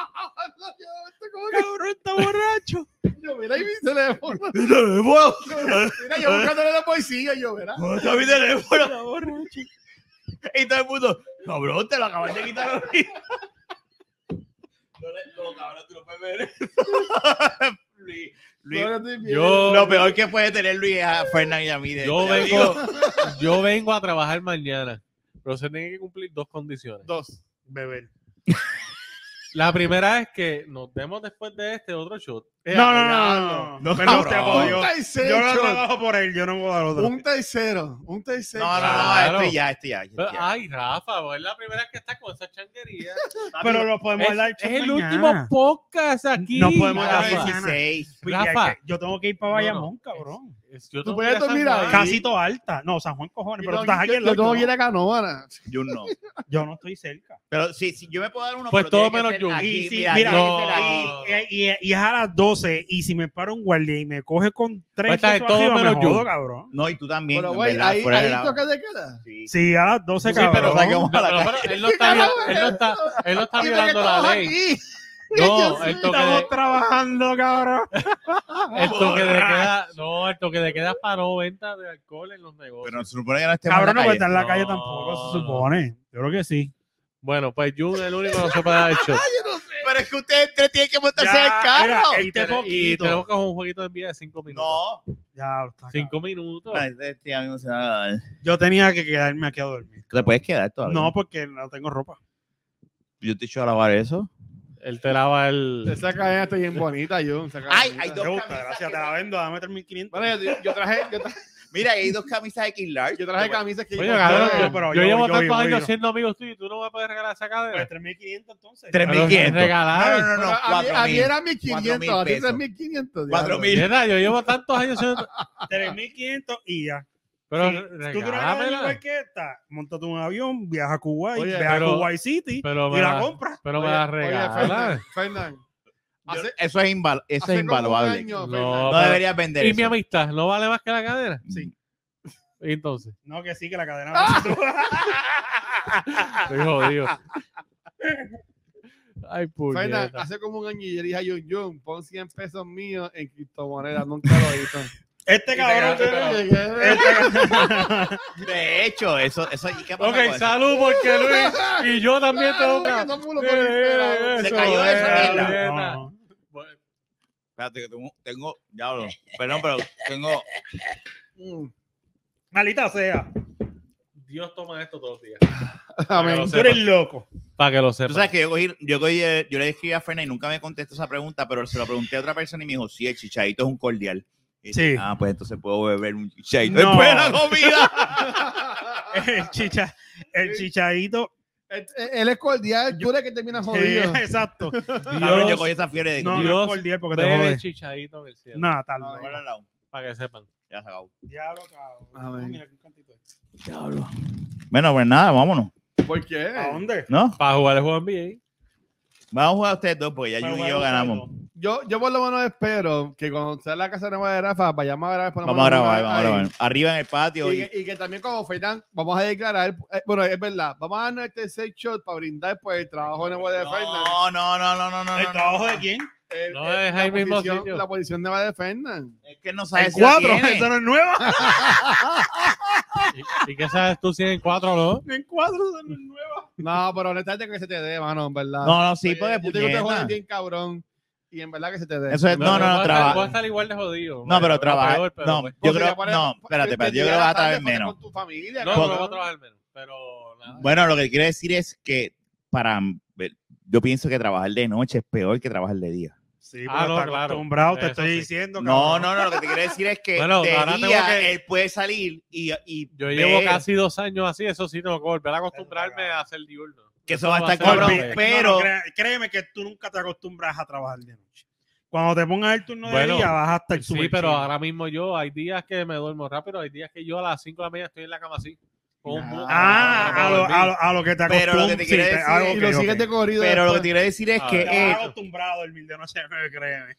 S3: este, Cabrón, está borracho. Yo, mira, y mi teléfono. Mira, yo buscándole la poesía, yo, verá.
S1: está mi teléfono? Y todo el mundo, cabrón, te lo acabas de quitar a Luis. No, le- no, cabrón, tú no puedes ver eso. Luis, Luis,
S3: No, no estoy bien.
S5: Yo,
S1: Lo peor que puede tener Luis es a Fernan y a mí. de-
S5: yo
S1: te digo.
S5: vengo, yo vengo a trabajar mañana, pero se tienen que cumplir dos condiciones.
S3: Dos.
S4: Beber.
S5: La primera es que nos demos después de este otro shot.
S4: No, no, no,
S1: No,
S4: no. no. Perdón,
S1: cabrón.
S4: te
S3: Un
S4: jodió. Yo no
S3: tercero.
S4: trabajo por él, yo no voy a dar otro.
S3: Un tercero. Un tercero. Ah,
S1: No, no, no,
S5: Claro.
S1: este ya, este ya. este
S5: Pero- ah,
S1: ya.
S5: ay, Rafa, vos es la primera que está con esa changuería.
S4: Pero lo podemos
S5: Es,
S4: hablar
S5: es el
S4: mañana.
S5: último podcast aquí.
S4: No podemos
S1: Mañana
S4: hablar de
S5: Rafa.
S4: mañana.
S1: 16.
S4: Pues, ya
S5: Rafa.
S4: que Yo tengo que ir para
S5: No, no.
S4: Bayamón, cabrón.
S5: Es- yo
S3: Tú
S5: tengo
S3: puedes
S5: que ir a San
S3: dormir ahí.
S5: Juan.
S4: Casito alta. No, San Juan cojones,
S3: Yo
S4: pero tú
S3: tengo-
S4: estás aquí
S3: yo-
S4: en
S3: Yo
S4: Loic,
S3: tengo
S4: ¿no?
S3: que ir a Canóvana.
S1: Yo no.
S4: Yo no estoy cerca.
S1: Pero si, si yo me puedo dar uno.
S5: Pues
S1: pero tiene
S5: todo
S1: que
S5: menos
S1: ser
S5: yo.
S1: aquí,
S4: Y si-
S1: mira,
S4: mira,
S1: tiene
S5: no.
S1: que ser aquí.
S4: Y, y- y es a las 12 y si me para un guardia y me coge con tres
S5: Pues está de
S4: pesos
S5: todo
S4: arriba, me
S5: menos yo.
S4: jodo, cabrón.
S1: No, y tú también.
S3: Pero,
S1: en
S3: güey,
S1: verdad,
S3: ahí
S1: fuera de
S3: ahí
S1: la-
S3: toca de queda.
S1: Sí.
S4: Sí, a las 12,
S5: Sí, pero,
S4: cabrón.
S1: saquemos a la
S5: pero- pero él no está,
S3: Cabrón,
S5: vi- él no está, él no está
S3: Y porque
S5: violando la
S3: estamos
S5: ley.
S3: aquí. Yo
S5: No, el
S3: sí,
S5: toque,
S4: Estamos
S5: de,
S4: trabajando, cabrón.
S5: el toque de queda, no, el toque de queda es para no venta de alcohol en los negocios.
S1: Pero se supone que no estemos
S4: Cabrón
S1: en la
S4: no puede
S1: calle.
S4: estar en la calle
S5: No,
S4: tampoco, se
S5: no.
S4: supone. Yo creo que sí.
S5: bueno, pues Jun el único que no se puede dar el shot.
S1: Pero es que ustedes tres tienen que montarse en el
S4: mira,
S1: carro.
S4: este
S5: Y
S4: poquito.
S5: tenemos que hacer un jueguito de envía de 5 minutos.
S1: No.
S4: Ya, está, cabrón.
S5: Cinco minutos.
S1: Este, este amigo se va a dar.
S4: Yo tenía que quedarme aquí a dormir.
S1: ¿Te puedes quedar todavía?
S4: No, porque no tengo ropa.
S1: Yo te he hecho a lavar eso.
S5: Él te lava el.
S3: Esa cadena está bien bonita, yo.
S1: Ay, hay
S4: Te
S1: dos
S4: gusta,
S1: camisas
S4: gracias,
S1: que-
S4: te la vendo, dame 3500.
S3: Bueno, yo, yo traje, yo traje,
S1: Mira, hay dos camisas X large.
S3: yo traje camisas que
S5: Coño,
S3: yo-
S5: cabrón, yo,
S4: pero
S5: yo
S4: yo-
S5: llevo
S4: yo
S5: tantos
S4: vivo,
S5: años
S4: yo.
S5: siendo amigos tuyos y tú no me puedes regalar esa cadena.
S4: Pues 3500 entonces.
S1: Tres-
S5: Pero
S1: 1.500.
S5: regalar.
S1: No, no, no,
S3: Pero a, mí, a mí
S1: 4.000.
S3: era 1500, a ti es
S1: 4.000
S3: 1500.
S1: Cuatro mil.
S5: Mierda, yo llevo tantos años siendo.
S4: 3500 y ya.
S5: Pero
S4: Sí, Tú quieres ganar igual
S5: regálamela.
S4: que esta, montate un avión, viaja a Kuwait,
S3: Oye,
S4: ve a
S5: pero-
S4: Kuwait City
S5: pero
S4: y
S5: me
S4: la
S5: la-
S4: compras.
S5: Pero me la regalas.
S3: Fernán, hace-
S1: Eso es, inval- eso es
S3: hace como un
S1: invaluable.
S3: año,
S5: No,
S3: Fernán,
S1: no deberías vender
S5: Y
S1: eso.
S5: mi amistad, ¿no vale más que la cadena?
S1: Sí.
S5: Y entonces,
S4: No, que sí, que la cadena.
S5: estoy jodido. Ay,
S3: Fernan,
S5: puñeta.
S3: hace como un año yo le dije a John John, pon 100 pesos míos en criptomonedas, nunca lo hizo.
S4: Este cabrón.
S1: De hecho, eso, eso ¿y qué pasa
S5: Ok,
S1: con eso?
S5: salud porque Luis y yo también tengo una- Eh,
S1: Se cayó eso,
S5: eh,
S1: mierda.
S5: eh,
S4: No, no.
S1: Espérate, que tengo, tengo ya hablo. Perdón, pero tengo
S4: Malita sea.
S5: Dios toma esto todos los días.
S3: Amén.
S5: Pero
S4: Tú eres loco.
S5: Para que lo
S1: Tú
S5: sepas.
S1: sabes que yo cogí, yo cogí, eh, yo le escribí a Ferna y nunca me contestó esa pregunta, pero se lo pregunté a otra persona y me dijo, sí, el chichadito es un cordial. Y
S4: Sí.
S1: dije, Ah, pues entonces puedo beber un chichadito.
S4: No.
S1: ¡Después de la comida!
S4: El, chicha, el chichadito.
S3: Él- Él es cordial, yo le que termina jodido.
S4: Sí, exacto.
S1: Cabrón, Ah, yo cogí esa fiebre de...
S4: No, no
S5: Dios
S4: es por 10 porque te
S5: Bebe
S4: jode.
S5: chichadito en el cielo.
S4: Nada, tal.
S3: No,
S1: Ponlo al lado.
S5: Para que sepan.
S1: Ya se acabó.
S4: Diablo,
S3: A
S4: cabrón.
S3: ver.
S4: Mira qué cantito es.
S1: Bueno, pues nada, vámonos.
S3: ¿Por qué?
S4: ¿A dónde?
S1: ¿No?
S5: Para jugar el juego NBA.
S1: Vamos a jugar ustedes dos porque ya
S4: Pero
S1: yo y
S4: bueno,
S1: yo ganamos.
S4: bueno.
S3: Yo, yo por lo menos espero que cuando sea la casa nueva de Rafa, vayamos a grabar. por lo
S1: Vamos a
S3: menos una
S1: grabar,
S3: vez
S1: vamos a
S3: ahí.
S1: grabar. Arriba en el patio.
S3: Y
S1: Y,
S3: que, y que también como Fernan, vamos a declarar, eh, bueno, es verdad, vamos a darnos este set shot para brindar por el trabajo nuevo de Fernan.
S1: no, no, no, no, no, no,
S4: ¿El
S1: no,
S4: trabajo
S1: no.
S4: de quién?
S3: El-
S5: No,
S3: el-
S5: es ahí
S3: la
S5: mismo
S3: posición-
S5: sitio.
S3: La posición nueva de Fernan.
S1: Es que él no sabe
S4: el
S1: si la
S4: 4,
S1: tiene.
S4: eso no es nueva.
S5: ¿Y, y qué sabes tú si en cuatro o no?
S4: En 4, eso no es nueva.
S3: No, pero honestamente que se te dé, mano, en verdad.
S1: No, no, sí, porque
S3: Oye, yo tengo que
S1: puñeta.
S3: jugar bien cabrón y en verdad que se te dé.
S1: Eso es- Eh, no, no, no,
S5: voy a estar-
S1: trabaja.
S5: Voy a estar igual de jodido.
S1: No, pero
S5: Pues Bueno,
S1: trabaja.
S5: peor, pero-
S1: no,
S5: pues-
S1: yo
S3: Porque
S1: creo.
S3: ya para-
S1: No, espérate, espérate. Yo
S3: te
S1: creo que vas a
S3: llegas tarde
S1: traer
S3: porque
S1: menos.
S3: Con tu familia,
S5: No,
S3: cabrón.
S5: pero voy a trabajar menos. Pero nada.
S1: Bueno, lo que quiero decir es que para yo pienso que trabajar de noche es peor que trabajar de día.
S4: Sí,
S5: Ah,
S4: porque
S5: no,
S4: está
S5: claro.
S4: acostumbrado, te
S5: Eso
S4: estoy
S5: sí.
S4: diciendo.
S1: No,
S4: cabrón.
S1: no, no, lo que te quiero decir es que
S5: Bueno, ahora
S1: de
S5: tengo
S1: día
S5: que-
S1: él puede salir y, y
S5: Yo llevo
S1: ver
S5: casi dos años así, eso sí, tengo que volver a acostumbrarme
S4: cagado.
S5: a hacer diurno.
S1: que eso va a estar
S5: ser
S1: cabrón,
S5: horrible.
S1: pero
S4: No, no, cré- créeme que tú nunca te acostumbras a trabajar de noche. Cuando te pongas el turno
S5: Bueno,
S4: de día, vas a estar
S5: Sí,
S4: súper
S5: pero
S4: chido.
S5: ahora mismo yo, hay días que me duermo rápido, hay días que yo a las 5 de la mañana estoy en la cama así. con un
S3: Ah,
S5: bu-
S4: Ah,
S5: no
S4: a
S5: puedo
S4: lo,
S5: dormir.
S4: a lo- a lo que te
S1: Pero lo que
S4: acostumbras.
S1: te
S4: sí,
S1: quiero
S4: te-
S1: decir
S4: ah,
S3: y
S4: ok,
S3: lo
S4: ok.
S3: sigues de corrido.
S1: pero lo que te
S3: después.
S1: quiero decir es
S5: Ah,
S1: que
S5: ya
S4: Te vas
S1: él,
S4: acostumbrado a dormir de noche, créeme.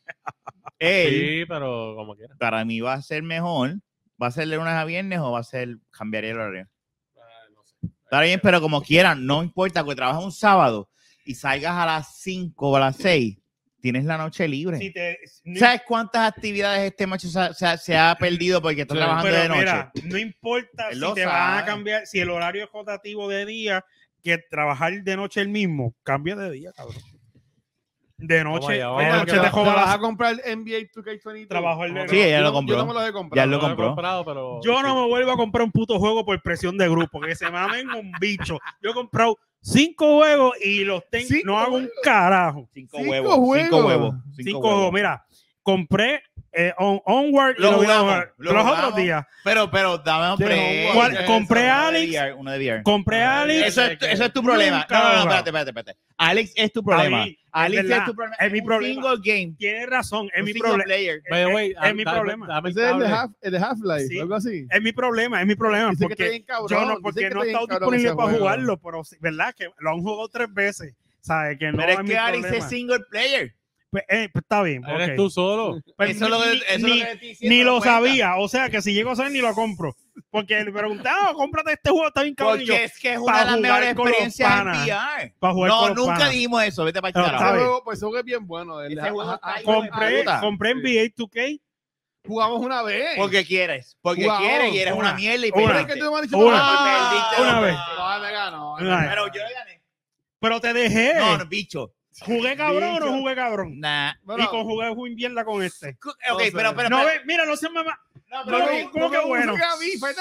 S1: él
S5: Sí, pero como quiera.
S1: para mí va a ser mejor, va a ser de lunes a viernes o va a ser cambiar el horario.
S5: Ah, no sé.
S1: Está bien, pero como quieran, no importa que trabajes un sábado y salgas a las 5 o a las 6, tienes la noche libre.
S4: Si te- no-
S1: ¿Sabes cuántas actividades este macho se ha, se ha- se ha perdido porque está
S5: Sí,
S1: trabajando
S4: pero
S1: Ah, de noche?
S4: mira, no importa
S1: Él
S4: si
S1: lo
S4: te van a
S1: sabe.
S4: cambiar, si el horario es rotativo de día, que trabajar de noche el mismo, cambia de día, cabrón. De noche,
S5: allá, vamos
S4: de
S5: allá,
S4: noche
S5: que
S4: te
S5: va-
S3: Te
S4: joda
S3: vas
S4: la-
S3: a comprar el NBA 2K23.
S4: Trabajo el de
S1: Sí,
S4: noche.
S1: ella lo
S3: Yo no-
S1: compró.
S3: Yo no me los he comprado.
S1: Ya lo
S5: he
S1: compró.
S5: comprado, pero
S4: Yo no me vuelvo a comprar un puto juego por presión de grupo, que se mamen un bicho. Yo he comprado cinco juegos y los tengo,
S3: Cinco
S4: no hago un carajo.
S1: Cinco,
S3: Cinco
S1: huevos, Cinco
S3: juegos.
S1: huevos.
S4: Cinco,
S1: huevos.
S4: juegos, mira, compré eh, On- Onward y
S1: Lo
S4: lo voy a
S1: jugamos,
S4: jugar
S1: lo
S4: los
S1: jugamos.
S4: otros días.
S1: Pero, pero, dame un
S3: ¿Qué?
S1: break.
S3: ¿Cuál?
S1: Eso,
S4: Compré
S1: uno de
S4: Alex.
S1: VR, uno de VR.
S4: Compré
S5: Ah,
S4: Alex.
S1: Eso es, tu- eso es tu problema. No, no, no, espérate, espérate, espérate. Alex es tu problema.
S4: Ahí,
S1: Alex
S4: verdad,
S1: es tu problema.
S4: es mi
S1: un
S4: problema.
S1: Single game.
S4: Tienes razón, es
S1: un
S4: mi
S1: single
S4: problema.
S1: player.
S5: By the way,
S4: Es- es
S5: ah,
S4: mi
S5: dame-
S4: problema.
S5: dame el
S3: Ese es el de
S5: cable.
S3: Half- el de Half-Life,
S4: Sí.
S3: algo así.
S4: Es mi problema, es mi problema.
S3: Dice que está
S4: Porque
S3: bien cabrón,
S4: yo no,
S3: dice que
S4: porque
S3: está
S4: no he
S3: bien
S4: estado
S3: cabrón
S4: disponible
S3: ese
S4: para
S3: juego.
S4: jugarlo, pero sí, verdad que lo han jugado tres veces. ¿Sabes? Que no
S1: pero
S4: es
S1: es
S4: mi
S1: que Alex
S4: problema.
S1: es single player.
S4: Pues, eh, pues está bien.
S5: Eres
S4: ok.
S5: tú solo.
S4: Pues
S1: eso es lo que,
S4: ni-
S1: eso es
S4: ni-
S1: lo, que te estoy diciendo,
S4: ni lo
S1: no cuenta.
S4: sabía. O sea que si llego a saber ni lo compro. Porque le preguntaba, cómprate este juego, está bien cabrón. Y yo,
S1: Porque es que es
S4: pa'
S1: una de las
S4: jugar
S1: mejores
S4: con los
S1: experiencias en
S4: panas.
S1: VR.
S4: para jugar
S1: eh. No,
S4: con los
S1: nunca
S4: panas.
S1: dijimos eso. Vete para
S4: No,
S1: el
S3: Ese
S1: carajo.
S4: ¿sabes?
S3: juego, pues, ese juego es bien bueno. el de
S1: Ese
S3: Half-
S1: juego está
S3: Half-
S1: hijo de
S4: Compré,
S1: puta.
S4: compré NBA 2K.
S3: Jugamos una vez.
S1: Porque quieres. Porque
S3: Wow,
S1: quieres y eres una,
S4: una,
S1: mierda y
S4: una.
S3: Pero es
S1: perdiste.
S3: que tú me has dicho,
S4: Una.
S3: "Ah,
S1: Perdiste
S4: Una
S1: dos
S4: vez.
S1: veces.
S3: No, me ganó.
S4: Una vez.
S1: Pero yo le gané.
S4: Pero te dejé.
S1: No, no, bicho.
S4: ¿Jugué cabrón o no
S3: Bicho.
S4: jugué cabrón?
S1: Nah.
S4: y con jugué fui mierda con este.
S1: Ok,
S3: No sé.
S1: pero, pero,
S4: No,
S1: pero-
S4: ve, mira, no se mamá.
S1: no,
S4: no,
S1: pero-
S4: no, ¿cómo que bueno?
S3: Ah,
S1: Espérate,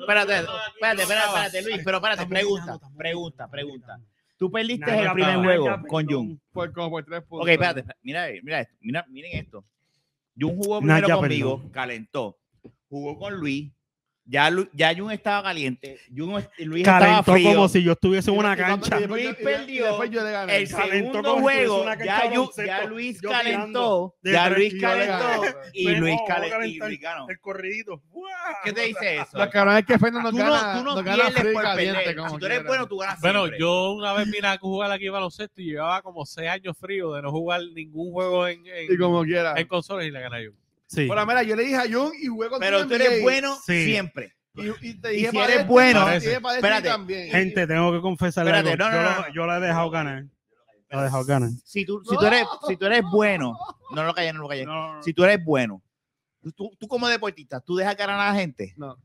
S1: espérate, espérate, espérate, Luis, pero espérate, pregunta, pregunta, pregunta. Tú perdiste
S4: Nada,
S1: el primer
S5: cabrón,
S1: juego
S4: nada,
S1: con
S4: perdón.
S1: Jun.
S3: Por, pues como por tres puntos.
S1: Ok, espérate, espérate, mira, mira, esto, mira, miren esto. Jun jugó
S4: Nah,
S1: primero
S4: ya,
S1: conmigo, calentó. Jugó con Luis. Ya, Lu- ya Jun estaba caliente. Jun, Luis estaba
S4: Calentó
S1: frío.
S4: como si yo estuviese en una
S3: Y cuando-
S4: cancha.
S3: y después yo-
S1: Luis
S3: y de- y
S1: perdió,
S3: después yo le gané.
S1: El
S4: Calentó
S1: segundo
S4: como si fuese
S1: juego,
S4: una cancha
S1: ya,
S4: de
S1: Ju- ya
S4: baloncesto.
S1: Luis
S4: Yo
S1: calentó,
S4: de
S1: ya
S4: tres,
S1: Luis
S3: yo le
S1: calentó
S3: gané.
S1: y
S4: Ven,
S1: Luis
S4: vamos a
S1: calentó y
S4: calentar.
S1: Luis ganó.
S4: El corridito. ¡Guau!
S1: ¿Qué te dice eso?
S3: Lo cabrón es que Fernando
S1: Tú
S3: no,
S1: no,
S3: gana,
S1: tú no
S3: nos gana
S1: pierdes
S3: frío y
S1: por
S3: caliente,
S1: perder.
S3: como
S1: Si tú eres
S3: quiera.
S1: bueno, tú ganas
S5: Bueno,
S1: siempre.
S5: yo una vez vine a jugar aquí baloncesto y llevaba como seis años frío de no jugar ningún juego en, en,
S3: Y como quiera.
S1: ah.
S5: en consolas y la gané yo.
S4: Sí.
S3: Bueno, mira, yo le dije a John y jugué con
S1: Pero tú eres bueno
S4: Sí.
S1: siempre.
S3: Y, y te
S1: si
S3: dije
S1: eres bueno, espérate.
S3: espérate. También.
S4: Gente, tengo que confesarle
S1: Espérate, no,
S4: algo.
S1: no,
S4: yo,
S1: no,
S4: lo-
S1: no.
S4: yo la he dejado ganar. La he dejado ganar.
S1: Si tú, si tú, eres, si tú eres bueno, no lo calles, no lo calles.
S4: No,
S1: Si tú eres bueno, tú- tú, tú como deportista, tú dejas ganar a la gente.
S3: No.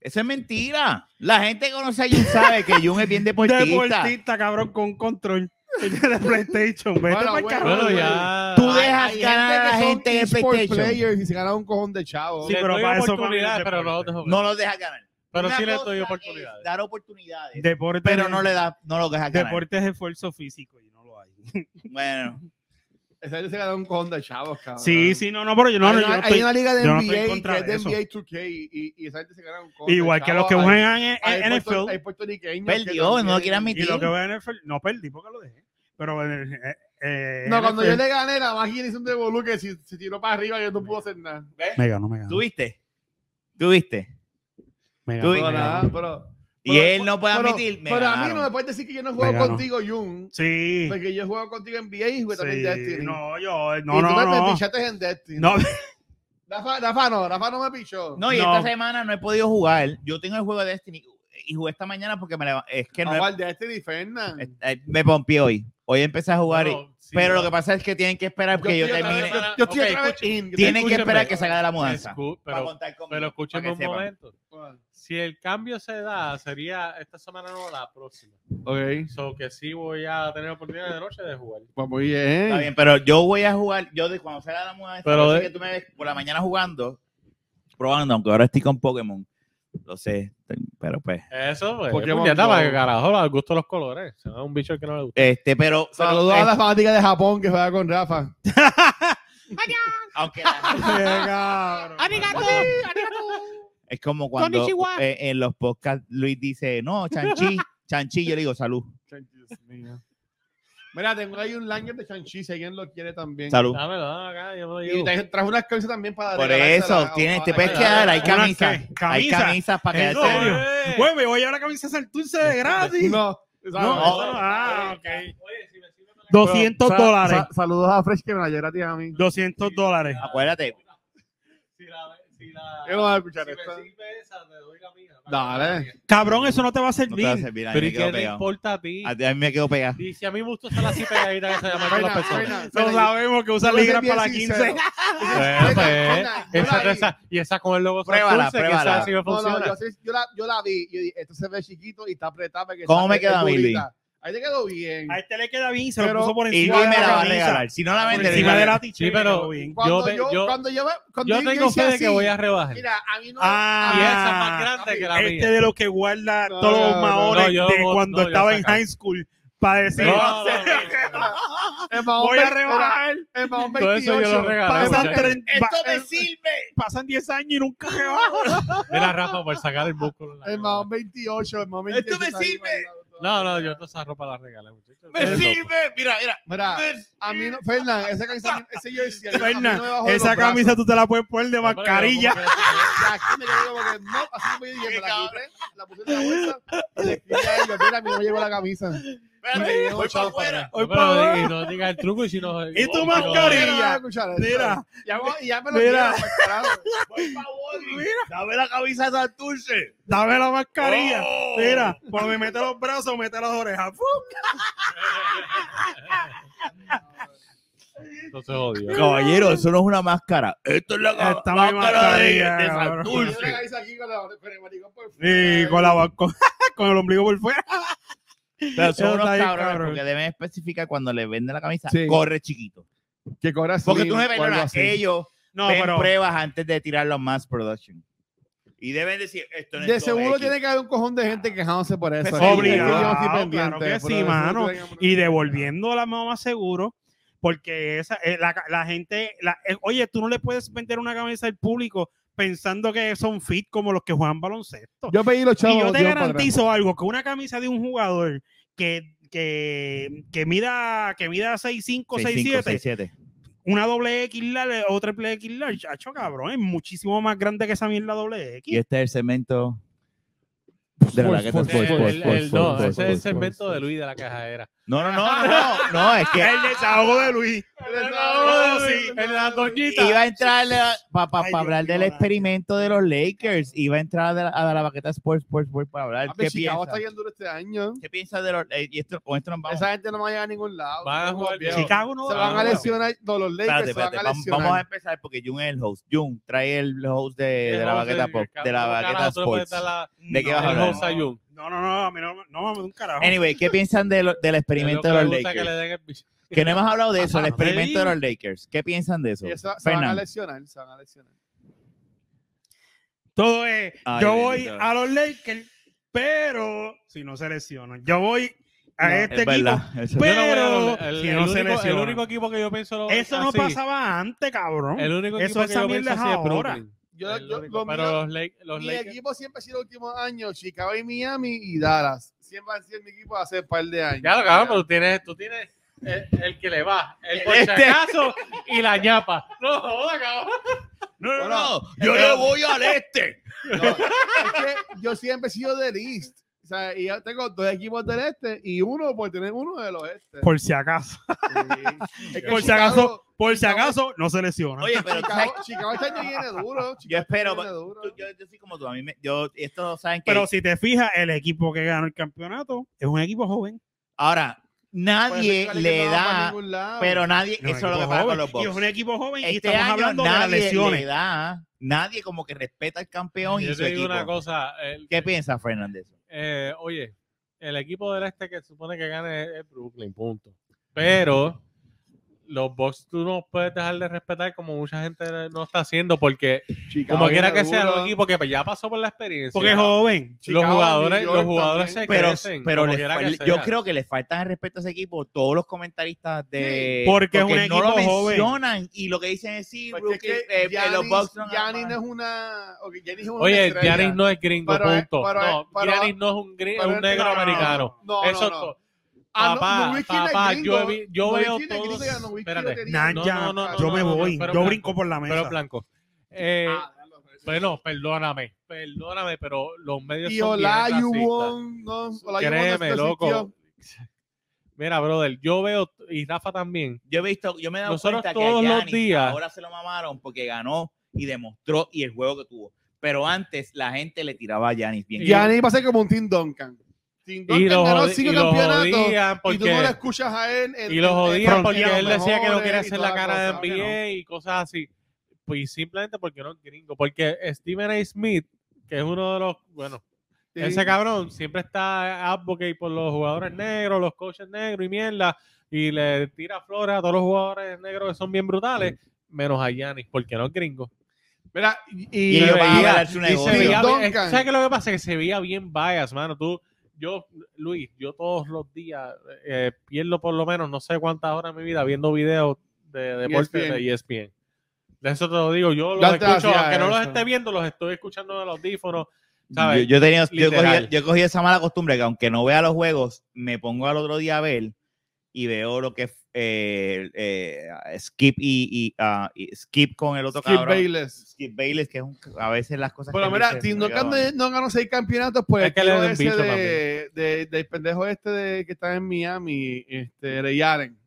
S1: Eso es mentira. La gente que conoce a Jun sabe que Jun es bien deportista.
S4: Deportista, cabrón, con control de PlayStation. Vete
S3: Bueno,
S4: pa'l
S3: bueno,
S4: carajo.
S5: Bueno, ya.
S1: Tú dejas
S3: Hay
S1: ganar a la
S3: que son
S1: gente en el
S3: esports
S1: PlayStation.
S3: players y se gana un cojón de chavo.
S4: Sí,
S5: Le
S4: pero
S5: doy
S4: para eso para mí
S5: oportunidades,
S4: es
S5: pero no,
S4: deporte.
S5: dejo-
S1: No lo dejas ganar.
S5: pero
S1: Una
S5: sí le
S1: cosa
S5: doy
S1: es
S5: oportunidades.
S1: Dar oportunidades.
S4: Deporte,
S1: pero no le da, no lo dejas ganar.
S4: deporte es esfuerzo físico y no lo hay.
S1: Bueno,
S3: Ese año se gana un cojón de chavos, cabrón.
S4: Sí, sí, no, no, pero yo no,
S3: hay,
S4: no,
S3: una,
S4: yo no
S3: hay
S4: estoy-
S3: una liga de
S4: yo no estoy en
S3: NBA
S4: contra
S3: que es
S4: de
S3: de
S4: eso.
S3: NBA 2K y, y esa gente se gana un cojón
S4: Igual
S3: de
S4: que
S3: chavos.
S4: los que
S3: Hay-
S4: juegan en,
S3: hay
S4: en
S3: puerto- Hay
S4: NFL.
S3: puertorriqueños. que
S1: perdió, no lo
S3: también-
S1: quiere
S4: Y
S1: admitir.
S4: lo que juegan en NFL, no perdí porque lo dejé. Pero eh, eh, eh,
S3: No, cuando yo
S4: NFL,
S3: le gané, la magia hizo un devolú que si se tiró para arriba, yo no pude hacer nada.
S4: Me ganó, me ganó.
S1: ¿Tú viste? ¿Tú viste?
S4: me
S1: tú-
S3: Pero
S4: ganó, me
S1: Uy,
S4: ganó.
S3: nada, pero.
S1: Y
S3: pero-
S1: él no puede
S3: pero-
S1: admitir. me
S3: Pero a mí
S1: ganaron.
S3: no me puedes decir que yo no
S4: Me
S3: juego
S4: ganó.
S3: contigo, Jun.
S4: Sí.
S3: Porque yo juego contigo en NBA y jugué Pues, también
S4: sí.
S3: Destiny.
S4: No, yo, eh,
S3: y
S4: no,
S3: tú
S4: no,
S3: me- me
S4: no.
S3: pichaste en Destiny.
S4: No,
S3: Rafa, Rafa no, Rafa no me pichó.
S1: No, y
S4: No.
S1: esta semana no he podido jugar. Yo tengo el juego de Destiny y jugué esta mañana porque me leva- es que no,
S3: no,
S1: he-
S3: no Destiny, Fernan.
S1: eh, eh, me pompié hoy. Hoy empecé a jugar, y-
S5: Bueno, sí,
S1: pero lo
S5: va.
S1: que pasa es que tienen que esperar porque yo,
S3: estoy otra
S1: termine.
S3: vez-
S5: terminé.
S3: Yo estoy
S5: Ok,
S3: otra vez
S5: escucha.
S3: in.
S1: Tienen que
S5: escúchame.
S1: esperar que salga de la mudanza.
S5: Escu-
S1: para
S5: Pero,
S1: contar conmigo, para
S5: pero
S1: que
S5: escúchame un
S1: sepan.
S5: momento. Si el cambio se da, sería esta semana no la próxima.
S3: Ok,
S5: So que sí voy a tener oportunidad de noche de jugar.
S3: pues muy bien.
S1: Está bien, pero yo voy a jugar. Yo de cuando salga la mudanza,
S5: Pero
S1: yo sé
S5: de-
S1: que tú me ves por la mañana jugando, probando, aunque ahora estoy con Pokémon. Lo sé, pero pues.
S5: Eso, pues.
S3: Porque
S5: puñeta,
S3: vamos-
S5: para que carajo, al gusto de los colores. Se va un bicho que no le gusta.
S1: Este, pero. pero,
S3: Saludos
S1: eh,
S3: a la fanática de Japón que juega con Rafa.
S1: aunque la- Es como cuando eh, en los podcasts Luis dice, no, chanchi, chanchi, yo le digo salud,
S3: Mira, tengo ahí un langer de Chanchi, si alguien lo quiere también.
S1: salud.
S5: Dámelo, dámelo acá, yo me lo
S3: Y
S5: llevo.
S3: traje, traje unas camisas también para
S1: Por
S3: regalárselas
S1: eso,
S3: a-
S1: tienes,
S3: a-
S1: te
S3: a-
S1: puedes
S3: a-
S1: quedar, hay
S4: Una que-
S1: camisas, hay
S4: camisa.
S1: camisas para
S4: ¿En
S1: quedarte.
S4: serio?
S5: ¡Eh!
S4: Güey, me voy a la camisa Santurce de gratis.
S3: Ah, No, no,
S4: No,
S1: no.
S4: ah, ok.
S5: Oye, si me sirve para-
S4: 200
S3: Sa-
S4: dólares.
S3: sa- saludos a Fresh que me la lleva gratis a mí.
S4: 200 dólares.
S5: Ah.
S1: Acuérdate,
S5: Si la, si la,
S3: Yo no voy a escuchar
S5: si me
S3: esto.
S5: sirve esa, te doy la mía.
S3: Dale.
S4: Cabrón, eso no te va a
S1: no te va a
S4: servir.
S1: servir, a mí
S5: Pero
S1: me
S5: ¿y qué
S1: quedo
S5: te
S1: pegado.
S5: importa a ti?
S1: A ti- a mí me quedo pegado.
S5: Y si a mí me gusta estar así pegadita que se llama con las
S3: Fernan,
S5: personas.
S3: Fernan,
S4: Lo
S3: Fernan,
S4: sabemos que usa
S3: yo- yo
S4: libras
S3: soy bien
S4: para la 15.
S3: sincero.
S5: Bueno,
S3: Fernan,
S5: pues,
S3: yo
S5: esa,
S3: la vi.
S5: esa- y esa con el logo
S1: Pruébala,
S5: Santurce, que
S1: pruébala.
S5: esa sí me
S3: No,
S5: funciona.
S3: no, yo, sí- yo la, yo la vi. Yo dije, esto se ve chiquito y está apretado. porque
S1: ¿Cómo
S3: está-
S1: me queda
S3: es
S1: a mí,
S3: durita. Ahí te quedó bien.
S4: A este le queda bien y se lo
S3: Pero-
S4: puso por
S1: Y
S4: encima.
S1: Luis
S4: de
S1: me la va a
S4: camisa.
S1: regalar. Si no la
S4: Por
S1: vende, Luis
S4: encima
S1: me
S4: de
S1: la-
S4: la tichera.
S5: Sí, pero-
S4: quedó bien.
S3: Cuando
S5: te-
S3: yo,
S5: yo-
S3: cuando yo, ve- cuando
S5: Yo tengo
S3: hice
S5: fe de
S3: así,
S5: que voy a rebajar.
S3: Mira, a mí no.
S4: Ah,
S5: y
S3: a-
S5: esa es más grande que la
S4: Este
S5: mía.
S4: de los que guarda
S3: No,
S4: todos los
S3: no,
S4: maones
S5: no, yo
S4: de
S5: voto-
S4: cuando
S5: no, yo
S4: estaba en
S5: saco.
S4: high school para decir,
S5: No, no, no, no, no.
S3: es más,
S4: voy
S3: un
S4: a
S3: ve-
S4: rebajar.
S3: Es más, un
S5: Todo eso yo
S3: 28.
S5: lo regalé,
S3: Pasan
S5: muchachos.
S3: tres-
S4: Esto me
S1: sirve!
S4: Pasan 10 años y nunca rebajo.
S5: Mira, Rafa, por sacar el músculo. en la
S3: Es
S5: cámara.
S3: más, un 28. Es más, un
S1: Esto
S3: 28.
S1: me
S3: está ahí
S1: sirve.
S3: guardado todo.
S5: No, no, yo toda esa ropa la regalé, muchachos.
S1: ¡Me
S5: Ustedes
S1: sirve! Mira, mira.
S3: Mira, a mí no. Fernán, esa camisa. a mí- Ese yo decía. a mí no me
S4: Fernan,
S3: bajó de los
S4: esa
S3: brazos.
S4: camisa tú te la puedes poner de
S5: locos. No, pero yo
S4: mascarilla.
S5: como que-
S3: Y aquí me quedé como que no, así me dije, me la quité, la puse en la bolsa y le escribí a ellos, mira, a mí no me llegó la camisa.
S1: Espérate,
S3: no,
S1: voy
S3: chao,
S1: para afuera.
S4: Hoy
S5: pero
S4: para
S5: di- y no digas el truco y si no.
S4: ¿Y tu
S5: no,
S4: mascarilla?
S3: Mira, voy a escuchar esto.
S4: Mira.
S3: Ya voy- y ya me lo
S4: Mira.
S3: dieron, pues, carajo.
S1: Voy para Walgreens. Dame la camisa de Santurce.
S4: Dame la mascarilla.
S1: Oh.
S4: Mira, pues me mete los brazos, mete las orejas. ¡Fu!
S5: No se jodió.
S1: Caballero, eso no es una máscara. Esto es la
S4: Esta es mi
S1: máscara, de,
S4: mascarilla,
S1: de
S4: cabrón.
S3: Y yo
S1: Santurce.
S3: la camisa aquí con la- con el maricón por
S4: Y
S3: fuera.
S4: con, la, con, con el ombligo por fuera.
S1: Pero
S4: Eso
S1: son unos
S4: está bien,
S1: cabrones
S4: cabrón.
S1: porque deben especificar cuando le venden la camisa,
S3: Sí.
S1: corre chiquito.
S3: Que cobra
S1: Porque
S3: slim
S1: tú no
S3: o algo
S1: ves
S3: así.
S1: ellos
S4: No,
S1: ven
S4: pero
S1: pruebas antes de tirarlo a mass production. Y Y deben decir, esto no es
S3: De seguro
S1: 2X.
S3: tiene que haber un cojón de gente quejándose por eso.
S1: Pues
S3: Es que yo no estoy
S2: obligado,
S3: pendiente,
S2: claro que
S3: por
S2: sí,
S3: eso
S2: mano.
S3: tiene que-
S4: y devolviendo la mamá seguro, porque esa, eh, la, la gente, la- eh, oye, tú no le puedes vender una camisa al público pensando que son fit como los que juegan baloncesto.
S3: Yo pedí los chavos.
S4: y yo te
S3: Dios, padre.
S4: garantizo algo, que una camisa de un jugador que, que, que mida que mida 6'5,
S1: 6'5", 6'7".
S4: 6'7, una doble X large o triple X large, chacho cabrón, es muchísimo más grande que esa mierda doble
S1: Y
S4: X.
S1: este es el segmento de la
S3: Pues,
S1: laqueta
S3: pues,
S1: Sports,
S3: pues,
S1: pues,
S5: El-
S1: pues,
S5: el- No,
S1: pues,
S5: ese
S1: pues,
S5: es el
S1: pues.
S5: segmento de Luis de la cajadera.
S1: No, no, no, no, no, es que
S4: El desahogo de Luis. Oh,
S5: En la doñita.
S1: iba a entrar para
S4: Ay, Dios
S1: hablar
S4: mío,
S1: del
S4: la-
S1: experimento de los Lakers, iba a entrar a, la- a la baqueta Sports, Sports, Sports para hablar.
S3: Papi,
S1: ¿Qué
S3: Chicago
S1: piensas?
S3: está bien duro este año.
S1: ¿Qué piensas de los eh, y esto, con esto nos vamos?
S3: Esa gente no va a llegar a ningún lado.
S5: Van a jugar
S3: Viejos.
S5: bien.
S4: Chicago no
S3: Se
S4: va
S3: van a lesionar. no, Los Lakers
S1: Espérate, espérate,
S3: se van a
S1: vam-
S3: lesionar.
S1: vamos a empezar porque Jun es el host. Jun, trae el host Eh, de,
S5: El
S1: de la
S5: host
S1: baqueta
S5: del-
S1: pop,
S5: el
S1: de la
S5: carajo,
S1: baqueta
S5: tú le puedes
S1: sports.
S5: dar la-
S1: ¿De qué vas a
S5: el
S1: hablar?
S5: host a Jun.
S4: No, no, no, a mí no, no mames, un carajo.
S1: Anyway, ¿qué piensan de lo- del experimento de
S5: Lo que
S1: los
S5: le gusta que
S1: Lakers?
S5: le den el bicho.
S1: Que, no hemos hablado de eso, el
S5: Ajá.
S1: experimento de
S5: Sí.
S1: los Lakers. ¿Qué piensan de eso?
S3: Ellos se va- se van a
S1: Fernan,
S3: lesionar. Se van a lesionar.
S4: Todo es,
S1: Ay,
S4: yo voy
S1: bendito.
S4: a los Lakers, pero si no se lesionan, yo voy a
S3: No,
S4: este
S1: es
S4: equipo.
S1: verdad. eso-
S4: Pero-
S5: Yo no voy a los- el,
S4: si
S5: el
S4: no se
S5: único, el
S4: lesiona.
S5: único equipo que yo pienso lo-
S4: Eso no
S5: así,
S4: pasaba antes, cabrón.
S5: El único
S4: Eso,
S5: equipo que
S4: esa
S5: yo
S4: mierda
S5: pienso
S4: es
S5: así es
S4: ahora.
S5: Brooklyn.
S3: Yo,
S5: El
S3: yo,
S5: único,
S3: los
S5: pero
S3: míos-
S5: los, Lake- los
S3: Mi
S5: Lakers-
S3: equipo siempre ha sido los últimos años, Chicago y Miami y Dallas. Siempre han sido mi equipo hace un par de años.
S5: Ya lo cabrón, pero tú tienes, tú tienes el, el que le va, el por si
S1: Este.
S5: acaso y la ñapa. No, joda, cabrón.
S1: No, no,
S3: Bueno, eh,
S1: no, yo le voy al este.
S3: No, es que yo siempre he sido del East. O sea, y yo tengo dos equipos del este y uno por tener uno del oeste.
S4: Por si acaso.
S3: Sí. Es que
S4: por si
S3: Chicago-
S4: acaso. Por si
S3: Chicago-
S4: acaso, no se lesiona.
S1: Oye, pero ¿sabes
S3: Chicago, Chicago este año viene duro. Chicago
S1: espero,
S3: este año
S1: pa-
S3: viene duro.
S1: Yo, yo soy como tú, a mí me, yo, esto saben que
S4: Pero si te fijas, el equipo que ganó el campeonato es un equipo joven.
S1: ahora
S3: Por
S1: nadie
S3: eso es que
S1: le
S3: este no va para
S1: da,
S3: ningún lado.
S1: pero nadie,
S4: un
S1: eso es lo que
S4: equipo
S1: pasa
S4: joven.
S1: con los
S4: Y es un
S1: Bucks.
S4: equipo joven y
S1: Este
S4: estamos
S1: año
S4: hablando de las
S1: nadie
S4: lesiones.
S1: le da, nadie como que respeta al campeón y
S5: Yo
S1: su
S5: te digo
S1: equipo.
S5: una cosa, eh, el-
S1: ¿Qué piensas, Fernández?
S5: eh, oye, el equipo del este que se supone que gane es- es Brooklyn, punto. Pero los Bucks tú no puedes dejar de respetar como mucha gente no está haciendo porque
S3: Chicago
S5: como quiera
S3: viene
S5: que sea,
S3: duro.
S5: los equipos que pues, ya pasó por la experiencia.
S4: Porque es joven.
S3: Chicago,
S5: los jugadores,
S3: New York
S5: los jugadores
S3: también.
S5: se
S1: Pero,
S5: crecen.
S1: pero
S5: como
S1: les
S5: quiera
S1: fa-
S5: que
S1: yo
S5: sea.
S1: creo que les faltan el respeto a ese equipo todos los comentaristas de
S4: Sí, porque es un
S1: no lo
S4: equipo joven.
S1: mencionan y lo que dicen es sí,
S3: Porque Pues es
S1: Brooklyn,
S3: que
S1: eh, eh, los ah.
S3: Giannis-
S1: Bucks no ganan
S3: Giannis
S1: más.
S3: no es una. ok, Giannis es una
S5: Oye,
S3: estrella.
S5: Giannis no es gringo,
S3: Pero es-
S5: punto.
S3: pero es-
S5: no,
S3: pero-
S5: Giannis no es un, gri-
S3: pero
S5: un
S3: es-
S5: negro
S3: no, no,
S5: americano.
S3: No,
S5: Eso
S3: no,
S5: es
S3: no.
S5: todo.
S3: Ah, no,
S5: Papá,
S3: Nowitzki no es
S5: papá,
S3: gringo.
S5: yo, vi- yo veo
S3: Nowitzki no es
S5: todos.
S3: gringo, Nowitzki no
S5: Espérate.
S3: tenía-
S4: Nah,
S5: No,
S4: ya,
S5: no, no,
S4: yo
S5: no,
S4: me
S5: no,
S4: voy.
S5: pero
S4: yo
S5: blanco,
S4: brinco por la
S5: Pero
S4: mesa.
S5: Blanco. Eh,
S3: Ah,
S5: bueno, perdóname, perdóname, pero los medios
S3: Y
S5: son bien racistas.
S3: Olajuwon, no, Olajuwon no
S5: Créeme,
S3: se
S5: loco.
S3: sintió.
S5: Mira, brother, yo veo, y Rafa también,
S1: Yo he visto, yo me he dado
S5: Nosotros
S1: cuenta
S5: todos
S1: que a
S5: los
S1: Giannis
S5: días-
S1: ahora se lo mamaron porque ganó y demostró y el juego que tuvo. Pero antes la gente le tiraba a Giannis bien.
S5: Y-
S3: Giannis va a ser como un Tim Duncan. Tim Duncan
S5: y los
S3: ganó
S5: jod- y
S3: cinco
S5: los
S3: campeonatos.
S5: jodían
S3: Y tú no lo
S5: porque,
S3: escuchas a él. en-
S5: y los
S3: en-
S5: jodían
S3: en-
S5: porque
S3: en-
S5: él decía que no quería
S3: y
S5: hacer
S3: toda
S5: la cara de
S3: cosa.
S5: NBA y cosas así. Pues simplemente porque no es gringo. Porque Stephen A. Smith, que es uno de los, bueno,
S3: Sí.
S5: Ese cabrón siempre está advocate por los jugadores negros, los coaches negros y mierda, y le tira flores a todos los jugadores negros que son bien brutales, menos a Giannis, porque no es gringo.
S3: Mira, y-
S1: Y
S3: y
S1: ellos van a
S5: veía-
S1: hablar su
S5: Y se
S1: negocio.
S5: veía
S3: Tim
S5: bien-
S3: Duncan.
S5: ¿Sabes qué es lo que pasa? Que se veía bien bias, mano. Tú, yo, Luis, yo todos los días eh, pierdo por lo menos no sé cuántas horas de mi vida viendo videos de deportes
S3: ESPN.
S5: de E ESPN. De eso te lo digo, yo los
S3: Yo antes
S5: escucho,
S3: hacía
S5: aunque no los
S3: eso.
S5: esté viendo, los estoy escuchando en los audífonos,
S1: Yo,
S5: ¿sabes?
S1: yo tenía, yo,
S5: Literal.
S1: cogí, yo cogí esa mala costumbre que aunque no vea los juegos, me pongo al otro día a ver y veo lo que eh, eh, Skip y, y, ah, y Skip con el otro
S3: Skip
S1: cabrón.
S3: Bayless.
S1: Skip Bayless, que es un- a veces las cosas.
S3: Pero
S1: que
S3: mira,
S1: dicen,
S3: Tim
S1: me
S3: Duncan
S1: cago
S3: no,
S1: en-
S3: no ganó seis campeonatos por el
S5: Es que le
S3: tío
S5: den
S3: ese
S5: bicho
S3: de, de- del pendejo este de- que está en Miami, este, Ray Allen.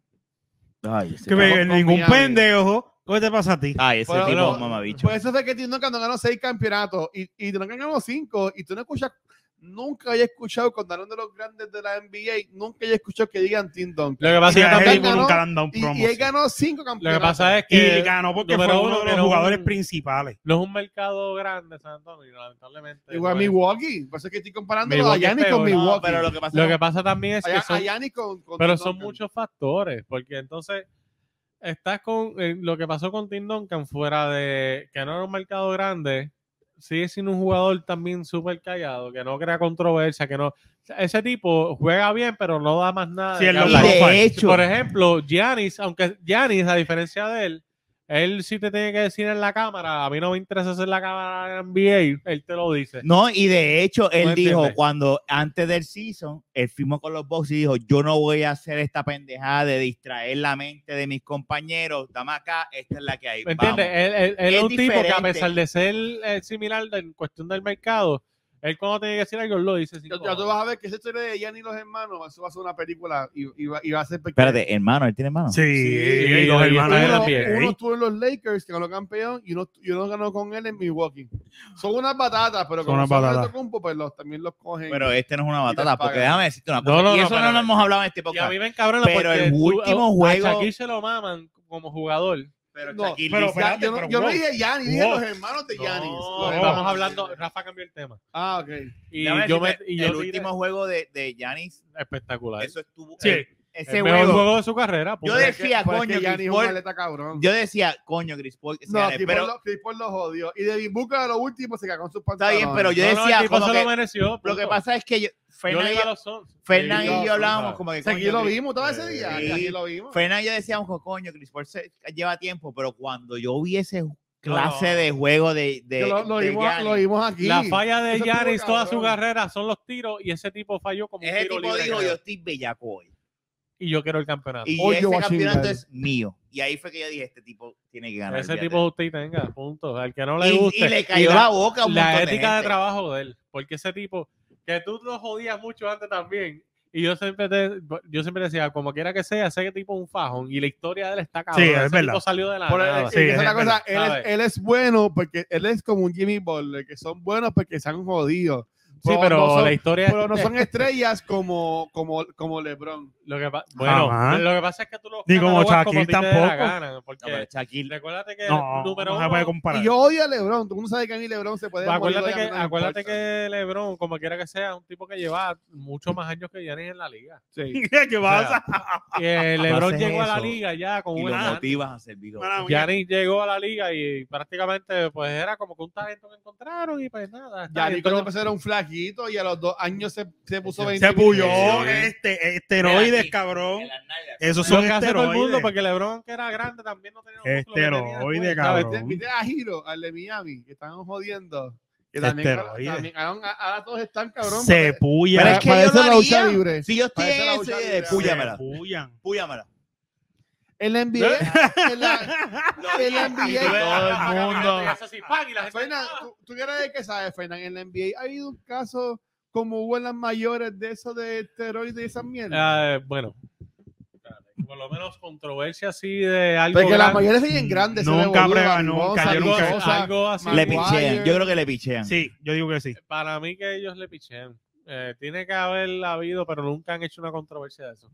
S1: Ay, ese,
S4: Que me-
S3: Vamos con
S4: ningún
S3: Miami.
S4: pendejo. ¿Cómo te pasa a ti?
S1: Ay, ese
S3: Bueno,
S1: tipo
S3: no,
S1: es un mamabicho.
S3: Por Pues eso fue que Tim Duncan no ganó seis campeonatos y, y Duncan ganó cinco y tú no escuchas, nunca he escuchado cuando hablan de los grandes de la NBA, nunca he escuchado que digan Tim Duncan.
S5: Lo que pasa
S4: Sí,
S5: es
S4: a
S5: que
S4: él
S5: también
S3: ganó-
S4: nunca le han dado un
S3: Y, y
S4: promo.
S3: él ganó cinco
S5: Lo que
S3: campeonatos.
S5: pasa es que
S4: Y ganó porque fue
S5: número
S4: uno de
S5: era
S4: los
S5: un-
S4: jugadores principales.
S5: No es un mercado grande, San Antonio, lamentablemente. pues,
S3: Igual
S5: No es.
S3: Milwaukee, por eso es que estoy comparando a
S5: Milwaukee es
S3: Giannis con
S5: peor. No,
S1: No,
S3: Milwaukee.
S1: pero lo que pasa
S5: Lo que pasa también es
S3: A-
S5: que son,
S3: a Giannis con, con
S5: pero
S3: Tim
S5: son
S3: Duncan.
S5: muchos factores, porque entonces estás con eh, lo que pasó con Tim Duncan fuera de que no era un mercado grande, sigue siendo un jugador también súper callado, que no crea controversia, que no. o sea, Ese tipo juega bien, pero no da más nada.
S2: Sí,
S5: de
S2: él
S5: qué
S2: lo
S1: Y
S5: hablar.
S2: Black Panther.
S1: de hecho,
S5: Por ejemplo, Giannis, aunque Giannis, a diferencia de él, él sí te tiene que decir en la cámara, a mí no me interesa hacer la cámara en NBA, él te lo dice.
S1: no, y de hecho, él
S5: entiendes?
S1: dijo cuando antes del season, él firmó con los Bucks y dijo: Yo no voy a hacer esta pendejada de distraer la mente de mis compañeros. Dame acá, esta es la que hay.
S5: ¿Me entiendes?
S1: vamos".
S5: Él, él- él es
S1: Es
S5: un tipo que a
S1: diferente.
S5: pesar de ser eh, similar de- en cuestión del mercado, él cuando tiene que decir algo, él lo dice. sin
S3: Ya, ya
S5: cojones.
S3: tú vas a ver que esa historia de Jan y los hermanos, eso va a ser una película y, y va, y va a ser espectacular.
S1: Espérate, hermano, él tiene hermano.
S2: Sí, y
S5: y
S2: los hermanos
S5: estuvo-
S2: eran
S3: Uno,
S5: también,
S3: uno estuvo en los Lakers, que ganó campeón, y uno, y uno ganó con él en Milwaukee. Son unas batatas, pero
S2: Son
S3: como
S2: unas
S3: son
S2: batatas.
S3: Antetokounmpo, pues los, también los cogen.
S1: Pero este no es una
S3: Y les
S1: batata, porque
S3: pagan.
S1: déjame decirte una
S5: No,
S1: cosa.
S5: no,
S1: y
S5: no,
S1: eso no,
S5: espérate.
S1: lo hemos hablado en este
S5: Y a
S1: podcast.
S5: mí me encabrona
S1: Pero
S5: porque
S1: el
S5: tú-
S1: último
S5: a
S1: juego-
S5: Shaquille se lo maman como jugador.
S1: Pero
S3: No,
S1: Shaquille
S2: pero
S1: dice-
S3: Ya, yo no,
S2: Espérate,
S3: yo no
S2: pero
S3: dije Giannis, dije
S2: wow.
S3: los hermanos de Giannis.
S5: No,
S3: Los
S5: estamos
S3: hermanos.
S5: hablando, Rafa cambió el tema.
S3: Ah, ok.
S5: Y
S1: déjame
S5: yo me,
S1: decirte,
S5: y yo
S1: el
S5: tiré-
S1: último juego de, de Giannis,
S5: espectacular.
S1: eso estuvo.
S2: Sí.
S1: eh, ese
S5: el mejor
S1: juego,
S5: juego de su carrera.
S1: Yo
S5: punto.
S1: de- decía,
S3: Porque-
S1: coño,
S3: porque Giannis es
S1: Chris
S3: un
S1: Paul-
S3: maleta cabrón.
S1: Yo decía, coño, Chris Paul, que se
S3: no,
S1: gane,
S3: Chris
S1: pero
S3: Paul, lo- Chris Paul los jodió. Y David Booker a lo último se cagó en sus
S1: está
S3: pantalones.
S1: bien, pero yo
S5: No, no, el
S1: decía,
S5: tipo
S1: como
S5: se
S1: que,
S5: lo mereció.
S1: lo que
S5: punto.
S1: pasa es que yo,
S5: yo le
S1: Fernan, y
S5: iba a
S1: yo,
S5: los Suns.
S1: Fernan
S3: yo-
S1: y yo hablábamos como que.
S3: Sí, Aquí
S1: coño,
S3: lo
S1: Chris-
S3: vimos todo ese día.
S1: Sí.
S3: Aquí lo vimos.
S1: Fernan y yo decíamos, como, coño, Chris Paul se- lleva tiempo, pero cuando yo vi ese
S5: No,
S1: clase
S5: no.
S1: de juego de. de,
S3: Que lo, lo
S1: de
S3: vimos,
S1: Giannis,
S3: lo vimos aquí.
S5: La falla de
S3: Eso estuvo
S5: Yaris toda su
S3: cabrón.
S5: carrera son los tiros y ese tipo falló como un
S1: ese
S5: tiro
S1: tipo
S5: libre,
S1: dijo,
S5: creo.
S1: yo estoy bellaco hoy.
S5: y yo quiero el campeonato.
S1: Y
S3: Hoy yo
S1: ese
S3: voy a
S1: campeonato
S3: chingar.
S1: es mío. Y ahí fue que yo dije, este tipo tiene que ganar.
S5: ese
S1: fíjate.
S5: tipo usted tenga, punto. Al que no le
S1: Y,
S5: guste.
S1: y le cayó
S5: Y
S1: la boca a un
S5: la
S1: montón
S5: ética de,
S1: gente.
S5: trabajo de él. Porque ese tipo, que tú lo jodías mucho antes también. Y yo siempre, te- yo siempre decía, como quiera que sea, ese tipo es un fajón. Y la historia de él está cabrón.
S2: Sí, es
S5: Ese tipo
S2: verdad.
S5: salió de la
S3: Por
S5: Ah, nada.
S3: él,
S2: Sí,
S3: esa es
S2: es
S3: la cosa. Él
S5: ¿Sabes?
S3: es, él es bueno porque él es como un Jimmy Butler, que son buenos porque se han jodido.
S5: Sí, pero
S3: no son,
S5: la historia.
S3: pero no son estrellas como, como, como LeBron.
S5: Lo que pa- bueno,
S2: Jamás.
S5: lo que pasa es que tú lo.
S2: Ni como
S5: catalogas
S2: Shaquille
S5: a ti te dé la
S2: tampoco.
S5: gana, porque
S1: No, pero Shaquille,
S5: recuérdate que
S2: No,
S5: número
S2: no se
S5: uno-
S2: puede comparar.
S3: Y yo odio a LeBron. Todo el mundo sabe que a mí LeBron se puede.
S5: Pues
S3: morir,
S5: acuérdate
S3: odia,
S5: que,
S3: no me
S5: acuérdate
S3: importa.
S5: que LeBron, como quiera que sea, es un tipo que lleva muchos más años que Giannis en la liga.
S3: Sí.
S2: ¿Qué pasa?
S5: Y eh, LeBron
S1: haces
S5: llegó a la
S1: eso
S5: liga ya con
S1: y
S5: un
S1: lo
S5: año.
S1: motivas a servir.
S2: Mala mía.
S5: Giannis llegó a la liga y prácticamente pues era como que un talento que encontraron y pues nada. está,
S3: Ya Nico
S5: entró-
S3: empezó era un flaquito y a los dos años se, se puso
S5: Se eh,
S3: 20.
S2: Se pulló
S5: Sí.
S2: este, esteroides, cabrón. Esos
S5: Eso
S2: son
S5: que hace todo el mundo
S2: esteroides.
S5: porque LeBron que era grande también no tenía los músculos que tenía después,
S2: Esteroide,
S5: ¿sabes?
S2: cabrón.
S3: ¿Viste, viste a Hiro, al de Miami, que están jodiendo? Que
S5: Este
S3: también,
S2: Esteroides.
S3: también- ahora, ahora todos están cabrón.
S2: Se
S3: porque-
S2: puya.
S1: Pero
S3: Para-
S1: es que
S3: parece
S1: yo lo
S3: la lucha
S1: haría.
S3: libre.
S1: Si yo estoy
S3: Parece
S1: en
S3: la
S1: ese,
S3: lucha
S1: de
S3: libre.
S1: púyamela,
S2: pullan.
S1: púyamela.
S3: En
S2: ¿Eh?
S3: la NBA, en la, en la
S1: Todo
S3: NBA.
S1: el mundo.
S5: Y hace así, ¡pam! y la gente-
S3: Fernan, ¿tú, tú quieres decir que sabes, Fernan? En la NBA ha habido un caso como hubo en las mayores de eso de esteroides y esas mierdas.
S5: Ah, bueno, por lo menos controversia así de algo.
S3: Porque las
S5: grande.
S3: mayores se en grandes.
S2: Nunca brega, nunca, yo
S5: algo,
S2: nunca-
S5: algo así.
S1: Le
S3: Maguire.
S1: pichean. Yo creo que le pichean.
S2: Sí, yo digo que sí.
S5: Para mí que ellos le pichean. Eh, tiene que haber habido, pero nunca han hecho una controversia de eso.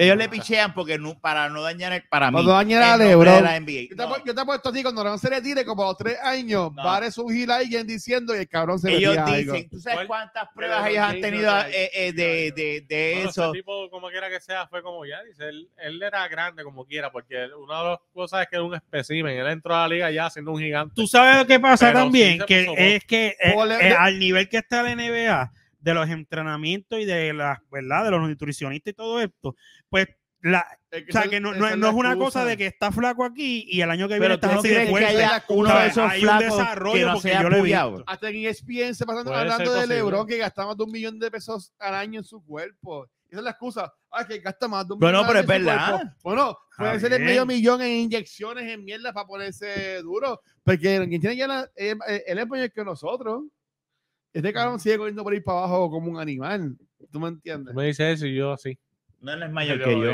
S1: Ellos le pichean porque no, para no dañar el, para mí.
S3: Cuando dañan a
S1: el nombre
S3: LeBron.
S1: de la NBA.
S3: Yo te,
S1: No,
S3: apu- yo te apuesto a ti, cuando Lebron se retire, como a los tres años,
S1: No.
S3: va a resurgir alguien diciendo y el cabrón se
S1: Ellos
S3: metía algo.
S1: dicen, ¿tú sabes
S5: ¿Cuál?
S1: cuántas
S5: Pero
S1: pruebas ellos han
S5: James no
S1: tenido
S5: trae-
S1: eh, eh, de, de, de
S5: Bueno,
S1: eso?
S5: ese tipo, como quiera que sea, fue como ya, dice, él, él era grande como quiera, porque él- una de las cosas es que era un espécimen, él entró a la liga ya siendo un gigante.
S2: Tú sabes lo que pasa
S5: Pero sí
S2: también,
S5: se
S2: que
S5: puso
S2: es que eh,
S3: Ole-
S2: eh, al nivel que está la NBA, de los entrenamientos y de las, ¿verdad? De los nutricionistas y todo esto, pues la,
S3: Es que
S2: o sea,
S3: esa-
S2: que no,
S3: esa
S2: no- no es
S3: la
S2: una
S3: excusa.
S2: cosa de que está flaco aquí y el año que viene
S1: Pero tú
S2: estás
S1: no
S2: así de
S1: crees que
S2: fuerte.
S1: haya uno de
S2: ¿Sabes?
S1: esos
S2: Hay un
S1: flacos que
S2: desarrollo
S1: no
S2: porque
S1: sea
S2: yo lo he
S1: apoyado.
S2: visto.
S3: Hasta en E ESPN se pasan
S5: Puede
S3: hablando
S5: ser
S3: de
S5: posible.
S3: LeBron que gasta más de un millón de pesos al año en su cuerpo. Esa es la excusa. Ah, que gasta más de un
S1: Bueno,
S3: millón
S1: pero
S3: al año
S1: es
S3: en su
S1: verdad.
S3: cuerpo. Bueno, puede ser el
S2: bien.
S3: medio millón en inyecciones, en mierda para ponerse duro. Porque quien tiene ya la- eh, eh, el español que nosotros. Este cabrón sigue corriendo por ahí para abajo como un animal. ¿Tú me entiendes?
S5: me dice eso y yo así.
S1: No él es mayor que yo.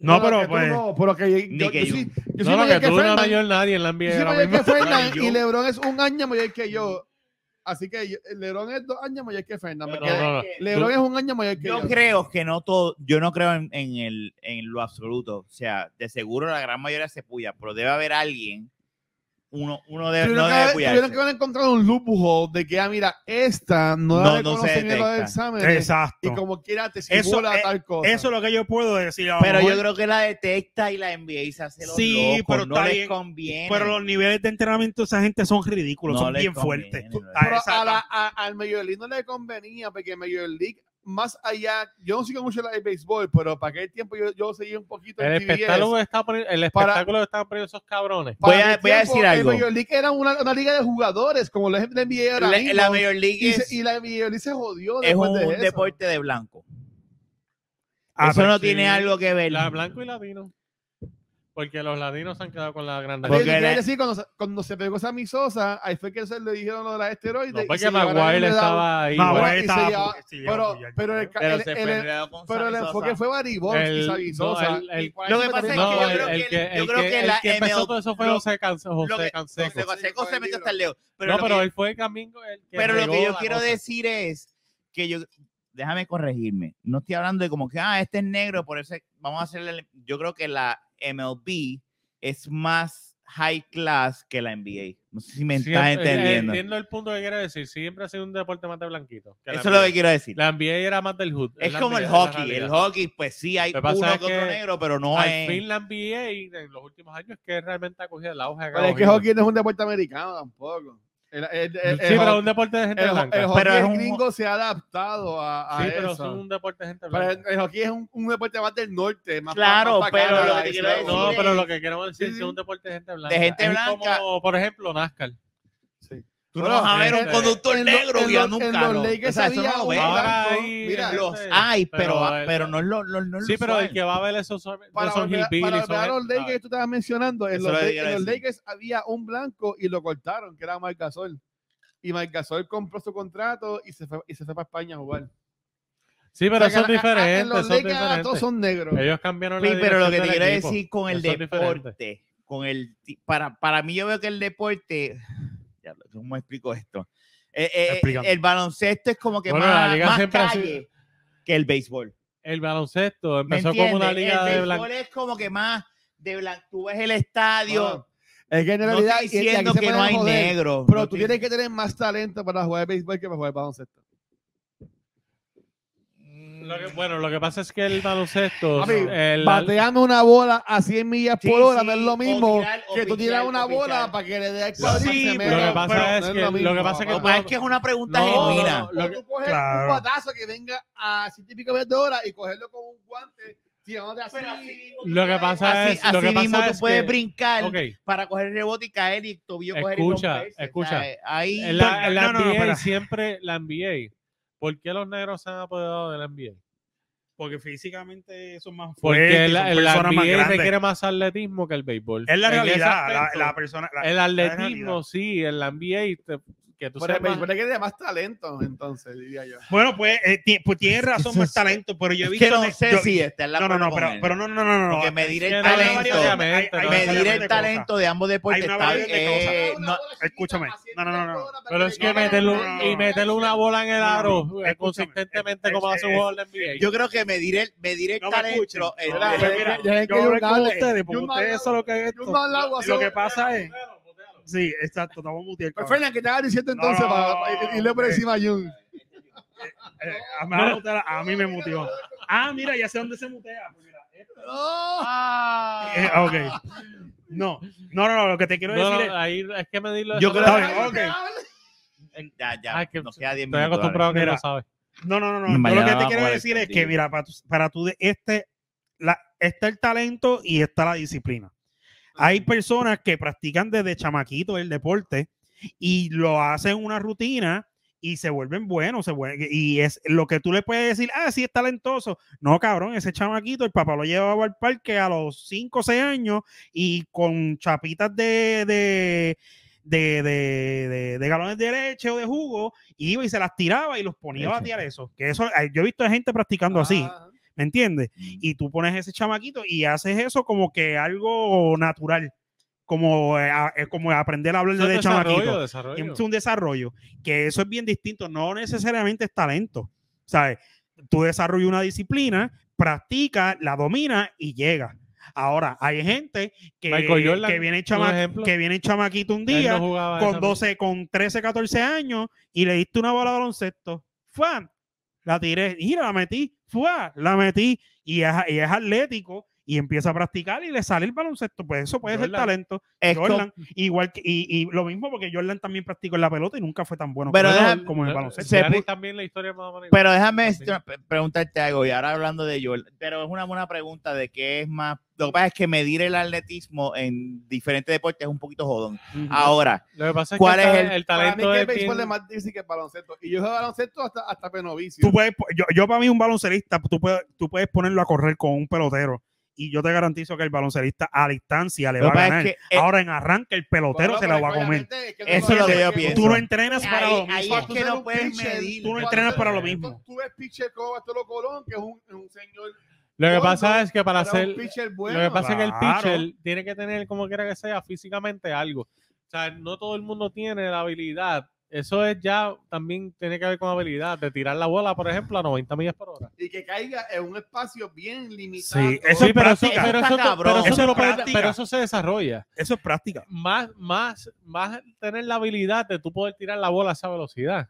S2: No, pero
S3: que tú
S2: pues.
S3: no, pero que yo,
S1: Ni
S3: yo,
S1: que
S3: yo
S1: yo.
S3: sí- yo soy
S5: No, no, que
S3: mayor que
S5: tú no eres
S3: Fernan.
S5: mayor nadie en la
S3: Yo
S5: NBA.
S3: soy
S5: ahora
S3: mayor que
S5: mismo.
S3: Fernan
S1: Ni yo.
S3: y LeBron es un año mayor que yo. Así que yo- eh, LeBron es dos años mayor que Fernan. me
S5: No,
S3: quedé-
S5: no, no.
S3: LeBron es un año mayor que yo.
S1: Yo creo que no todo, yo no creo en, en el, en lo absoluto. O sea, de seguro la gran mayoría se puya, pero debe haber alguien, uno, uno debe, no
S3: Tuvieron que
S1: debe
S3: haber-
S1: cuidarse.
S3: tuvieron que haber encontrado un loophole de que, ah, mira, esta no,
S1: No,
S3: la
S1: no se
S3: reconocen en los
S1: detecta.
S3: exámenes.
S4: Exacto.
S3: Y como quiera te
S4: Eso
S3: simula
S4: es-
S3: tal cosa.
S4: Eso es lo que yo puedo decir. a lo
S1: Pero yo
S4: mejor-
S1: creo que la detecta y la envía y se hace los
S4: Sí,
S1: locos,
S4: pero
S1: no
S4: está
S1: les
S4: bien.
S1: conviene.
S4: pero los niveles de entrenamiento de esa gente son ridículos,
S1: No
S4: son
S1: les
S4: bien
S1: conviene,
S4: fuertes.
S1: no les-
S4: Ah,
S3: Pero
S4: exacto.
S3: a la- a- al Major League no le convenía, porque Major League, más allá, yo no sigo mucho el béisbol, pero para aquel tiempo yo, yo seguí un poquito
S5: El
S3: en TBS.
S5: espectáculo que estaba poniendo, el
S3: Para-
S5: espectáculo que estaban poniendo esos cabrones.
S1: Voy
S3: Para
S1: a-
S3: aquel
S1: voy a
S3: tiempo,
S1: decir algo.
S3: El Major League era una, una liga de jugadores, como la gente de NBA ahora
S1: la,
S3: mismo,
S1: la Major League
S3: y,
S1: es,
S3: se- y la Major League se jodió
S1: es
S3: después
S1: un
S3: de eso.
S1: deporte de blanco.
S4: Ah,
S1: Eso
S4: pero-
S1: no tiene algo que ver.
S5: La blanco y latino. Porque los latinos se han quedado con la grande.
S1: Porque
S3: Porque quiere
S1: era-
S3: decir, cuando, se- cuando se pegó Sammy Sosa, ahí fue que se le dijeron lo de las esteroides.
S5: No
S3: y
S5: fue
S3: se
S5: que
S3: llevaron
S5: Maguire
S3: el medal-
S5: estaba ahí.
S4: No,
S5: güey.
S3: y
S4: Maguire
S3: se
S4: estaba-
S3: llevaba-
S4: sí, llevaba
S3: Pero,
S4: apoyar,
S3: pero, el,
S4: yo
S3: ca-
S1: pero
S3: el-
S1: se
S3: el-
S1: peleó con
S3: pero el
S1: Sammy Sosa.
S3: enfoque fue Barry Bonds y
S5: El-
S3: Sammy
S5: no,
S3: Sosa.
S5: el- el-
S3: Y por ahí
S1: Lo que
S3: se
S1: pasa es
S3: metieron-
S1: que
S5: No,
S1: yo
S5: el,
S1: creo
S5: el
S1: que-
S5: que, el
S1: yo creo
S5: que-
S1: que
S5: el
S1: la
S5: que empezó
S1: ML
S5: todo eso fue
S1: lo-
S5: José, Canseco.
S1: lo
S5: José
S1: que-
S5: Canseco.
S1: José José
S3: Sí, con
S1: se
S3: el
S1: metió
S3: libro.
S1: hasta el Leo. Pero,
S5: no,
S1: lo,
S5: pero
S1: que,
S5: él fue el camino. El que
S1: pero lo
S5: regó
S1: que yo
S5: la
S1: quiero
S5: cosa.
S1: decir es que yo, déjame corregirme, no estoy hablando de como que, ah, este es negro, por eso vamos a hacerle, yo creo que la MLB es más high class que la NBA. No sé si me estás
S5: Siempre- eh,
S1: entendiendo.
S5: Entiendo el punto que quiero decir. Siempre ha sido un deporte más de blanquito. que la
S1: Eso es lo
S5: NBA.
S1: que quiero decir.
S5: La NBA era más del hood.
S1: es
S5: la
S1: como el
S5: NBA, la
S1: hockey.
S5: realidad.
S1: El hockey, pues sí, hay
S5: Lo que
S1: uno
S5: pasa
S1: que
S5: es
S1: otro
S5: que
S1: negro, pero no
S5: Al
S1: es.
S5: fin la NBA en los últimos años que realmente ha cogido la hoja.
S3: Pero es que hockey no es un deporte americano tampoco. El, el- el- el
S5: Sí, pero
S3: hockey-
S5: un deporte de gente
S3: el,
S5: blanca.
S3: el hockey
S1: Pero es un-
S3: gringo se ha adaptado a, a
S5: sí, pero es
S3: eso.
S5: un deporte de gente
S3: Pero
S5: blanca.
S3: el, el hockey es un, un deporte más del norte. Más
S1: Claro,
S3: más
S1: pero
S3: bacana,
S1: lo que te quiero
S3: ¿sabes?
S1: decir
S5: No,
S1: es-
S5: pero lo que queremos decir
S3: Sí,
S5: es que
S3: sí.
S5: es un deporte de gente blanca.
S1: gente
S5: es
S1: blanca.
S5: Como, por ejemplo, NASCAR.
S1: Tú no eh, vas a ver un
S5: Este,
S1: conductor
S3: en lo-
S1: negro
S3: en
S1: guiando
S3: lo-
S1: un
S3: en
S1: carro.
S3: los Lakers
S1: O sea, eso no
S3: había
S1: lo
S3: un
S1: ves.
S3: blanco.
S5: Ahora hay-
S3: Mira,
S5: gente-
S1: Los hay, pero, ah,
S5: pero
S1: pero,
S5: el-
S1: no es lo, lo- no es lo
S5: Sí, pero el
S1: usual.
S5: que va a ver esos son
S3: Para
S5: esos
S3: volver a-
S5: hillbillies,
S3: para
S5: son
S3: volver
S5: ah.
S3: a los
S5: gente-
S3: Lakers que tú estabas mencionando, en
S1: Eso
S3: los,
S1: es lo que
S3: Lakers-
S1: quiero
S3: en los
S1: decir.
S3: Lakers había un blanco y lo cortaron, que era Marc Gasol. Y Marc Gasol compró su contrato y se fue, y se fue para España a jugar.
S5: Sí, pero
S3: O sea,
S5: son
S1: ah,
S3: que a- a- En
S5: diferentes,
S3: los
S5: son
S3: Lakers ahora todos
S5: diferentes.
S3: son negros.
S5: Ellos cambiaron la
S1: Sí, pero lo que
S5: dirección
S1: te
S5: del
S1: quiero
S5: equipo.
S1: decir con el
S5: Eso es diferente.
S1: deporte, con el ti- para, para mí yo veo que el deporte, ya, ¿cómo explico esto? Eh, eh,
S4: Explícame.
S1: el baloncesto es como que
S5: Bueno,
S1: más,
S5: la liga
S1: más
S5: siempre ha sido-
S1: calle que el béisbol.
S5: El baloncesto
S1: ¿Me
S5: empezó como una
S1: entiendes?
S5: liga
S1: el
S5: de
S1: béisbol
S5: blancos.
S1: es como que más de blanco. Tú ves el estadio.
S3: Es que en
S1: no
S3: realidad
S1: estoy diciendo que no hay negro.
S3: Pero
S1: No
S3: tú
S1: estoy-
S3: tienes que tener más talento para jugar béisbol que para jugar baloncesto.
S5: Lo que- bueno, lo que pasa es que el baloncesto.
S3: Papi,
S5: el-
S3: Bateando una bola a 100 millas
S1: Sí,
S3: por hora
S1: sí,
S3: no es
S1: o
S3: lo mismo
S1: tirar, o
S3: que tú tiras
S1: pichar,
S3: una
S1: o
S3: bola
S1: pichar.
S3: para que le dé al
S1: Sí,
S3: cuadro y se
S4: pero-
S3: meta.
S4: lo que pasa
S3: Pero
S5: es
S3: no
S5: que-
S3: lo
S5: lo
S3: mismo,
S5: que pasa es que
S1: Lo
S3: papá.
S1: que pasa es que es una pregunta
S5: No, no,
S1: genuina.
S5: no, lo
S3: O
S5: que-
S3: tú coges
S4: Claro.
S3: un batazo que venga a 100 y pico metros de hora y cogerlo con un guante tirándote así.
S5: lo que pasa
S1: Así,
S5: es. lo
S1: así
S5: que pasa
S1: mismo
S5: es
S1: tú puedes
S5: que-
S1: brincar
S5: ok,
S1: para coger el rebote y caer y tobillo coger
S5: Escucha,
S1: y romperse.
S5: escucha.
S1: O sea, eh, ahí
S5: En la, en la
S4: No, no, no,
S5: NBA
S4: espera.
S5: siempre, la NBA, ¿por qué los negros se han apoderado de la NBA?
S4: Porque físicamente son más
S5: Porque
S4: fuertes,
S5: la,
S4: son
S5: la
S4: personas más
S5: NBA
S4: grandes.
S5: requiere más atletismo que el béisbol.
S4: Es la
S5: En ese
S4: realidad, la,
S5: aspecto,
S4: la persona. la-
S5: el atletismo,
S4: realidad.
S5: sí, en la NBA, te- que tú
S3: Pero el
S5: seas más-
S3: béisbol hay que tener más talento, entonces, diría yo.
S4: Bueno, pues, eh, ti- pues tiene razón, más talento, pero yo he
S1: Es
S4: visto.
S1: que no
S4: ne-
S1: sé
S4: yo-
S1: si está en la
S4: No, no, no,
S1: con
S4: pero,
S1: él.
S4: pero no, no, no, no. no.
S1: Porque medir
S5: que
S1: el
S5: no hay
S1: talento,
S5: variedad de- hay
S4: variedad
S1: medir
S4: de
S1: el
S4: cosas.
S1: talento de ambos deportes
S4: Hay una
S1: está
S4: variedad de
S1: eh,
S4: cosas.
S1: no-
S4: escúchame. No, no, no, no.
S5: Pero es que
S4: No, no, no,
S5: meterle, un-
S4: no, no, no.
S5: y meterle una bola en el
S4: No, no, no.
S5: aro eh,
S4: Escúchame,
S5: consistentemente
S4: es-
S5: como
S4: es-
S5: hace un
S4: es-
S5: jugador de NBA.
S1: yo creo que medir el, medir el
S4: No me escuchen.
S1: talento es-
S4: No,
S1: es-
S4: mira,
S3: ya ven
S4: yo
S3: que yo
S4: hablé con
S3: hablo-
S4: ustedes, porque
S3: yo no
S4: ustedes
S3: hablo-
S4: son lo que es
S3: Yo
S4: esto.
S3: no hablaba así.
S4: Lo que pasa es. Sí, exacto, estamos muteados.
S3: Pues, Fernan, ¿qué estabas diciendo
S4: No,
S3: entonces
S4: no,
S3: para,
S4: no,
S3: para
S4: no,
S3: irle por
S4: eh.
S3: encima a Jun?
S4: Eh, a- me va a mutear, a mí me muteó. Ah, mira, ya sé dónde se mutea. Pues mira, esto.
S5: Ah.
S4: Eh, ok. No, no, no, no, lo que te quiero
S5: No,
S4: decir
S5: no, ahí es que medirlo.
S1: Yo
S5: eso
S1: creo-
S5: no-
S4: Ok,
S1: ya, ya,
S5: Ay, que
S1: nos queda 10
S5: Estoy
S1: minutos.
S5: acostumbrado a que
S4: Mira,
S5: no sabe.
S4: es. No, no, no, no. Yo
S1: Mañana
S4: lo que
S1: vamos
S4: te
S1: a
S4: quiero
S1: jugar el
S4: decir es que,
S1: partido.
S4: mira, para tu, para tu de- este, la, está el talento y está la disciplina. Hay personas que practican desde chamaquito el deporte y lo hacen una rutina y se vuelven buenos, se vuelven- y es lo que tú le puedes decir, ah, sí, es talentoso. No, cabrón, ese chamaquito, el papá lo llevaba al parque a los 5 o 6 años y con chapitas de, de, de, de, de- de galones de leche o de jugo, iba y se las tiraba y los ponía a
S1: Leche.
S4: batear eso. Que eso, eh, yo he visto gente practicando así,
S3: Ah,
S4: ¿me entiendes? Y tú pones ese chamaquito y haces eso como que algo natural, como, eh, a- eh, como aprender a hablar
S5: Eso
S4: de
S5: es
S4: chamaquito
S5: desarrollo, desarrollo.
S4: es un desarrollo, que eso es bien distinto, no necesariamente es talento, ¿sabes? Tú desarrollas una disciplina, practica, la domina y llega. Ahora, hay gente que,
S5: Michael Jordan,
S4: eh, que viene
S5: un
S4: chama,
S5: ejemplo.
S4: que viene chamaquito un
S5: Él
S4: día
S5: no jugaba esa-
S4: con 12, con 13, 14 años y le diste una bola de baloncesto. ¡Fua! La tiré, y la metí, ¡fua! La metí y es, y es atlético y empieza a practicar y le sale el baloncesto. Pues eso puede ser
S5: Jordan.
S4: talento.
S1: Esto-
S4: Jordan, igual que, y, y lo mismo porque Jordan también practicó en la pelota y nunca fue tan bueno
S1: Pero
S4: como,
S1: deja-
S4: como en el
S5: Pero-
S4: baloncesto.
S1: se
S5: Giannis
S1: pu-
S5: también la historia es más o menos igual.
S1: Pero déjame
S5: Sí.
S1: este, pre- preguntarte algo, y ahora hablando de Jordan, pero es una buena pregunta de qué es más. Lo que pasa es que medir el atletismo en diferentes deportes es un poquito jodón. Ahora,
S5: Lo que pasa es
S1: ¿Cuál
S5: que
S1: es
S5: ta-
S1: el-
S3: Para mí
S5: talento
S3: que
S5: de
S3: el béisbol
S5: Tim-
S3: es más difícil que el baloncesto. Y yo juego baloncesto hasta, hasta penovicio.
S4: tú puedes, po- yo, yo para mí un baloncelista, tú puedes, tú puedes ponerlo a correr con un pelotero y yo te garantizo que el baloncelista a distancia le
S1: lo
S4: va
S1: que
S4: a
S1: pasa
S4: ganar.
S1: es que eh,
S4: Ahora en arranque el pelotero
S3: Bueno,
S4: se la
S3: pero
S4: va a comer.
S3: obviamente es que
S1: Eso es lo que yo
S3: es
S1: pienso.
S4: Tú no entrenas para
S1: ahí-
S4: lo mismo.
S1: ahí es
S3: tú
S1: que
S3: eres
S1: no
S3: un
S1: puedes
S3: pitcher,
S1: medir.
S4: tú no
S3: cuando
S4: entrenas
S3: tú-
S4: para lo mismo.
S3: Tú ves pitcher como Bartolo Colón, que es un, un señor.
S5: Lo que
S3: gordo,
S5: pasa es que para
S3: era un
S5: hacer
S3: pitcher
S5: Lo que
S3: bueno.
S5: pasa es que el
S4: Claro.
S5: pitcher tiene que tener, como quiera que sea, físicamente algo. O sea, no todo el mundo tiene la habilidad. Eso es ya también tiene que ver con habilidad de tirar la bola, por ejemplo, a 90 millas por hora.
S3: Y que caiga en un espacio bien limitado.
S4: Sí, eso- es práctica.
S5: pero
S1: Está
S5: eso,
S1: cabrón.
S5: pero eso
S4: Eso es
S5: tú puedes-
S4: práctica.
S5: pero eso se desarrolla.
S4: Eso es práctica.
S5: Más, más, más tener la habilidad de tú poder tirar la bola a esa velocidad.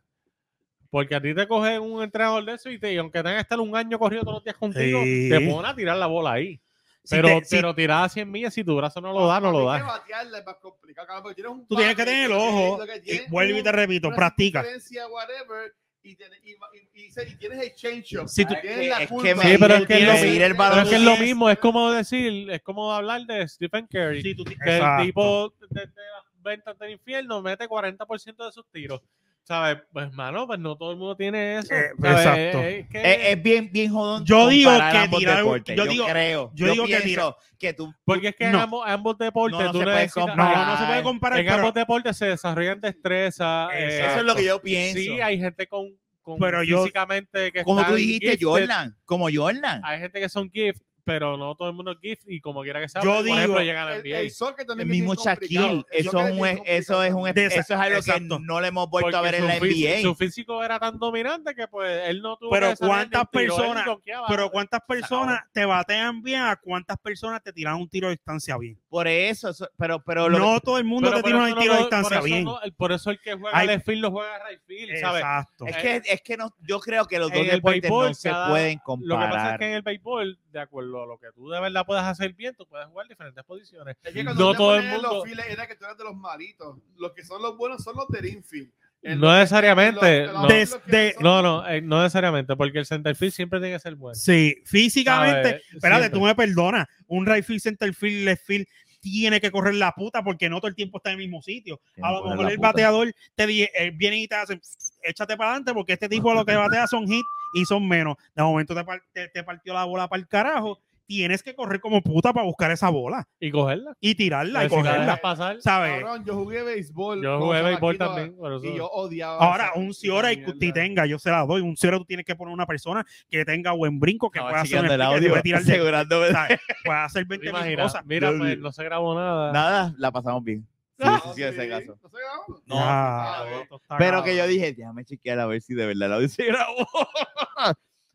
S5: Porque a ti te cogen un entrenador de eso y, te, y aunque tengan que estar un año corrido todos los días contigo,
S4: Sí.
S5: te ponen a tirar la bola ahí.
S4: Si
S5: Pero,
S4: te- si-
S5: pero tirar a 100 millas, si tu brazo no lo da, no lo
S3: Hay que
S5: da.
S3: batearla, es más complicado, cabrón, porque tienes un
S4: tú tienes que
S3: bate,
S4: tener el
S3: tienes
S4: ojo.
S3: lo que
S4: Y
S3: tienes,
S4: vuelvo y te
S3: un-
S4: repito,
S3: una
S4: practica.
S3: circunferencia, whatever, y, tiene- y- y- y se- y tienes el change up.
S4: Si tú-
S3: tienes la
S1: es que
S3: curva.
S1: medir
S5: Sí, pero es que
S1: el-
S5: es lo
S1: medir el
S3: mismo.
S5: Pero es que es lo
S1: baloncesto.
S5: mismo, es como decir, es como hablar de Stephen Curry,
S4: si tú ti-
S5: que
S4: Exacto.
S5: el tipo desde las ventas del infierno mete 40% de sus tiros. ¿Sabes? Pues, hermano, pues no todo el mundo tiene eso.
S4: Eh,
S5: ¿sabes?
S4: exacto. Eh,
S5: Es, que-
S1: es, es bien, bien jodón.
S4: Yo digo
S1: comparar
S4: que
S1: ambos
S4: tirar-
S1: deportes.
S4: yo
S1: Yo,
S4: digo-
S1: creo.
S4: yo
S1: Yo,
S4: digo que
S1: pienso que, tú.
S5: porque es que en
S4: no.
S5: ambos, ambos deportes
S1: No, no
S5: tú
S1: se puede
S5: necesitas-
S1: comparar.
S4: No, no se puede comparar,
S5: En
S4: pero-
S5: ambos deportes se desarrollan destreza. eh,
S1: Eso es lo que yo pienso.
S5: Sí, hay gente con, con
S4: Pero yo-
S5: físicamente que
S1: como tú
S5: están
S1: dijiste,
S4: este,
S5: gifted,
S1: Jordan. Como Jordan.
S5: Hay gente que son gift, pero no todo el mundo es gift y como quiera que sea,
S4: Yo
S5: por ejemplo,
S4: digo,
S5: llegan al
S3: El,
S5: NBA.
S3: el soccer
S1: El
S3: también es
S1: mismo
S3: bien complicado.
S1: Shaquille.
S3: El
S1: Eso
S3: soccer
S1: es, un,
S3: bien
S1: eso es, un,
S3: complicado.
S4: De esa-
S1: eso es algo
S4: exacto.
S1: que no le hemos vuelto a ver
S5: Porque
S1: en la
S5: su fí-
S1: NBA.
S5: Su físico era tan dominante que pues él no tuvo
S4: Pero
S5: que desarrollar
S4: ¿cuántas
S5: ni un tiro, él
S4: personas-
S5: bloqueaba.
S4: Pero cuántas personas te batean bien, a cuántas personas te tiran un tiro de distancia bien.
S1: Por eso, eso- pero, pero lo
S4: No todo el mundo
S5: Pero
S4: te
S5: por
S4: tira
S5: eso
S4: un tiro
S5: no-
S4: de
S5: por
S4: distancia
S5: eso
S4: bien.
S5: no- el- por eso el que juega
S4: Hay-
S5: left field lo juega right field, ¿sabes?
S4: Exacto.
S1: es que es que no, yo creo que los
S5: En
S1: dos
S5: el
S1: deportes
S5: béisbol,
S1: no se
S5: cada-
S1: pueden
S5: Lo que pasa es
S1: comparar.
S5: que en el béisbol, de acuerdo a lo que tú de verdad puedas hacer bien, tú puedes jugar diferentes posiciones.
S3: Es que
S5: No
S3: cuando no
S5: todo
S3: todo
S5: el mundo-
S3: Los files era que tú eras de los malitos. Los que son los buenos son los del infield. El-
S5: No necesariamente.
S3: los-
S5: No,
S3: los-
S4: Des-
S3: los que
S4: de-
S3: son-
S5: no, no, eh, no necesariamente, porque el center field siempre tiene que ser bueno.
S4: Sí, físicamente,
S5: ¿sabes?
S4: Espérate,
S5: Siempre.
S4: tú me perdonas. Un right field, center field, left field tiene que correr la puta porque no todo el tiempo está en el mismo sitio.
S1: Tiene
S4: A
S1: que
S4: lo
S1: correr
S4: mejor
S1: la
S4: el
S1: puta.
S4: bateador te di- eh, viene y te hace échate para adelante porque este tipo a lo que batea son hits y son menos. De momento te, par- te- te partió la bola para el carajo. Tienes que correr como puta para buscar esa bola
S5: Y cogerla.
S4: y tirarla y
S5: Pero si la
S4: cogerla,
S5: dejas pasar.
S4: ¿sabes?
S3: Cabrón, yo jugué béisbol.
S5: Yo
S3: con
S5: jugué béisbol
S3: chamaquitos,
S5: también. por eso-
S3: Y yo odiaba.
S4: Ahora,
S3: esa-
S4: un Ciora y
S3: esa mierda.
S4: tenga, yo se la doy. Un Ciora tú tienes que poner una persona que tenga buen brinco, que
S1: Estaba
S4: pueda hacer un
S1: chequeando el
S4: stick, que te puede
S1: audio,
S4: tirar de-
S1: asegurando
S4: ¿sabes? Puede hacer
S5: ¿Te
S4: 20 mil
S5: imaginas?
S4: cosas.
S5: Mira,
S1: Yo-
S5: pues no se grabó nada.
S1: nada, la pasamos bien. Sí,
S3: No,
S1: sí, sí, ese caso.
S3: No se grabó.
S1: No,
S4: Ah,
S3: sí, sí, sí.
S4: esto está
S1: Pero que
S4: cabrón.
S1: yo dije, déjame chequear a ver si de verdad el audio se grabó.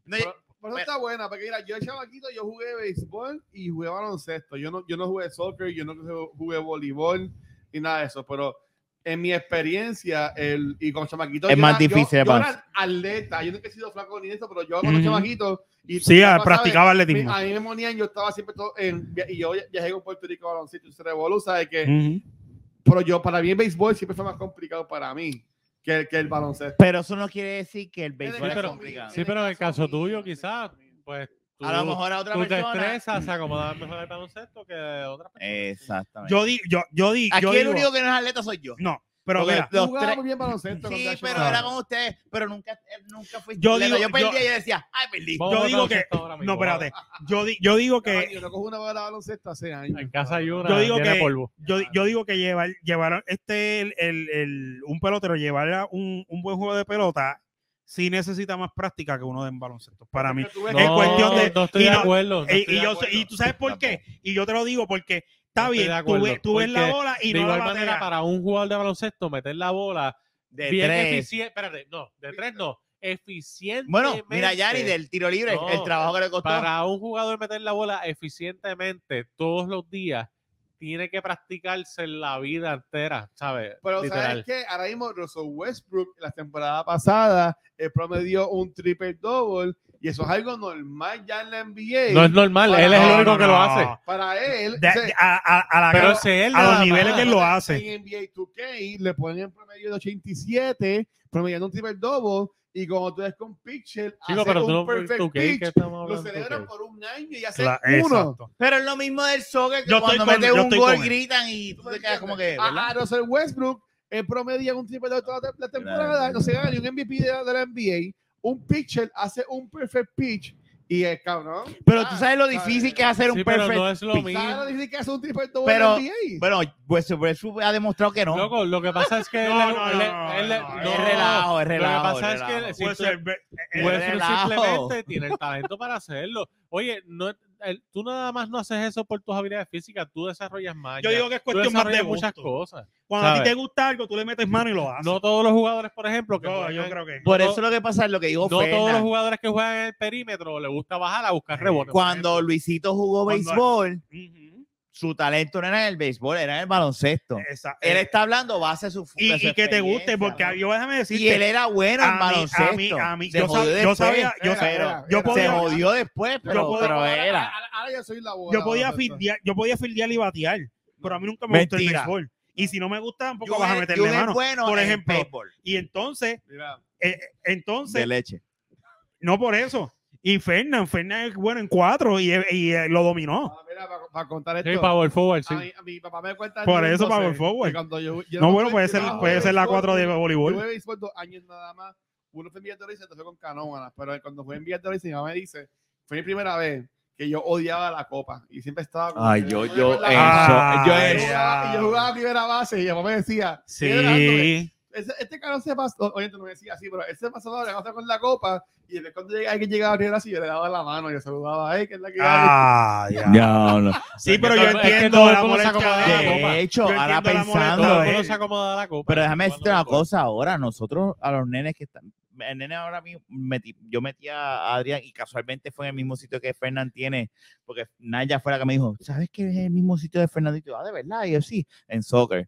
S1: No,
S3: Pero- Por eso está buena, porque mira, yo de chamaquito, yo jugué béisbol y jugué baloncesto. Yo no, yo no jugué soccer, yo no jugué- jugué voleibol ni nada de eso, pero en mi experiencia el, y con chamaquitos...
S1: Es
S3: yo
S1: más
S3: era- yo-
S1: difícil,
S3: Yo,
S1: Pabs.
S3: era atleta, yo nunca he sido flaco ni eso, pero yo con los
S4: Ujú.
S3: chamaquitos... Y
S4: Sí,
S3: tú
S4: ah,
S3: sabes,
S4: practicaba
S3: me-
S4: atletismo.
S3: A mí me monían, yo estaba siempre todo en... Y yo viajé con Puerto Rico a baloncesto y se revolú, ¿sabes
S1: eh,
S3: qué?
S4: Ujú.
S3: Pero yo, para mí el béisbol siempre fue más complicado para mí que, el- que el baloncesto.
S1: Pero eso no quiere decir que el béisbol
S5: Sí,
S1: es
S5: pero-
S1: complicado.
S5: Sí, pero en el caso tuyo, quizás, pues tú,
S1: a lo mejor a otra
S5: tú te
S1: persona.
S5: estresas, se acomoda mejor el baloncesto que otras personas.
S1: Exactamente.
S4: Yo di, yo, yo di,
S1: Aquí
S4: yo
S1: el
S4: digo-
S1: único que no es atleta soy yo.
S4: no, pero
S1: Porque
S4: mira,
S1: los
S3: Jugaba
S1: tres-
S3: muy bien baloncesto. cuando
S1: Sí,
S3: era
S1: pero
S3: chamaco.
S1: era con ustedes, pero nunca, eh, nunca fui.
S4: Yo
S1: atleta.
S4: digo-
S1: yo perdía
S4: yo-
S1: y yo decía, ay, perdí.
S5: Vamos
S4: yo
S5: a ver
S4: digo que-
S5: baloncesto ahora mismo,
S4: no, espérate,
S5: vamos
S4: yo, di- yo digo que,
S3: Yo no cojo una bola de baloncesto hace
S5: a ver.
S3: años.
S5: En casa hay una,
S4: Yo digo
S5: tiene
S4: que-
S5: polvo.
S4: yo, di- yo digo que llevar, llevar este, el, el- el- un pelotero, llevar a un, un buen juego de pelota, sí necesita más práctica que uno de en baloncesto, para mí.
S3: Tú ves
S4: No, es cuestión de-
S5: No estoy
S4: y
S5: de
S4: no-
S5: acuerdo. no
S4: Y,
S5: estoy
S4: y
S5: de
S4: yo,
S5: acuerdo.
S4: y tú sabes por qué, y yo te lo digo porque está
S5: Estoy de
S4: bien, tú,
S5: acuerdo,
S4: ves, tú ves la
S5: porque
S4: bola y
S5: De
S4: no la
S5: igual manera,
S4: bateas.
S5: para un jugador de baloncesto, meter la bola
S1: De
S5: bien
S1: tres.
S5: eficiente. Espérate, no, de tres no. eficientemente.
S1: Bueno, mira, Yari, del tiro libre,
S5: No,
S1: el trabajo que le costó.
S5: Para un jugador meter la bola eficientemente todos los días, tiene que practicarse la vida entera, ¿sabes?
S3: Pero
S5: Literal.
S3: sabes que ahora mismo Russell Westbrook, la temporada pasada, él promedió un triple double y eso es algo normal ya en la NBA.
S5: No es normal,
S3: Para-
S5: él es el
S3: No,
S5: único
S3: no,
S5: que lo hace.
S3: Para él,
S4: De-
S3: o sea, ah,
S4: de- a, a- a la-
S5: Pero ese es él
S4: a
S5: nada
S4: los niveles
S5: más.
S4: que él lo hace.
S3: en NBA 2K le ponen en promedio de 87, promediando un triple double y cuando tú ves con Pitcher,
S5: Chico,
S3: hace
S5: pero tú
S3: un
S5: no
S3: perfect
S5: tú qué,
S3: pitch,
S5: ¿qué estamos
S3: lo
S5: hablando? tú
S3: celebran
S5: qué?
S3: por un año y hace
S4: Cla-
S3: uno.
S4: Exacto.
S1: Pero es lo mismo del soccer que
S4: Yo estoy
S1: cuando
S4: con-
S1: metes un
S4: yo estoy
S1: gol
S4: con él.
S1: gritan y tú te quedas como que.
S5: Ah,
S1: ¿verdad?
S3: Ajá, Russell Westbrook, el promedio un triple double toda la- la temporada,
S1: Claro.
S3: no se gana ni un MVP de la, de la NBA, un pitcher hace un perfect pitch y el cabrón.
S1: Pero tú sabes lo
S3: ¿sabes?
S1: difícil que es hacer un
S5: ah, Sí, pero
S1: perfect.
S5: no es lo
S1: pitch.
S5: mismo.
S3: ¿Sabes lo difícil que hace un triple double
S1: Pero-
S3: en la NBA?
S1: Bueno, pues Westbrook ha demostrado que no.
S5: Loco, lo que pasa es que él-
S4: No, no,
S5: él-
S4: no,
S5: él-
S4: no,
S5: no,
S1: es relajo, es
S5: Lo que
S1: relajo.
S5: pasa
S1: es
S5: es que si
S4: Puede
S5: tú-
S4: ser, ve- eh,
S1: Pues-
S5: Westbrook
S1: relajo.
S5: simplemente tiene el talento para hacerlo. Oye, no, el- tú nada más no haces eso por tus habilidades físicas, tú desarrollas más.
S4: yo digo que es
S5: tú
S4: cuestión más de
S5: desarrollas muchas
S4: gusto.
S5: cosas.
S4: Cuando a ti
S5: ¿sabes?
S4: te gusta algo, tú le metes mano y lo haces.
S5: No todos los jugadores, por ejemplo, que
S4: yo,
S5: juegan-
S4: yo creo que.
S1: Por
S5: no-
S1: eso lo que pasa es lo que dijo
S5: no todos los
S1: Fernan.
S5: jugadores que juegan en el perímetro le gusta bajar a buscar
S4: Sí,
S5: rebotes.
S1: Cuando Luisito jugó
S4: Cuando-
S1: béisbol,
S4: Ujú.
S1: su talento no era en el béisbol, era en el baloncesto.
S4: Esa-
S1: Él está hablando base a su de
S4: Eh, y,
S5: pues
S1: su
S4: y que te guste,
S1: experiencia,
S4: porque
S1: ¿no?
S4: yo déjame decirte.
S1: Y él era bueno
S4: a
S1: en
S4: mí-
S1: baloncesto.
S4: a mí- a mí-
S1: Se
S4: yo
S1: jodió
S4: sab- yo
S1: después,
S4: sabía- yo
S1: pero-
S3: sabía-
S4: yo
S3: era-
S1: se
S4: podía-
S1: jodió después, pero,
S4: podía-
S1: pero
S3: Ahora-
S1: era.
S3: ahora- ahora yo soy la bola.
S4: yo podía
S3: Roberto.
S4: fildear, yo podía fildear y batear, pero a mí nunca me gustó el
S1: Mentira.
S4: béisbol. Y si no me gusta, tampoco
S1: Jugger-
S4: vas a meterle
S1: Jugger es
S4: mano.
S1: bueno
S4: Por
S1: en el
S4: ejemplo,
S1: béisbol.
S4: Y entonces,
S3: Mira,
S4: eh, entonces,
S1: de leche.
S4: no por eso. Y Fernán, Fernán es bueno en cuatro y, y, eh, lo dominó.
S3: ah, mira, para, para contar esto.
S5: Sí, power forward, sí.
S3: A mí- a mi papá me cuenta.
S4: Por
S3: desde
S4: eso,
S3: entonces,
S4: power forward.
S3: que cuando yo- yo
S4: No,
S3: no
S4: bueno,
S3: tuve
S4: puede ser,
S3: trabajo
S4: puede
S3: de
S4: ser la
S3: béisbol,
S4: cuatro de
S3: Yo
S4: voleibol.
S3: jugué béisbol dos años nada más. Uno fue en Villador y se fue con Canóvanas. Pero cuando fue en Villador y mi mamá me dice, fue mi primera vez que yo odiaba la copa. Y siempre estaba. como
S1: Ay,
S3: que-
S1: yo, yo, eso,
S4: Ah,
S1: yo,
S3: Yo
S4: ay,
S1: eso.
S3: jugaba, yo jugaba a primera base y mi mamá me decía, "Piedra, Andrés,
S4: Sí.
S3: ese- este cabrón se pasó, oye, tú no me decías así, pero ese pasado le pasa con la copa y después cuando llega, alguien llegaba a primera base, yo le daba la mano, yo saludaba, ay, que es la que hay.
S4: Ah, ya.
S1: No, no.
S4: Sí, pero
S5: Es
S4: yo
S5: que todo el
S4: entiendo
S5: mundo
S4: la
S5: se
S4: molestia
S5: acomoda.
S4: de él.
S5: copa.
S1: De hecho,
S4: Yo
S1: ahora
S4: entiendo la
S1: pensando,
S4: molestia,
S5: Todo el
S1: eh,
S5: mundo se acomoda a la copa.
S1: pero déjame decirte una
S5: Cuando-
S1: cosa ahora, nosotros a los nenes que están, el nene ahora mismo, metí- yo metí a Adrián y casualmente fue en el mismo sitio que Fernán tiene, porque Naya fue la que me dijo, ¿sabes que es el mismo sitio de Fernandito? Ah, de verdad, y yo sí, en soccer.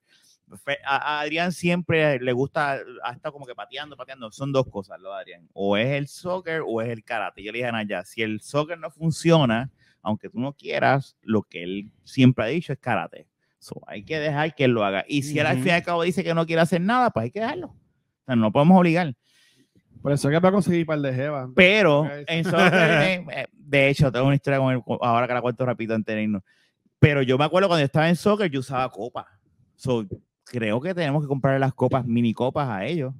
S1: Fe- A a Adrián siempre le gusta, ha estado como que pateando, pateando. Son dos cosas, lo de Adrián. O es el soccer o es el karate. Yo le dije a Naya, si el soccer no funciona, aunque tú no quieras, lo que él siempre ha dicho es karate. So, hay que dejar que él lo haga. Y si él al
S4: Ujú.
S1: fin y al cabo dice que no quiere hacer nada, pues hay que dejarlo. O sea, no lo podemos obligar.
S3: Por eso es que va a conseguir par de jevas.
S1: Pero,
S3: Ok.
S1: en soccer, eh, eh, de hecho, tengo una historia con él, ahora que la cuento rápido antes de irnos. Pero yo me acuerdo cuando yo estaba en soccer, yo usaba copas. So, creo que tenemos que comprar las copas, mini copas a ellos.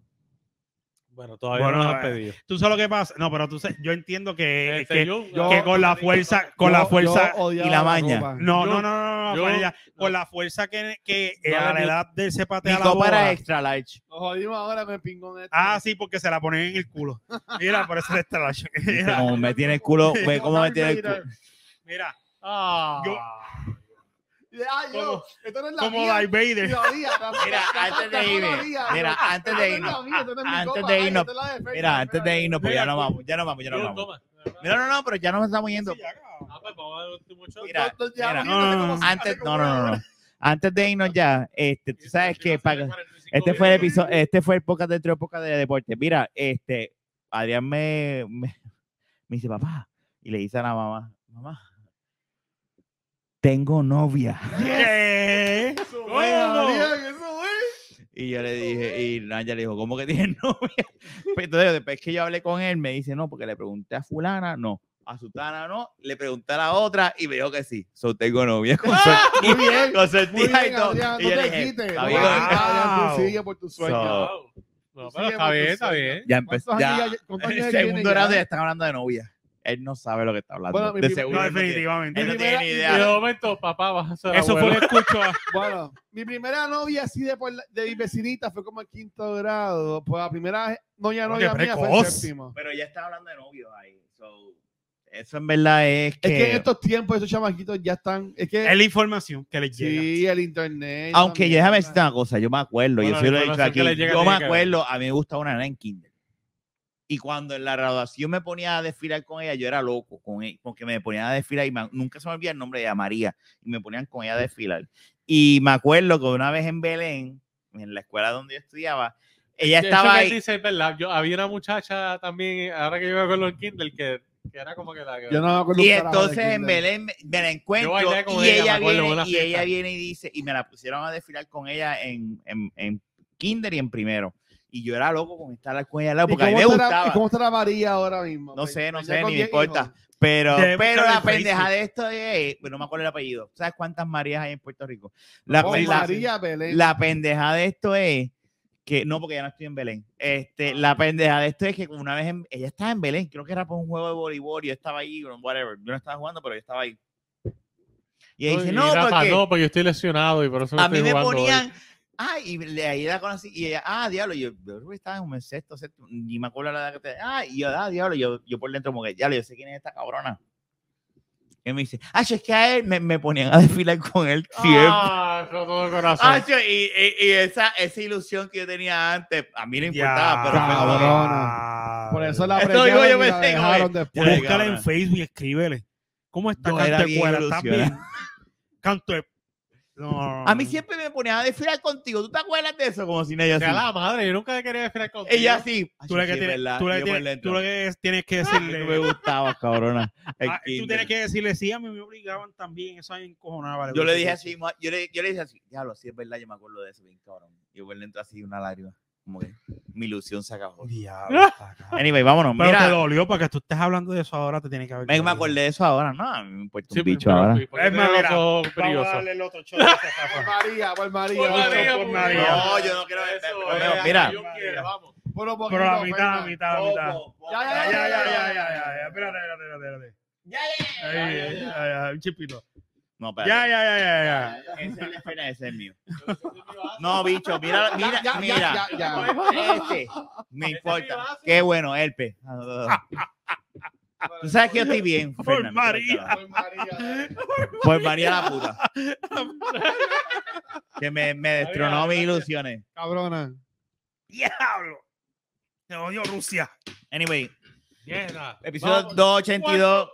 S5: Bueno, todavía no
S4: Bueno,
S5: nos han
S4: eh,
S5: pedido.
S4: Tú sabes lo que pasa. No, pero tú sabes- yo entiendo que,
S5: Este,
S4: que-
S5: yo-
S4: que
S5: yo-
S4: con la fuerza, con la
S3: Yo-
S4: fuerza.
S3: yo odiaba
S1: y la maña.
S3: copa.
S4: no,
S5: yo-
S4: no, no, no, no,
S5: yo-
S4: para allá. Con la fuerza que, que
S5: No,
S4: eh, a
S5: no,
S4: la
S5: yo-
S4: edad del se
S1: Mi
S4: patea la
S1: copa
S4: bola.
S1: era extra large.
S3: Nos jodimos ahora, me pingón esto.
S4: Ah, sí, porque se la ponen en el culo. Mira, por eso es trash.
S1: Viste
S4: Mira,
S1: Como me tiene el culo, ve cómo me tiene el culo.
S4: mira,
S5: Ah,
S4: yo-
S3: Ah,
S4: Como-
S3: yo, esto no es la
S4: como
S3: mía.
S4: Darth Vader.
S1: Mira, antes de irme, mira, antes de irnos, antes de irnos, mira, antes de irnos, pues ya no vamos, ya no vamos, ya no
S5: yo-
S1: vamos.
S5: toma.
S1: Mira, no, no, pero ya nos estamos yendo.
S5: Ah, pues vamos a ver el último shot.
S1: Mira, mira.
S4: no, no.
S1: Antes, no, no, no, no. Antes de irnos ya, este, tú sabes que para- este
S5: 45
S1: fue el
S5: minutos.
S1: episodio, este fue el podcast de Trio Podcast de Deporte. Mira, este, Adrián me, me, me dice, papá, y le dice a la mamá, mamá, tengo novia.
S4: ¿Qué?
S1: Y yo le dije, y Naya le dijo, ¿cómo que tienes novia? Pues Entonces, después que yo hablé con él, me dice, no, porque le pregunté a fulana, no. A Sutana no, le pregunté a la otra y me dijo que sí. So tengo novia con
S3: Muy
S1: sortija,
S3: bien,
S1: con
S3: Ah, Muy
S1: sortija
S3: bien,
S1: y todo.
S3: Adrián,
S1: y yo
S3: no te
S1: le dije,
S3: quites.
S1: "Está
S3: Wow.
S1: bien".
S3: Adrián, tú sigue por tu sueño.
S1: So,
S5: Wow. No, pero está
S3: Sí,
S5: bien,
S3: hemos-
S5: está bien.
S1: ya empezó.
S3: ¿Cuántos
S1: Ya,
S3: años ya- cuántos
S1: en
S3: años
S1: el
S3: ya
S1: segundo
S3: tiene ya?
S1: grado ya están hablando de novia. Él no sabe lo que está hablando.
S3: Bueno, mi
S1: de
S3: prim-
S1: seguro.
S4: No,
S1: él no tiene-
S4: definitivamente.
S1: él no
S3: Mi
S1: tiene ni
S3: primera-
S1: idea.
S5: Y de momento, papá, vas a ser
S4: Eso fue lo
S5: abuelo.
S4: que escucho. a-
S3: Bueno, mi primera novia así de, por la- de mi vecinita fue como en quinto grado. Pues la primera novia,
S4: Oye,
S3: novia mía fue en
S4: precoz.
S3: séptimo.
S1: Pero ya está hablando de novio ahí. So, eso en verdad es
S3: Es
S1: que.
S3: que en estos tiempos esos chamaquitos ya están... Es que...
S4: Es la información que les llega.
S3: sí, el internet.
S1: Aunque
S3: también,
S1: déjame
S3: ¿verdad?
S1: decirte una cosa, yo me acuerdo,
S5: Bueno,
S1: yo sí
S5: la
S1: lo he dicho
S5: información que
S1: aquí,
S5: le llega
S1: yo me
S5: tiene que ver.
S1: acuerdo, a mí me gustaba una nena en kinder. Y cuando en la graduación me ponía a desfilar con ella, yo era loco con ella, porque me ponía a desfilar y me- nunca se me olvida el nombre de ella, María, y me ponían con ella a desfilar. Y me acuerdo que una vez en Belén, en la escuela donde yo estudiaba, ella
S5: Eso
S1: estaba
S5: que
S1: ahí.
S5: dice es verdad. Yo, había una muchacha también, ahora que yo me acuerdo en Kindle, que, que era como que la que.
S3: Yo no me acuerdo
S1: Y
S3: un carajo de
S1: entonces
S3: quién
S1: en
S3: era.
S1: Belén me, me la encuentro
S5: Yo bailé con
S1: y,
S5: ella,
S1: ella,
S5: me acuerdo, en
S1: viene,
S5: una
S1: y ella
S5: fiesta.
S1: viene y dice, y me la pusieron a desfilar con ella en, en, en kinder y en primero. Y yo era loco con estar con ella al lado,
S3: ¿Y
S1: porque a mí
S3: cómo
S1: me
S3: estará-
S1: gustaba.
S3: ¿Y cómo estará María ahora mismo?
S1: No sé, no
S3: Ya
S1: sé, ni
S3: con
S1: me
S3: diez
S1: importa.
S3: hijos.
S1: Pero,
S4: Debe
S1: pero
S4: buscar
S1: la
S4: en Facebook.
S1: pendeja de esto es, pues no me acuerdo el apellido. ¿Sabes cuántas Marías hay en Puerto Rico? La,
S3: Oh,
S5: pues,
S1: la-
S3: María Belén.
S1: la pendeja de esto es que, no, porque ya no estoy en Belén. Este,
S5: Ah.
S1: la pendeja de esto es que como una vez en- ella estaba en Belén, creo que era por un juego de voleibol, y yo estaba ahí, o whatever. Yo no estaba jugando, pero yo estaba ahí. Y ella dice,
S5: Y
S1: no,
S5: Rafa,
S1: porque
S5: no, porque yo estoy lesionado y por eso no
S1: a mí
S5: estoy
S1: me
S5: jugando hoy".
S1: ponían. Ay, y le- ahí la conocí. Y ella, ah, diablo. Yo, yo creo que estaba en un sexto, sexto, ni me acuerdo la edad que te. Ah, y yo, ah, diablo. Yo, yo por dentro, como que, diablo, yo sé quién es esta cabrona. Y me dice, ah, es que a él me, me ponían a desfilar con él siempre.
S5: Ah, con todo el corazón.
S1: Ah, yo- y y- y esa, esa ilusión que yo tenía antes, a mí no importaba, pero fue como que-
S3: cabrona. Por eso la
S1: Eso
S3: prendieron
S1: digo yo,
S3: y la
S1: pensé,
S3: dejaron
S1: como
S3: después.
S1: Ay,
S4: Búscala
S1: cabrón.
S4: en Facebook y escríbele. ¿Cómo está
S1: Yo
S4: Canto
S1: era
S4: de
S1: bien
S4: Cuera? ¿Estás bien?
S1: ilusionado.
S4: Canto de... No.
S1: A mí siempre me ponían a desfilar contigo. ¿Tú te acuerdas de eso? Como si no, ella
S5: O sea,
S1: así.
S5: la madre, yo nunca quería desfilar contigo.
S1: Ella así.
S4: Tú le
S1: Ay,
S4: que
S1: sí,
S4: tienes-
S1: verdad,
S4: tú le
S1: yo por
S4: tienes-
S1: dentro.
S4: tú le que tienes que
S1: A mí
S4: decirle...
S1: no me gustaba, cabrona. el
S4: Ah, tú
S1: kinder.
S4: tienes que decirle, sí, a mí me obligaban también, eso ahí encojonaba.
S1: Yo le dije así, ma- yo le, yo le dije así, diablo, sí es verdad, yo me acuerdo de eso, bien cabrón. Y por dentro así una lágrima, como que mi ilusión se acabó.
S4: Diablo, está cabrón.
S1: Anyway, vámonos,
S4: Pero te
S1: mira,
S4: dolió para que tú estés hablando de eso ahora, te tiene que haber.
S1: me, me
S4: dolido.
S1: acordé de eso ahora, no, a mí me importa un
S5: Sí,
S1: bicho
S5: pero-
S1: ahora.
S5: ¿por qué
S4: Es más,
S5: tiene los
S4: mira,
S5: ojos
S4: Vamos
S5: brillosos?
S4: a darle el otro shot. a ese
S3: Por
S4: Rafa.
S3: María, por María.
S5: Por María,
S4: por
S5: por
S4: María.
S5: María.
S1: No, yo no quiero ver,
S5: Eso
S1: pero-
S5: es,
S1: pero mira.
S5: yo quiero, vamos.
S3: Por un poquito,
S4: Pero a
S3: venga.
S4: mitad, a mitad, a mitad.
S3: Ya, ya,
S4: Ya, ya, ya,
S3: ya,
S4: ya, ya, ya. Espérate, espérate, espérate. espérate.
S5: ya,
S4: Ahí,
S5: ya,
S4: ahí,
S5: ya.
S4: ahí, ahí, Un chipito.
S1: No, espérate.
S4: Ya, ya, ya, ya, ya.
S1: Ese es el espera, ese es mío. No, bicho, mira, mira,
S3: ya,
S1: mira.
S3: ya, ya, ya.
S1: Este, me
S5: Ese es mi
S1: importa.
S5: vaso.
S1: Qué bueno, Elpe. Tú sabes que yo estoy bien.
S4: Por
S1: Fernando,
S4: María.
S3: Por María.
S1: Por María la puta. Que me, me destronó mis ilusiones.
S3: Cabrona.
S4: Diablo. Te odio Rusia.
S1: Anyway,
S5: Mierda.
S4: ah.
S1: episodio
S5: Vamos.
S1: 282.